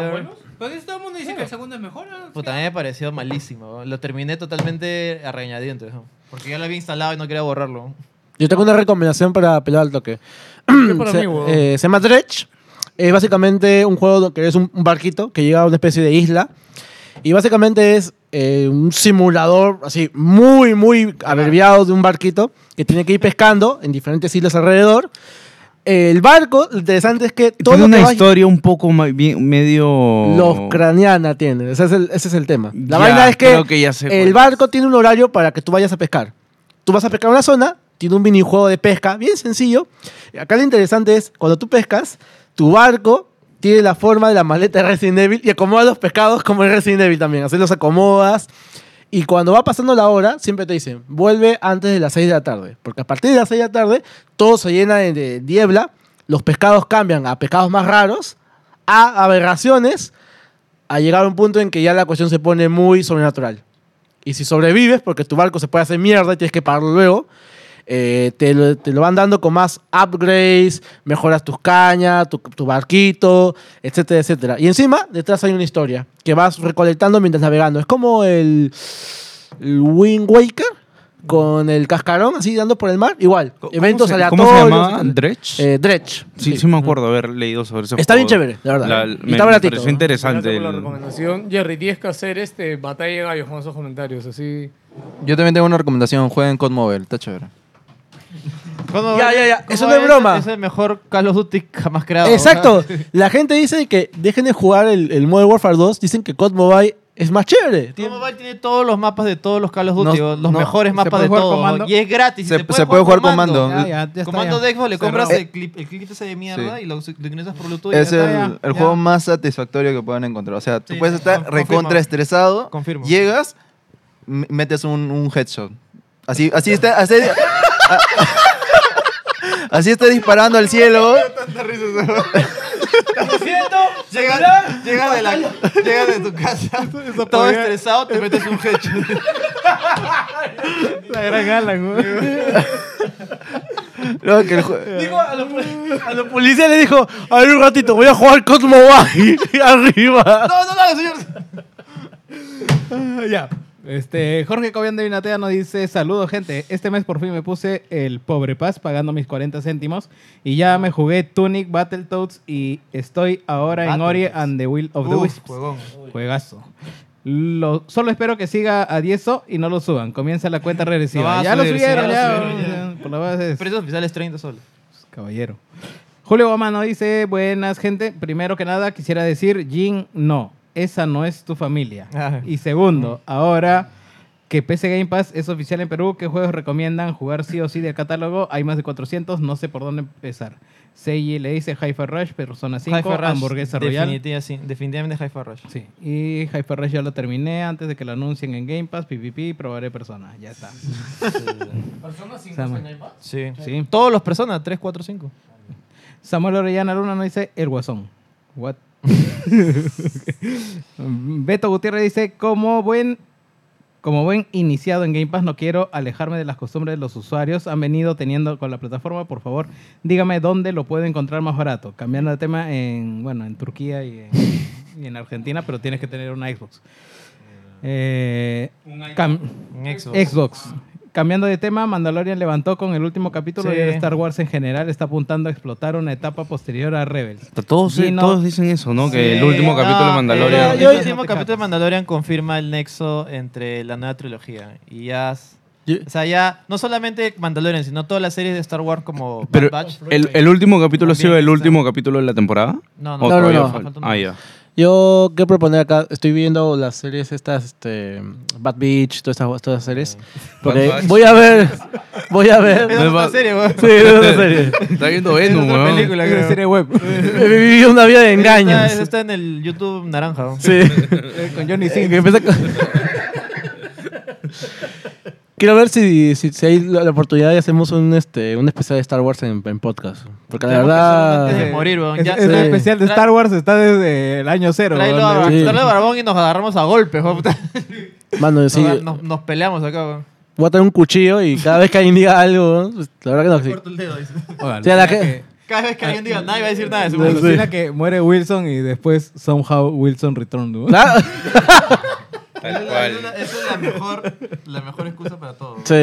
Speaker 20: ¿Por qué todo el mundo dice Pues que el segundo es mejor? ah?
Speaker 6: Puta, a mí me pareció malísimo. Lo terminé totalmente a regañadientes. ¿no? Porque ya lo había instalado y no quería borrarlo.
Speaker 8: Yo tengo una recomendación para pelear al toque.
Speaker 4: Mm,
Speaker 5: para
Speaker 8: se,
Speaker 5: mí, weón?
Speaker 8: eh, se llama Dredge. Es básicamente un juego do- que es un un barquito que llega a una especie de isla. Y básicamente es eh, un simulador así muy, muy abreviado de un barquito que tiene que ir pescando en diferentes islas alrededor. el barco, lo interesante es que todo
Speaker 4: Tiene
Speaker 8: lo que
Speaker 4: una
Speaker 8: va-
Speaker 4: historia un poco ma- bien- medio...
Speaker 8: los craniana tiene. Ese es el, ese es el tema.
Speaker 4: Ya,
Speaker 8: La vaina es que,
Speaker 4: creo que ya sé cuál
Speaker 8: el barco tiene un horario para que tú vayas a pescar. Tú vas a pescar a una zona, tiene un minijuego de pesca, bien sencillo. Acá lo interesante es, cuando tú pescas, tu barco tiene la forma de la maleta de Resident Evil y acomoda los pescados como en Resident Evil también. Así los acomodas. Y cuando va pasando la hora, siempre te dicen, vuelve antes de las 6 de la tarde. Porque a partir de las 6 de la tarde, todo se llena de, de niebla, los pescados cambian a pescados más raros, a aberraciones, a llegar a un punto en que ya la cuestión se pone muy sobrenatural. Y si sobrevives, porque tu barco se puede hacer mierda y tienes que pagarlo luego, eh, te, lo, te lo van dando con más upgrades, mejoras tus cañas, tu, tu barquito, etcétera, etcétera. Y encima, detrás hay una historia que vas recolectando mientras navegando. Es como el, el Wind Waker con el cascarón así dando por el mar. Igual, eventos
Speaker 4: se-
Speaker 8: aleatorios.
Speaker 4: cómo se llamaba?
Speaker 8: etcétera.
Speaker 4: ¿Dredge?
Speaker 8: Eh, Dredge.
Speaker 4: Sí, sí, me acuerdo haber leído sobre eso.
Speaker 8: Está bien chévere, la verdad. Y
Speaker 4: me,
Speaker 8: está
Speaker 4: me
Speaker 8: baratito,
Speaker 4: pareció
Speaker 8: ¿no?
Speaker 4: interesante.
Speaker 5: Gracias por la
Speaker 4: el-
Speaker 5: recomendación. Jerry, tienes que hacer este batalla de gallos con esos comentarios. Así.
Speaker 21: Yo también tengo una recomendación. Jueguen COD Mobile. Está chévere.
Speaker 8: Ya, ya, ya. Eso no es broma.
Speaker 6: Es el mejor Call of Duty jamás creado.
Speaker 8: Exacto. La gente dice que dejen de jugar el, el Modern Warfare 2. Dicen que COD Mobile es más chévere.
Speaker 6: Call Mobile tiene todos los mapas de todos los Call of Duty,
Speaker 8: No,
Speaker 6: o los
Speaker 8: no.
Speaker 6: mejores
Speaker 8: ¿Se
Speaker 6: mapas
Speaker 8: puede
Speaker 6: de
Speaker 8: jugar
Speaker 6: todos.
Speaker 8: comando?
Speaker 6: Y es gratis. y
Speaker 8: Se- se puede jugar comando.
Speaker 21: Ya, ya, ya está,
Speaker 6: comando
Speaker 21: ya.
Speaker 6: de Xbox le
Speaker 21: Se
Speaker 6: compras
Speaker 21: re-
Speaker 6: el clip, el clip ese de mierda
Speaker 21: Sí.
Speaker 6: y lo, us- lo ingresas por Bluetooth. y
Speaker 21: Es
Speaker 6: ya está,
Speaker 21: el,
Speaker 6: "Ah, ya,
Speaker 21: el
Speaker 6: ya.
Speaker 21: juego más satisfactorio que puedan encontrar. O sea, tú
Speaker 6: Sí,
Speaker 21: puedes
Speaker 6: sí,
Speaker 21: estar
Speaker 6: confirmo.
Speaker 21: recontra estresado,
Speaker 6: Confirmo.
Speaker 21: llegas, m- metes un, un headshot. Así, así está. Así, a- así está disparando al cielo.
Speaker 6: Llega, llega de la, llega de tu casa, todo estresado, te metes un headshot.
Speaker 9: La gran Alan,
Speaker 21: No, que el jue-
Speaker 6: Digo, a los poli- a los
Speaker 8: El policía le dijo, a ver un ratito, voy a jugar COD Mobile arriba.
Speaker 6: No, no lo hagas, señor.
Speaker 9: Ah, ya. Este, Jorge Cobian de Vinatea nos dice, saludos gente, este mes por fin me puse el Pobre Paz pagando mis 40 céntimos y ya me jugué Tunic, Battletoads y estoy ahora en Ori and the Will of the
Speaker 6: Uf,
Speaker 9: Wisps.
Speaker 6: juegón.
Speaker 9: Juegazo. Lo- solo espero que siga a 10 o y no lo suban. Comienza la cuenta regresiva. ya lo subieron, ya. Por la base es-
Speaker 6: Precios oficiales 30 soles.
Speaker 9: Caballero. Julio Guamano dice, buenas gente, primero que nada quisiera decir, Jin, no, esa no es tu familia. Y segundo, ahora que PC Game Pass es oficial en Perú, ¿qué juegos recomiendan jugar sí o sí del catálogo? Hay más de 400, no sé por dónde empezar. Seiji le dice Hyper Rush, Persona 5,
Speaker 6: Hi-Fi Rush,
Speaker 9: Hamburguesa Royal.
Speaker 6: definitiva, sí, definitivamente Hi-Fi Rush.
Speaker 9: Sí. Y Hyper Rush ya lo terminé antes de que lo anuncien en Game Pass, PvP, probaré Persona, ya está.
Speaker 5: Persona 5
Speaker 9: Sama.
Speaker 5: en Game Pass.
Speaker 6: Sí.
Speaker 9: Sí.
Speaker 6: Todos los personas, 3, 4, 5.
Speaker 9: Samuel Orellana Luna nos dice El Guasón. What? Beto Gutiérrez dice, como buen, como buen iniciado en Game Pass, no quiero alejarme de las costumbres de los usuarios. Han venido teniendo con la plataforma, por favor, dígame dónde lo puedo encontrar más barato. Cambiando de tema, en, bueno, en Turquía y en, y en Argentina, pero tienes que tener una Xbox. Eh, cam-
Speaker 6: Un
Speaker 9: Xbox. Cambiando de tema, Mandalorian levantó con el último capítulo
Speaker 6: Sí.
Speaker 9: y ahora Star Wars en general está apuntando a explotar una etapa posterior a Rebels.
Speaker 4: Todos,
Speaker 9: Gino-
Speaker 4: todos dicen eso, ¿no? Que
Speaker 9: Sí.
Speaker 4: el último capítulo de
Speaker 6: eh,
Speaker 4: Mandalorian...
Speaker 6: El, el último capítulo de Mandalorian confirma el nexo entre la nueva trilogía. Y ya. s- O sea, ya. No solamente Mandalorian, sino todas las series de Star Wars como. Bad
Speaker 4: Pero
Speaker 6: Batch.
Speaker 4: el, el último capítulo ha sido
Speaker 6: También
Speaker 4: el último capítulo de la temporada.
Speaker 6: No, no,
Speaker 4: ¿O
Speaker 6: no, no,
Speaker 4: todavía
Speaker 6: no,
Speaker 4: fal-
Speaker 6: falta uno
Speaker 4: Ah,
Speaker 6: más.
Speaker 4: ya.
Speaker 8: Yo quiero proponer acá, estoy viendo las series estas, este, Bad Beach, todas esas, todas esas series. Porque
Speaker 4: Batch.
Speaker 8: voy a ver, voy a ver.
Speaker 4: Es otra serie, weón.
Speaker 8: Sí, es otra serie.
Speaker 4: Está viendo Venom,
Speaker 8: Es otra
Speaker 4: weón.
Speaker 8: película,
Speaker 4: Es una
Speaker 8: creo.
Speaker 4: serie web.
Speaker 8: Viví una vida de engaños.
Speaker 6: Está, está en el YouTube naranja. ¿no?
Speaker 8: Sí.
Speaker 6: Con Johnny
Speaker 8: Eh,
Speaker 6: Sins.
Speaker 8: que empieza con- Quiero ver si, si, si hay la, la oportunidad y hacemos un, este, un especial de Star Wars en, en podcast. Porque la
Speaker 9: Tenemos que
Speaker 8: verdad...
Speaker 6: antes de morir, weón.
Speaker 9: Es,
Speaker 6: Ya-
Speaker 9: es el
Speaker 6: Sí.
Speaker 9: especial de Star Wars está desde el año cero.
Speaker 6: Tráelo
Speaker 9: weón.
Speaker 6: a,
Speaker 9: Sí.
Speaker 6: tráelo a Barbón y nos agarramos a golpes, weón, puta.
Speaker 8: Mano, sí,
Speaker 6: Nos, nos- nos peleamos acá, weón.
Speaker 8: voy a tener un cuchillo y cada vez que alguien diga algo, pues, la verdad que no.
Speaker 6: Corto el dedo, dice.
Speaker 8: O sea, la que-
Speaker 6: Cada vez que
Speaker 4: Ah,
Speaker 6: alguien diga nadie va a decir nada de su
Speaker 9: Me alucina
Speaker 6: mundo.
Speaker 9: que muere Wilson y después somehow Wilson returned. weón.
Speaker 8: Claro.
Speaker 6: Esa es la- Esa es la mejor, la mejor excusa para todo.
Speaker 8: Sí.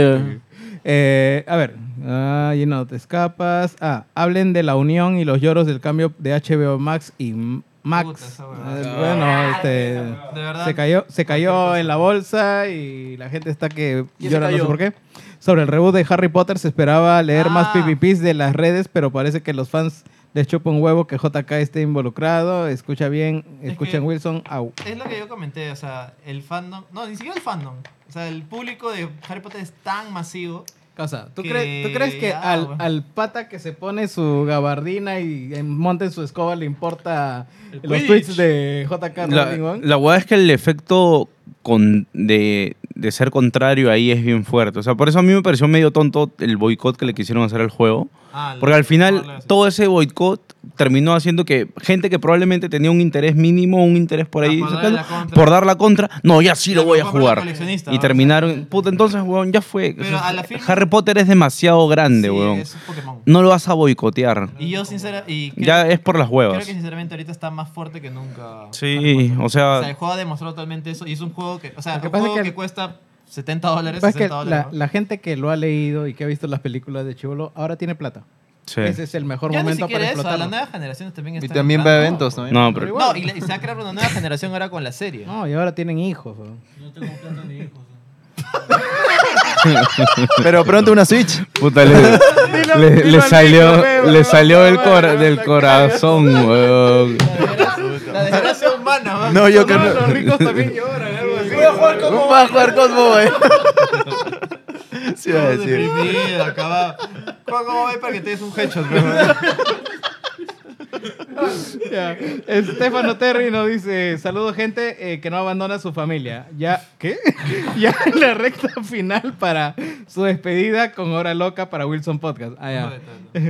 Speaker 9: Eh, a ver, ah, y no te escapas. Ah, hablen de la unión y los lloros del cambio de HBO Max y M- Max. eh,
Speaker 6: Ah.
Speaker 9: bueno, este,
Speaker 6: verdad.
Speaker 9: se cayó, se cayó en la bolsa y la gente está que
Speaker 6: ¿Quién se
Speaker 9: llora, no sé
Speaker 6: cayó?
Speaker 9: por qué. Sobre el reboot de Harry Potter se esperaba leer
Speaker 6: Ah.
Speaker 9: más PPPs de las redes, pero parece que los fans les chupa un huevo que JK esté involucrado. Escucha bien, escuchen
Speaker 6: que-
Speaker 9: Wilson, au.
Speaker 6: Es lo que yo comenté, o sea, el fandom. No, ni siquiera el fandom. O sea, el público de Harry Potter es tan masivo.
Speaker 9: Causa, ¿tú,
Speaker 6: que
Speaker 9: crees, ¿tú crees que
Speaker 6: ya,
Speaker 9: al,
Speaker 6: weón.
Speaker 9: al pata que se pone su gabardina y eh, monta en su escoba le importa los
Speaker 6: Quidditch.
Speaker 9: tweets de JK
Speaker 4: La,
Speaker 9: Rowling, weón?
Speaker 4: la hueá es que el efecto con- de, de ser contrario ahí es bien fuerte. O sea, por eso a mí me pareció medio tonto el boicot que le quisieron hacer al juego.
Speaker 6: Ah,
Speaker 4: Porque al final todo ese boicot terminó haciendo que gente que probablemente tenía un interés mínimo, un interés por ahí, sacando, por dar la contra, no, ya sí lo voy a jugar.
Speaker 6: coleccionista,
Speaker 4: Y
Speaker 6: ¿no?
Speaker 4: terminaron, puta, entonces, weón, ya fue.
Speaker 6: Pero a la firma-
Speaker 4: Harry Potter es demasiado grande, weón.
Speaker 6: es un Pokémon.
Speaker 4: No lo vas a boicotear.
Speaker 6: Y yo, sinceramente. Y creo-
Speaker 4: Ya es por las huevas.
Speaker 6: Creo que, sinceramente, ahorita está más fuerte que nunca.
Speaker 4: Sí, o sea,
Speaker 6: O sea, el juego ha demostrado totalmente eso. Y es un juego que. O sea,
Speaker 9: Lo que
Speaker 6: un
Speaker 9: pasa es
Speaker 6: juego
Speaker 9: que
Speaker 6: que,
Speaker 9: el-
Speaker 6: cuesta 70 dólares,
Speaker 9: Pues es que
Speaker 6: 60 dólares.
Speaker 9: la, la gente que lo ha leído y que ha visto las películas de Chivolo ahora tiene plata.
Speaker 4: Sí.
Speaker 9: Ese es el mejor
Speaker 6: Ya ni
Speaker 9: momento
Speaker 6: siquiera
Speaker 9: para
Speaker 6: eso,
Speaker 9: explotar.
Speaker 6: Las nuevas generaciones también están
Speaker 22: también va a
Speaker 6: entrando.
Speaker 22: eventos también. No, pero-
Speaker 6: No, y, la- y se va a crear una nueva generación ahora con la serie.
Speaker 9: No, y ahora tienen hijos. weón.
Speaker 22: Pero pronto una Switch.
Speaker 4: Puta, le, le- le salió, le salió del, cora- del corazón, weón.
Speaker 6: La desgracia humana, ¿va?
Speaker 4: No, yo
Speaker 6: Todos
Speaker 4: creo-
Speaker 6: Los ricos también lloran, algo así. Voy a jugar con Voy a jugar con
Speaker 8: eh.
Speaker 22: Sí, va a decir.
Speaker 6: acaba. Juega como Boy para que te des un headshot, bro.
Speaker 9: Ya. Estefano Terry nos dice, saludos gente eh, que no abandona a su familia. Ya, ¿qué? ya en la recta final para su despedida con Hora Loca para Wilson Podcast. Ah, ya.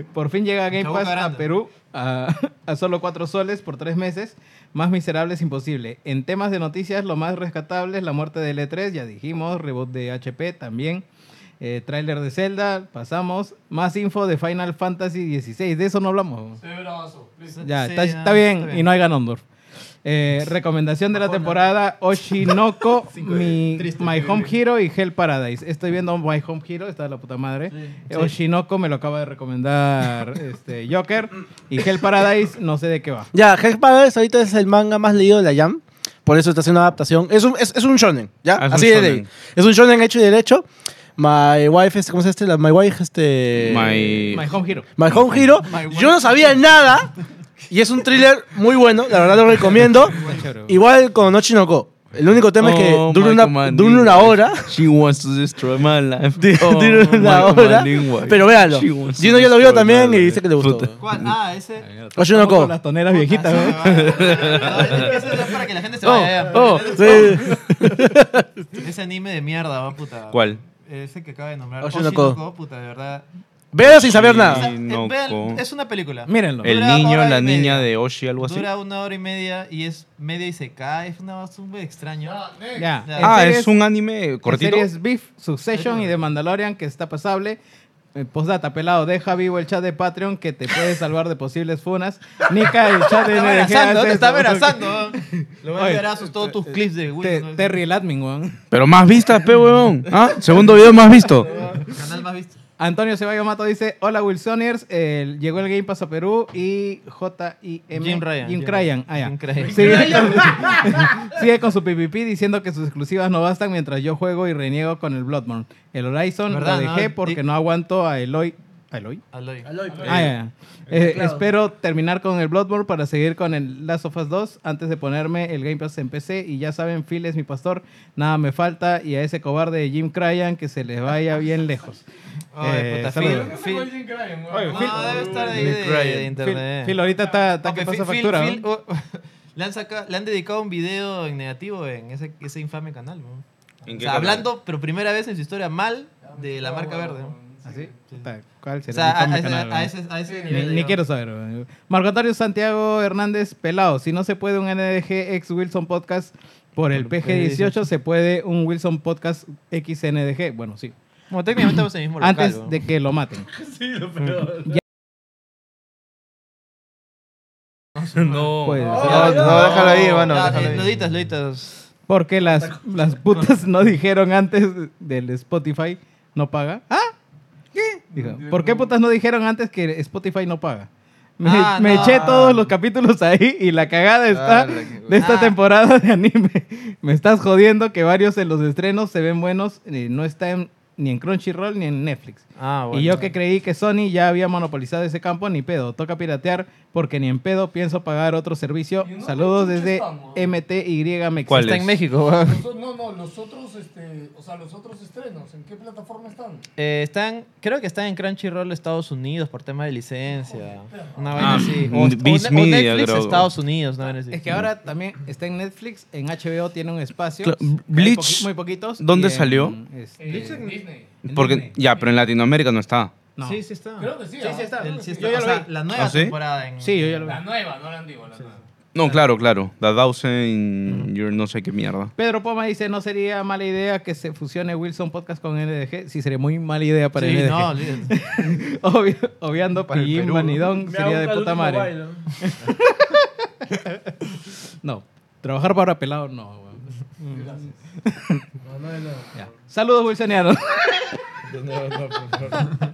Speaker 9: Por fin llega Game
Speaker 6: Chabón
Speaker 9: Pass a
Speaker 6: grande.
Speaker 9: Perú a, a solo cuatro soles por tres meses. Más miserable es imposible. En temas de noticias, lo más rescatable es la muerte de L3, ya dijimos, reboot de HP también. Eh, tráiler de Zelda, pasamos. Más info de Final Fantasy XVI. De eso no hablamos. Ya, está, ah, está bien, y no hay Ganondorf. Eh, recomendación de la temporada: Oshinoko, mi, My Home Hero y Hell Paradise. Estoy viendo My Home Hero, está de la puta madre. Eh,
Speaker 6: sí.
Speaker 9: Oshinoko me lo acaba de recomendar este, Joker. Y Hell Paradise, no sé de qué va.
Speaker 8: Ya, Hell's Paradise ahorita es el manga más leído de la Jam. Por eso está haciendo una adaptación. Es un, es, es un shonen, ¿ya?
Speaker 4: Ah, es un
Speaker 8: Así de
Speaker 4: shonen.
Speaker 8: ley. Es un shonen hecho y derecho. My wife, este, ¿cómo se llama este? La- My wife, este...
Speaker 4: Eh, My-
Speaker 9: My Home Hero.
Speaker 8: My Home Hero. Yo no sabía nada. Y es un thriller muy bueno. La verdad lo recomiendo. Igual con Ochinoko. El único tema es que
Speaker 4: Oh,
Speaker 8: dura una,
Speaker 4: Michael
Speaker 8: dura una
Speaker 4: Manning.
Speaker 8: hora.
Speaker 4: She wants to destroy my life. Oh,
Speaker 8: dura una
Speaker 4: Michael
Speaker 8: hora.
Speaker 4: Manning, weón.
Speaker 8: Pero véanlo.
Speaker 4: She wants to
Speaker 8: Gino ya lo vio
Speaker 4: destroy
Speaker 8: también
Speaker 4: my
Speaker 8: y
Speaker 4: life.
Speaker 8: dice que le gustó.
Speaker 6: ¿Cuál? Ah, ese.
Speaker 8: Oshinoko.
Speaker 9: Con las toneras viejitas, ¿eh?
Speaker 6: Eso es para que la gente se vaya.
Speaker 8: Oh,
Speaker 6: ya.
Speaker 8: oh, sí.
Speaker 6: Ese anime de mierda, va, puta.
Speaker 4: ¿Cuál?
Speaker 6: Ese que acaba de nombrar.
Speaker 8: Oshinoko.
Speaker 6: Oshinoko, puta, de verdad.
Speaker 8: Véanlo sin saber
Speaker 6: O sea,
Speaker 8: nada.
Speaker 6: eh,
Speaker 4: Oshinoko.
Speaker 6: vean, es una película.
Speaker 4: Mírenlo. El
Speaker 6: Dura
Speaker 4: niño,
Speaker 6: hora
Speaker 4: la
Speaker 6: y
Speaker 4: niña
Speaker 6: media.
Speaker 4: de Oshi, algo así.
Speaker 6: Dura una hora y media y es media y se cae. Es una basura muy extraño.
Speaker 9: Ya.
Speaker 6: Ya.
Speaker 9: En
Speaker 4: Ah,
Speaker 9: series-
Speaker 4: es un anime
Speaker 9: en
Speaker 4: cortito.
Speaker 9: Series Beef, Succession y The Mandalorian, que está pasable. Eh, Postdata, pelado, deja vivo el chat de Patreon que te puede salvar de posibles funas. Nica, el chat de
Speaker 6: Te está
Speaker 9: NDG hace
Speaker 6: amenazando, te está
Speaker 9: esto.
Speaker 6: amenazando. Le voy a
Speaker 9: Oye,
Speaker 6: enviar a sus- todos tus clips de Will.
Speaker 9: Te-
Speaker 6: ¿no?
Speaker 9: Terry el admin, weón.
Speaker 4: Pero más vistas, pe, weón. ¿Ah? Segundo video más visto.
Speaker 6: Canal más visto.
Speaker 9: Antonio Ceballos Mato dice, hola Wilsoniers, eh, llegó el Game Pass a Perú y J.I.M.
Speaker 6: Jim Ryan,
Speaker 9: Jim
Speaker 6: Jim
Speaker 9: Cryan.
Speaker 6: Ryan.
Speaker 9: Ah, ya.
Speaker 6: Jim Cryan.
Speaker 9: Sigue,
Speaker 6: Jim Cryan.
Speaker 9: con, sigue con su PPP diciendo que sus exclusivas no bastan mientras yo juego y reniego con el Bloodborne. El Horizon lo
Speaker 6: ¿Verdad,
Speaker 9: dejé
Speaker 6: no?
Speaker 9: porque no aguanto a Eloy. ¿A Eloy?
Speaker 6: Aloy.
Speaker 9: Ah, ya. Eh, espero terminar con el Bloodborne para seguir con el Last of Us 2 antes de ponerme el Game Pass en PC. Y ya saben, Phil es mi pastor, nada me falta. Y a ese cobarde de Jim Cryan que se les vaya bien lejos. Eh,
Speaker 6: Ay, puta, Phil.
Speaker 9: saludos.
Speaker 6: Phil.
Speaker 9: Oye,
Speaker 6: No,
Speaker 9: Phil-
Speaker 6: Ah, debe estar ahí
Speaker 9: Phil-
Speaker 6: de,
Speaker 9: Ryan.
Speaker 6: de internet.
Speaker 9: Phil- Phil ahorita está- está
Speaker 6: Ok,
Speaker 9: que
Speaker 6: Phil-
Speaker 9: pasa
Speaker 6: Phil-
Speaker 9: factura,
Speaker 6: Phil- oh, le, han saca- le han dedicado un video en negativo en ese, ese infame canal. ¿no?
Speaker 4: ¿En
Speaker 6: O
Speaker 4: qué
Speaker 6: sea,
Speaker 4: canal?
Speaker 6: hablando, pero primera vez en su historia mal de la marca verde. ¿no?
Speaker 9: ¿Así? ¿Ah, Puta, ¿Cuál
Speaker 6: ¿Ah, O
Speaker 9: será?
Speaker 6: sea,
Speaker 9: Difame
Speaker 6: a, a ese-
Speaker 9: canal,
Speaker 6: a
Speaker 9: ¿no?
Speaker 6: ese, a ese
Speaker 9: Ni,
Speaker 6: nivel.
Speaker 9: ni
Speaker 6: digamos.
Speaker 9: quiero saber. weón. Marco Antonio Santiago Hernández Pelado. Si no se puede un NDG ex Wilson Podcast por el PG18, se puede un Wilson Podcast XNDG. Bueno, sí.
Speaker 6: Bueno, técnicamente estamos en el mismo local,
Speaker 9: Antes
Speaker 6: weón.
Speaker 9: de que lo maten.
Speaker 6: Sí, lo peor.
Speaker 9: Ya-
Speaker 4: No.
Speaker 9: Pues,
Speaker 6: No,
Speaker 9: ya-
Speaker 6: no, no, déjalo ahí,
Speaker 9: mano,
Speaker 6: Ya,
Speaker 9: déjalo
Speaker 6: eh,
Speaker 9: ahí.
Speaker 6: Lo editas, lo editas.
Speaker 9: Porque las, las putas no dijeron antes del Spotify no paga. ¿Ah? ¿Qué? Dijo, ¿Por qué putas no dijeron antes que Spotify no paga? Me,
Speaker 14: Ah,
Speaker 9: me
Speaker 14: no.
Speaker 9: eché todos los capítulos ahí y la cagada está
Speaker 14: Ah, la-
Speaker 9: de esta
Speaker 14: Ah.
Speaker 9: temporada de anime. Me estás jodiendo que varios de los estrenos se ven buenos y no están ni en Crunchyroll ni en Netflix.
Speaker 14: Ah,
Speaker 9: Y yo que creí que Sony ya había monopolizado ese campo, ni pedo. Toca piratear porque ni en pedo pienso pagar otro servicio. Saludos desde MTY Mex.
Speaker 4: ¿Cuál Está en es? México, weón.
Speaker 23: No, no, los otros, este, o sea, los otros estrenos, ¿en qué plataforma están?
Speaker 6: Eh, están, creo que están en Crunchyroll Estados Unidos por tema de licencia. Una vaina
Speaker 4: Ah,
Speaker 6: así.
Speaker 4: mm,
Speaker 6: O, o
Speaker 4: Viz
Speaker 6: Ne- o
Speaker 4: Media,
Speaker 6: Netflix
Speaker 4: creo.
Speaker 6: Estados Unidos, una vaina así.
Speaker 9: Es que ahora también está en Netflix, en HBO tiene un espacio.
Speaker 4: Cla-
Speaker 9: Hay
Speaker 4: Bleach,
Speaker 9: poqui- muy poquitos.
Speaker 4: ¿dónde
Speaker 9: y en,
Speaker 4: salió?
Speaker 23: Eh,
Speaker 6: Eh,
Speaker 9: este,
Speaker 4: Porque, ya, pero en Latinoamérica no está.
Speaker 9: No.
Speaker 6: Sí, sí está.
Speaker 23: Creo que sí,
Speaker 6: Sí,
Speaker 23: ¿ah?
Speaker 6: sí está.
Speaker 23: Creo que
Speaker 6: Sí
Speaker 23: sí.
Speaker 6: está. O sea, la nueva
Speaker 4: ¿Ah, sí?
Speaker 6: temporada en...
Speaker 9: Sí, yo ya lo
Speaker 23: La nueva, no la antigua, la nueva.
Speaker 4: No, claro, claro. The Thousand, Year no sé qué mierda.
Speaker 9: Pedro Poma dice, no sería mala idea que se fusione Wilson Podcast con NDG. Sí, sería muy mala idea para
Speaker 14: Sí,
Speaker 9: NDG.
Speaker 14: no, olvídate.
Speaker 9: Obvio- obviando
Speaker 14: Para el
Speaker 9: Pillín,
Speaker 14: Perú.
Speaker 9: Vanidón,
Speaker 14: Me
Speaker 9: sería
Speaker 14: hago
Speaker 9: de
Speaker 14: al
Speaker 9: puta
Speaker 14: último
Speaker 9: madre.
Speaker 14: baile.
Speaker 9: no, trabajar para pelado no. weón.
Speaker 14: No, no, no.
Speaker 9: Ya. Saludos, Wilsonianos.
Speaker 14: De nuevo, no, por favor.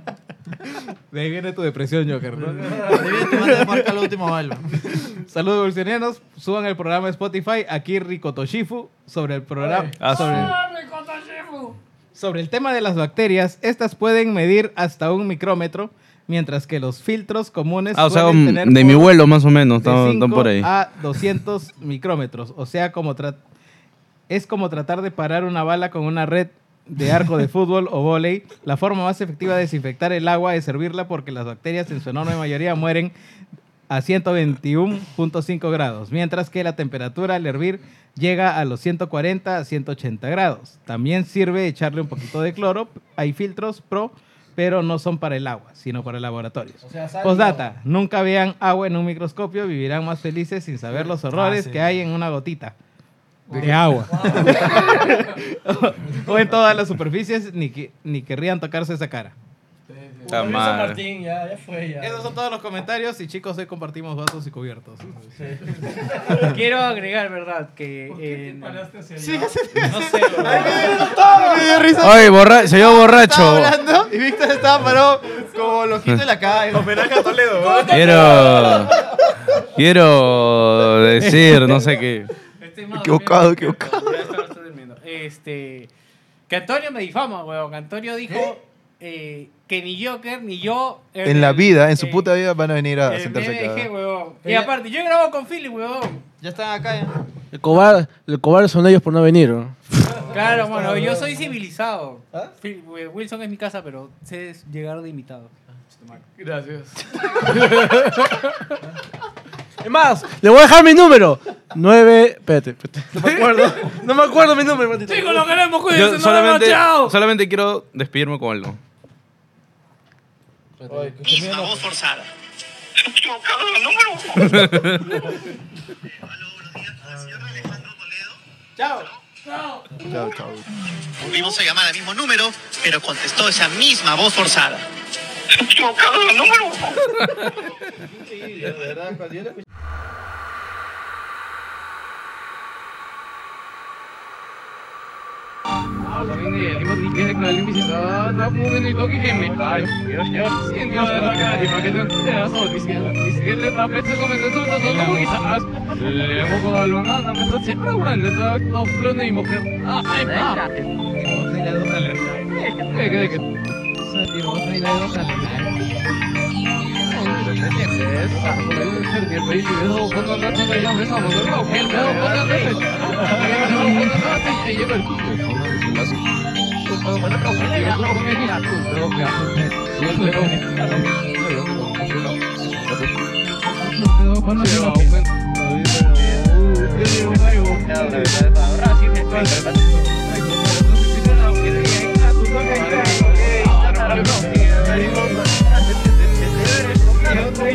Speaker 9: De ahí viene tu depresión, Joker. ¿no?
Speaker 14: ahí viene tu mano de marca al último baile.
Speaker 9: Saludos, bolsonianos. Suban el programa de Spotify. Aquí Rico Toshifu sobre el programa.
Speaker 4: Ah, sí.
Speaker 9: sobre, sobre el tema de las bacterias, estas pueden medir hasta un micrómetro, mientras que los filtros comunes
Speaker 4: Ah, o sea,
Speaker 9: suelen tener
Speaker 4: de mi
Speaker 9: por-
Speaker 4: vuelo más o menos,
Speaker 9: de
Speaker 4: están están por
Speaker 9: 5
Speaker 4: ahí.
Speaker 9: A 200 micrómetros. O sea, como tra- es como tratar de parar una bala con una red de arco de fútbol o volei. La forma más efectiva de desinfectar el agua es servirla porque las bacterias en su enorme mayoría mueren a 121.5 grados, mientras que la temperatura al hervir llega a los 140 a 180 grados. También sirve echarle un poquito de cloro. Hay filtros pro, pero no son para el agua, sino para laboratorios. Postdata, nunca vean agua en un microscopio, vivirán más felices sin saber los horrores
Speaker 14: Ah, sí.
Speaker 9: que hay en una gotita. De agua. o en todas las superficies, ni, que- ni querrían tocarse esa cara.
Speaker 4: Puta madre.
Speaker 14: Martín, ya, ya fue, ya.
Speaker 9: Esos son todos los comentarios y chicos, hoy compartimos vasos y cubiertos.
Speaker 11: Quiero agregar, ¿verdad? Que.
Speaker 6: Eh,
Speaker 11: en- No sé.
Speaker 4: Ay, borra señor
Speaker 14: Estaba
Speaker 4: borracho.
Speaker 14: hablando y Víctor estaba parado como loquito en la calle. Homenaje a Toledo.
Speaker 4: Quiero. Quiero decir, no sé qué.
Speaker 11: Estoy más
Speaker 4: Equivocado,
Speaker 11: dormido.
Speaker 4: equivocado.
Speaker 11: Ya estoy- estoy durmiendo. Este. Que Antonio me difama, weón. Antonio dijo eh, que ni Joker ni yo. eh,
Speaker 10: En la vida, en su
Speaker 11: eh,
Speaker 10: puta vida van a venir a
Speaker 11: eh,
Speaker 10: sentarse
Speaker 11: me dejé,
Speaker 10: acá.
Speaker 11: weón. Y aparte, yo grabo con Philly, weón.
Speaker 14: Ya están acá, ya.
Speaker 8: El cobarde, el cobarde son ellos por no venir. ¿no?
Speaker 11: Claro, bueno, yo soy civilizado. Phil- we- Wilson es mi casa, pero sé llegar de invitado. Ah,
Speaker 5: Gracias.
Speaker 8: Es más, le voy a dejar mi número. 9. Espérate, espérate. No me acuerdo. No me acuerdo mi número, maldito.
Speaker 5: Chicos, lo queremos,
Speaker 4: Yo
Speaker 5: cuídense. nos vemos,
Speaker 4: solamente,
Speaker 5: Pues, chao.
Speaker 4: solamente quiero despedirme con algo.
Speaker 14: Misma voz forzada.
Speaker 9: Chao.
Speaker 10: Chao, chao.
Speaker 14: Volvimos a llamar al mismo número, pero contestó esa misma voz forzada.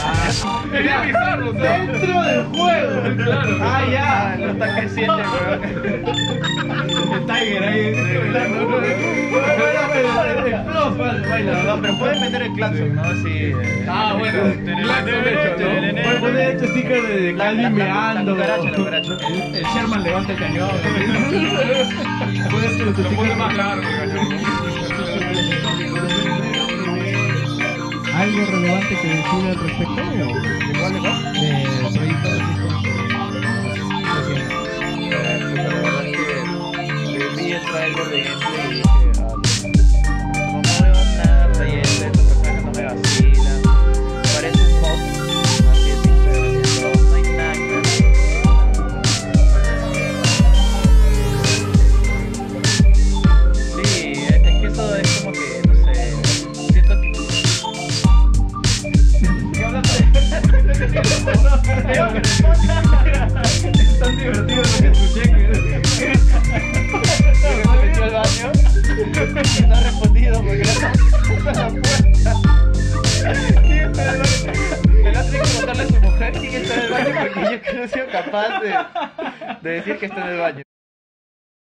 Speaker 6: Ah,
Speaker 9: Dentro del juego. Ah, ya. Lo está creciendo,
Speaker 6: pueden meter el claxon, ¿no? Sí. Ah, bueno.
Speaker 9: claxon hecho, ¿no?
Speaker 6: Pueden poner este sticker de Calvin meando. El el Sherman levanta el cañón. Lo pone más largo el cañón,
Speaker 9: ¿Algo relevante que decir al respecto? Eh, ¿De cuál
Speaker 6: vi el trailer de este y dije, ah, no, no veo nada atrayente, estos personajes no me vacilan, parece un pop, así es simple, gracioso, no hay nada interesante. Sí, es es que eso es como que, no sé, siento que... ¿Qué hablando de...? Es tan divertido lo que escuché que... Yo me metí al baño y no ha respondido porque no está la puerta. Sigue en el baño. Me lo hace preguntarle a su mujer, sigue está en el baño porque yo que no he sido capaz de, de decir que está en el baño.